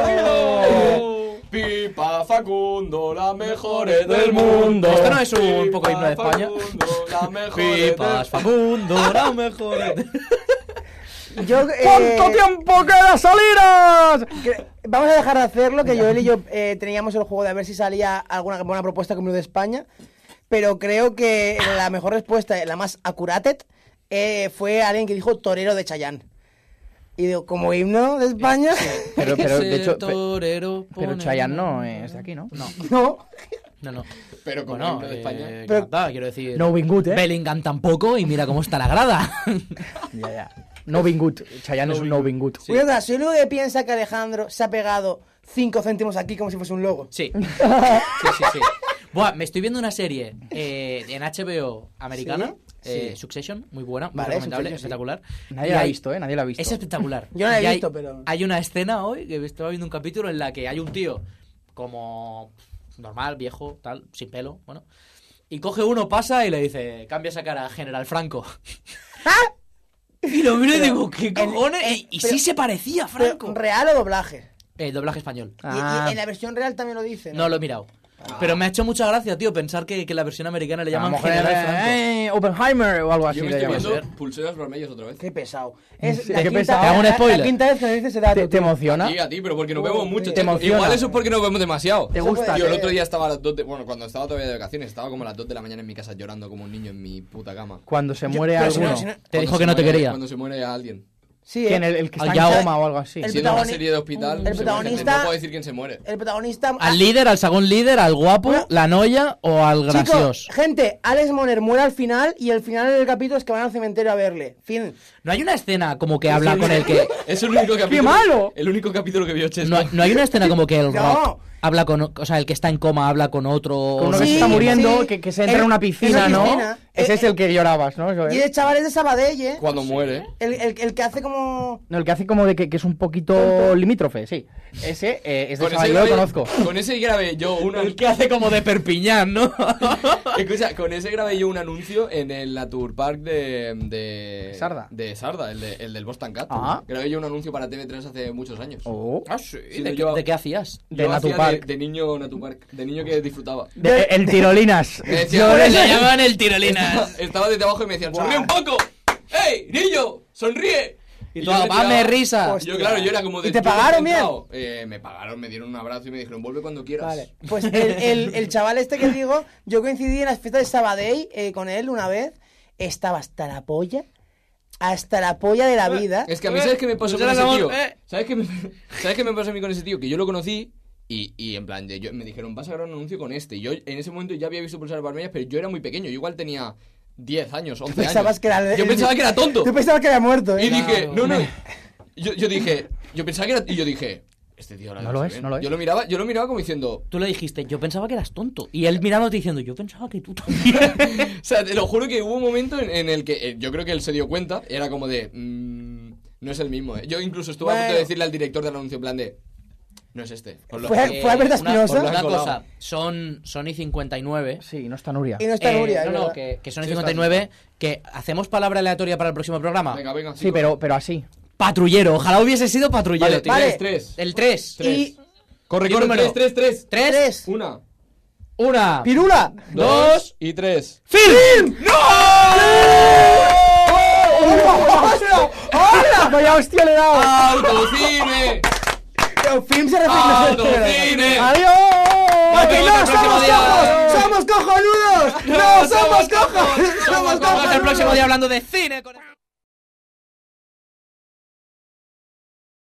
[SPEAKER 2] mundo.
[SPEAKER 5] Pipa Facundo, las mejores
[SPEAKER 2] del mundo.
[SPEAKER 1] Esto no es un poco himno de
[SPEAKER 5] Pipa
[SPEAKER 1] España.
[SPEAKER 5] Facundo, las mejores del-
[SPEAKER 1] Pipas, Facundo, la mejor.
[SPEAKER 3] Yo, eh,
[SPEAKER 2] ¿Cuánto tiempo queda salidas?
[SPEAKER 3] que- Vamos a dejar de hacerlo, que Joel y yo eh, teníamos el juego de a ver si salía alguna buena propuesta como el de España. Pero creo que la mejor respuesta, la más accurate, eh, fue alguien que dijo torero de Chayán. Y digo, como himno de España.
[SPEAKER 2] Pero, pero, de hecho, pe-
[SPEAKER 1] torero
[SPEAKER 2] pero Chayanne no es de aquí, ¿no?
[SPEAKER 1] No,
[SPEAKER 3] No.
[SPEAKER 1] no, no.
[SPEAKER 5] Pero con
[SPEAKER 1] Bueno,
[SPEAKER 5] himno de
[SPEAKER 1] eh,
[SPEAKER 5] España.
[SPEAKER 1] ya
[SPEAKER 3] Pero-
[SPEAKER 1] está, quiero decir.
[SPEAKER 2] No Bingut, ¿eh?
[SPEAKER 1] Bellingham tampoco, y mira cómo está la grada.
[SPEAKER 2] Ya, ya. No Bingut. Chayanne es un no Bingut.
[SPEAKER 3] Una cosa, soy el único que piensa que Alejandro se ha pegado 5 céntimos aquí como si fuese un logo.
[SPEAKER 1] Sí. Sí, sí, sí. Buah, me estoy viendo una serie eh, en HBO americana, eh, Succession, muy buena, muy
[SPEAKER 3] Vale,
[SPEAKER 1] recomendable,
[SPEAKER 3] Succession, sí.
[SPEAKER 1] espectacular.
[SPEAKER 2] Nadie
[SPEAKER 1] Y
[SPEAKER 2] la ha
[SPEAKER 1] hay-
[SPEAKER 2] visto, ¿eh? Nadie la ha visto.
[SPEAKER 1] Es espectacular.
[SPEAKER 3] Yo no la he
[SPEAKER 1] Y hay-
[SPEAKER 3] visto, pero-
[SPEAKER 1] Hay una escena hoy que estaba viendo un capítulo en la que hay un tío como normal, viejo, tal, sin pelo, bueno. Y coge uno, pasa y le dice, cambia esa cara a General Franco.
[SPEAKER 3] Ah.
[SPEAKER 1] y lo miro y digo, ¿qué cojones? y y sí se parecía a
[SPEAKER 3] Pero,
[SPEAKER 1] Franco.
[SPEAKER 3] ¿Real o doblaje?
[SPEAKER 1] Eh, doblaje español.
[SPEAKER 3] Y-
[SPEAKER 2] Ah.
[SPEAKER 3] Y, en la versión real también lo dice.
[SPEAKER 1] No lo he mirado. Pero me ha hecho mucha gracia, tío, pensar que, que la versión americana le
[SPEAKER 2] A lo
[SPEAKER 1] llaman
[SPEAKER 2] mejor
[SPEAKER 1] General
[SPEAKER 2] era,
[SPEAKER 1] Franco.
[SPEAKER 2] eh, Oppenheimer o algo así.
[SPEAKER 5] Yo me
[SPEAKER 2] le
[SPEAKER 5] estoy
[SPEAKER 2] llaman.
[SPEAKER 5] viendo pulseras vermelhas otra vez.
[SPEAKER 3] Qué pesado. Es
[SPEAKER 2] Sí,
[SPEAKER 3] la,
[SPEAKER 2] qué
[SPEAKER 3] quinta,
[SPEAKER 2] pesado.
[SPEAKER 3] la-
[SPEAKER 2] Hago un
[SPEAKER 3] la-
[SPEAKER 2] spoiler.
[SPEAKER 3] la quinta vez que me dices ese dato.
[SPEAKER 2] ¿Te, te
[SPEAKER 3] tío.
[SPEAKER 2] emociona?
[SPEAKER 5] Sí, a ti, pero porque nos vemos mucho.
[SPEAKER 2] Te emociona.
[SPEAKER 5] Igual eso es porque nos vemos demasiado.
[SPEAKER 2] ¿Te gusta?
[SPEAKER 5] Yo el otro día estaba a las 2 de... Bueno, cuando estaba todavía de vacaciones, estaba como a las 2 de la mañana en mi casa llorando como un niño en mi puta cama.
[SPEAKER 2] Cuando se muere
[SPEAKER 3] pero si no,
[SPEAKER 2] alguno.
[SPEAKER 3] si no-
[SPEAKER 1] Te
[SPEAKER 5] Cuando
[SPEAKER 1] dijo
[SPEAKER 5] se
[SPEAKER 1] que no te
[SPEAKER 5] muere-
[SPEAKER 1] quería.
[SPEAKER 5] Cuando se muere alguien.
[SPEAKER 3] Sí,
[SPEAKER 2] ¿Quién?
[SPEAKER 3] eh.
[SPEAKER 2] El, el que
[SPEAKER 1] Al
[SPEAKER 2] está
[SPEAKER 1] Yao.
[SPEAKER 2] en coma o algo así.
[SPEAKER 3] El
[SPEAKER 5] Siendo una
[SPEAKER 3] protagoni-
[SPEAKER 5] serie de hospital.
[SPEAKER 3] el
[SPEAKER 5] se muere
[SPEAKER 3] protagonista-
[SPEAKER 5] gente. No puedo decir quién se muere.
[SPEAKER 3] El protagonista.
[SPEAKER 1] ¿Al líder, al sagón líder, al guapo,
[SPEAKER 3] Bueno.
[SPEAKER 1] la noya o al
[SPEAKER 3] Chicos,
[SPEAKER 1] gracioso?
[SPEAKER 3] gente, Alex Moner muere al final y el final del capítulo es que van al cementerio a verle. Fin.
[SPEAKER 1] No hay una escena como que habla con el que...
[SPEAKER 5] Es el único capítulo.
[SPEAKER 2] malo!
[SPEAKER 5] El único capítulo que vio Chesco.
[SPEAKER 1] No, hay- no hay una escena como que el
[SPEAKER 3] No.
[SPEAKER 1] rock habla con... O sea, el que está en coma habla con otro...
[SPEAKER 2] Con uno
[SPEAKER 1] o
[SPEAKER 2] que
[SPEAKER 3] Sí,
[SPEAKER 2] se está muriendo,
[SPEAKER 3] sí.
[SPEAKER 2] que, que se entra
[SPEAKER 3] Es-
[SPEAKER 2] en una piscina,
[SPEAKER 3] es una
[SPEAKER 2] ¿no?
[SPEAKER 3] piscina.
[SPEAKER 2] Ese
[SPEAKER 3] Eh,
[SPEAKER 2] es el que llorabas, ¿no? Joel?
[SPEAKER 3] Y el chaval es de Sabadell, ¿eh?
[SPEAKER 5] Cuando muere.
[SPEAKER 3] El, el- el que hace como.
[SPEAKER 2] No, el que hace como de que, que es un poquito limítrofe, sí. Ese eh,
[SPEAKER 1] Este
[SPEAKER 2] es de Sabadell, yo lo
[SPEAKER 5] grave,
[SPEAKER 2] conozco.
[SPEAKER 5] con ese grave yo una.
[SPEAKER 1] El que hace como de Perpiñán, ¿no?
[SPEAKER 5] Escucha, con ese grabé yo un anuncio en el Natur Park de, de.
[SPEAKER 2] Sarda.
[SPEAKER 5] De Sarda, el, de- el del Boston Cat.
[SPEAKER 2] Ah.
[SPEAKER 5] Grabé yo un anuncio para TV3 hace muchos años.
[SPEAKER 2] Oh.
[SPEAKER 5] Sí,
[SPEAKER 1] ¿De,
[SPEAKER 5] yo-
[SPEAKER 1] qué- de qué hacías?
[SPEAKER 5] yo
[SPEAKER 2] de Natur
[SPEAKER 5] hacía
[SPEAKER 2] Park.
[SPEAKER 5] De, de niño Natur Park, de niño que disfrutaba.
[SPEAKER 2] De- el tirolinas.
[SPEAKER 5] Me decía,
[SPEAKER 2] Yo-
[SPEAKER 5] "Por eso
[SPEAKER 1] Le llaman el tirolinas.
[SPEAKER 5] Estaba desde abajo y me decían, sonríe un poco. ¡Ey, niño! ¡Sonríe!
[SPEAKER 1] Y
[SPEAKER 5] yo
[SPEAKER 1] tú,
[SPEAKER 5] le tiraba-
[SPEAKER 1] dame risa.
[SPEAKER 5] Yo, claro, yo era como de.
[SPEAKER 3] ¿Y te
[SPEAKER 5] "Yo lo he
[SPEAKER 3] pagaron bien?
[SPEAKER 5] intentado". Eh, me pagaron, me dieron un abrazo y me dijeron, vuelve cuando quieras.
[SPEAKER 3] Vale. Pues el, el- el chaval este que digo, yo coincidí en las fiestas de Sabadell eh, con él una vez. Estaba hasta la polla. Hasta la polla de la vida.
[SPEAKER 5] Es que a mí, ¿sabes qué me pasó
[SPEAKER 1] Pues
[SPEAKER 5] con
[SPEAKER 1] era
[SPEAKER 5] ese
[SPEAKER 1] la
[SPEAKER 5] tío?
[SPEAKER 1] voz, eh.
[SPEAKER 5] ¿Sabes qué, me, ¿Sabes qué me pasó a mí con ese tío? Que yo lo conocí y, y en plan, de, yo, me dijeron, vas a grabar un anuncio con este. Y yo en ese momento ya había visto Pulsar Barmellas, pero yo era muy pequeño. Yo igual tenía 10 años, 11
[SPEAKER 3] Pensabas
[SPEAKER 5] años.
[SPEAKER 3] que era el-
[SPEAKER 5] yo pensaba que era tonto.
[SPEAKER 3] Yo pensaba que había muerto, ¿eh?
[SPEAKER 5] Y dije, no, no. Yo, yo dije, yo pensaba que era. Y yo dije, este tío ahora
[SPEAKER 2] No lo
[SPEAKER 5] sé
[SPEAKER 2] es,
[SPEAKER 5] bien.
[SPEAKER 2] no lo es.
[SPEAKER 5] Yo lo miraba, yo lo miraba como diciendo.
[SPEAKER 1] Tú le dijiste, yo pensaba que eras tonto. Y él mirándote diciendo, yo pensaba que tú también.
[SPEAKER 5] O sea, te lo juro que hubo un momento en, en el que eh, yo creo que él se dio cuenta. Era como de. "Mm, no es el mismo. eh". Yo incluso estuve a punto
[SPEAKER 3] Bueno.
[SPEAKER 5] de decirle al director del anuncio en plan de. No es este. os lo-
[SPEAKER 3] Fue- fue Alberto
[SPEAKER 1] Eh, una-
[SPEAKER 3] Espinosa.
[SPEAKER 1] Una,
[SPEAKER 5] Blanco,
[SPEAKER 1] cosa, son, son y 59.
[SPEAKER 2] Sí, no está Nuria.
[SPEAKER 3] Y no está
[SPEAKER 1] Eh,
[SPEAKER 3] Nuria, es
[SPEAKER 1] no, no,
[SPEAKER 3] verdad.
[SPEAKER 1] que, que son y
[SPEAKER 5] Sí, está,
[SPEAKER 1] 59. Que hacemos palabra aleatoria para el próximo programa.
[SPEAKER 5] Venga, venga.
[SPEAKER 2] Sí, pero, pero así.
[SPEAKER 1] Patrullero, ojalá hubiese sido patrullero.
[SPEAKER 5] Vale,
[SPEAKER 1] tío.
[SPEAKER 3] vale.
[SPEAKER 5] tres, tres.
[SPEAKER 1] El 3.
[SPEAKER 5] Tres.
[SPEAKER 3] Y-
[SPEAKER 5] Corre,
[SPEAKER 1] ¿Qué
[SPEAKER 5] corre,
[SPEAKER 1] número?
[SPEAKER 5] tres, tres, tres.
[SPEAKER 1] Tres.
[SPEAKER 5] Una.
[SPEAKER 2] Una.
[SPEAKER 3] ¡Pirula!
[SPEAKER 5] Dos y tres.
[SPEAKER 2] ¡Film!
[SPEAKER 3] ¡Hola! Ah, ¡Hola!
[SPEAKER 2] Vaya hostia le he dado.
[SPEAKER 5] ¡Autocine!
[SPEAKER 3] Pero Film se refiere
[SPEAKER 5] ¡Autocine!
[SPEAKER 2] ¡Adiós!
[SPEAKER 3] ¡Que no somos cojos! ¡Somos cojonudos! ¡No somos cojos! ¡Somos
[SPEAKER 1] Nos vemos el
[SPEAKER 3] cojonudos!
[SPEAKER 1] próximo día hablando de cine con...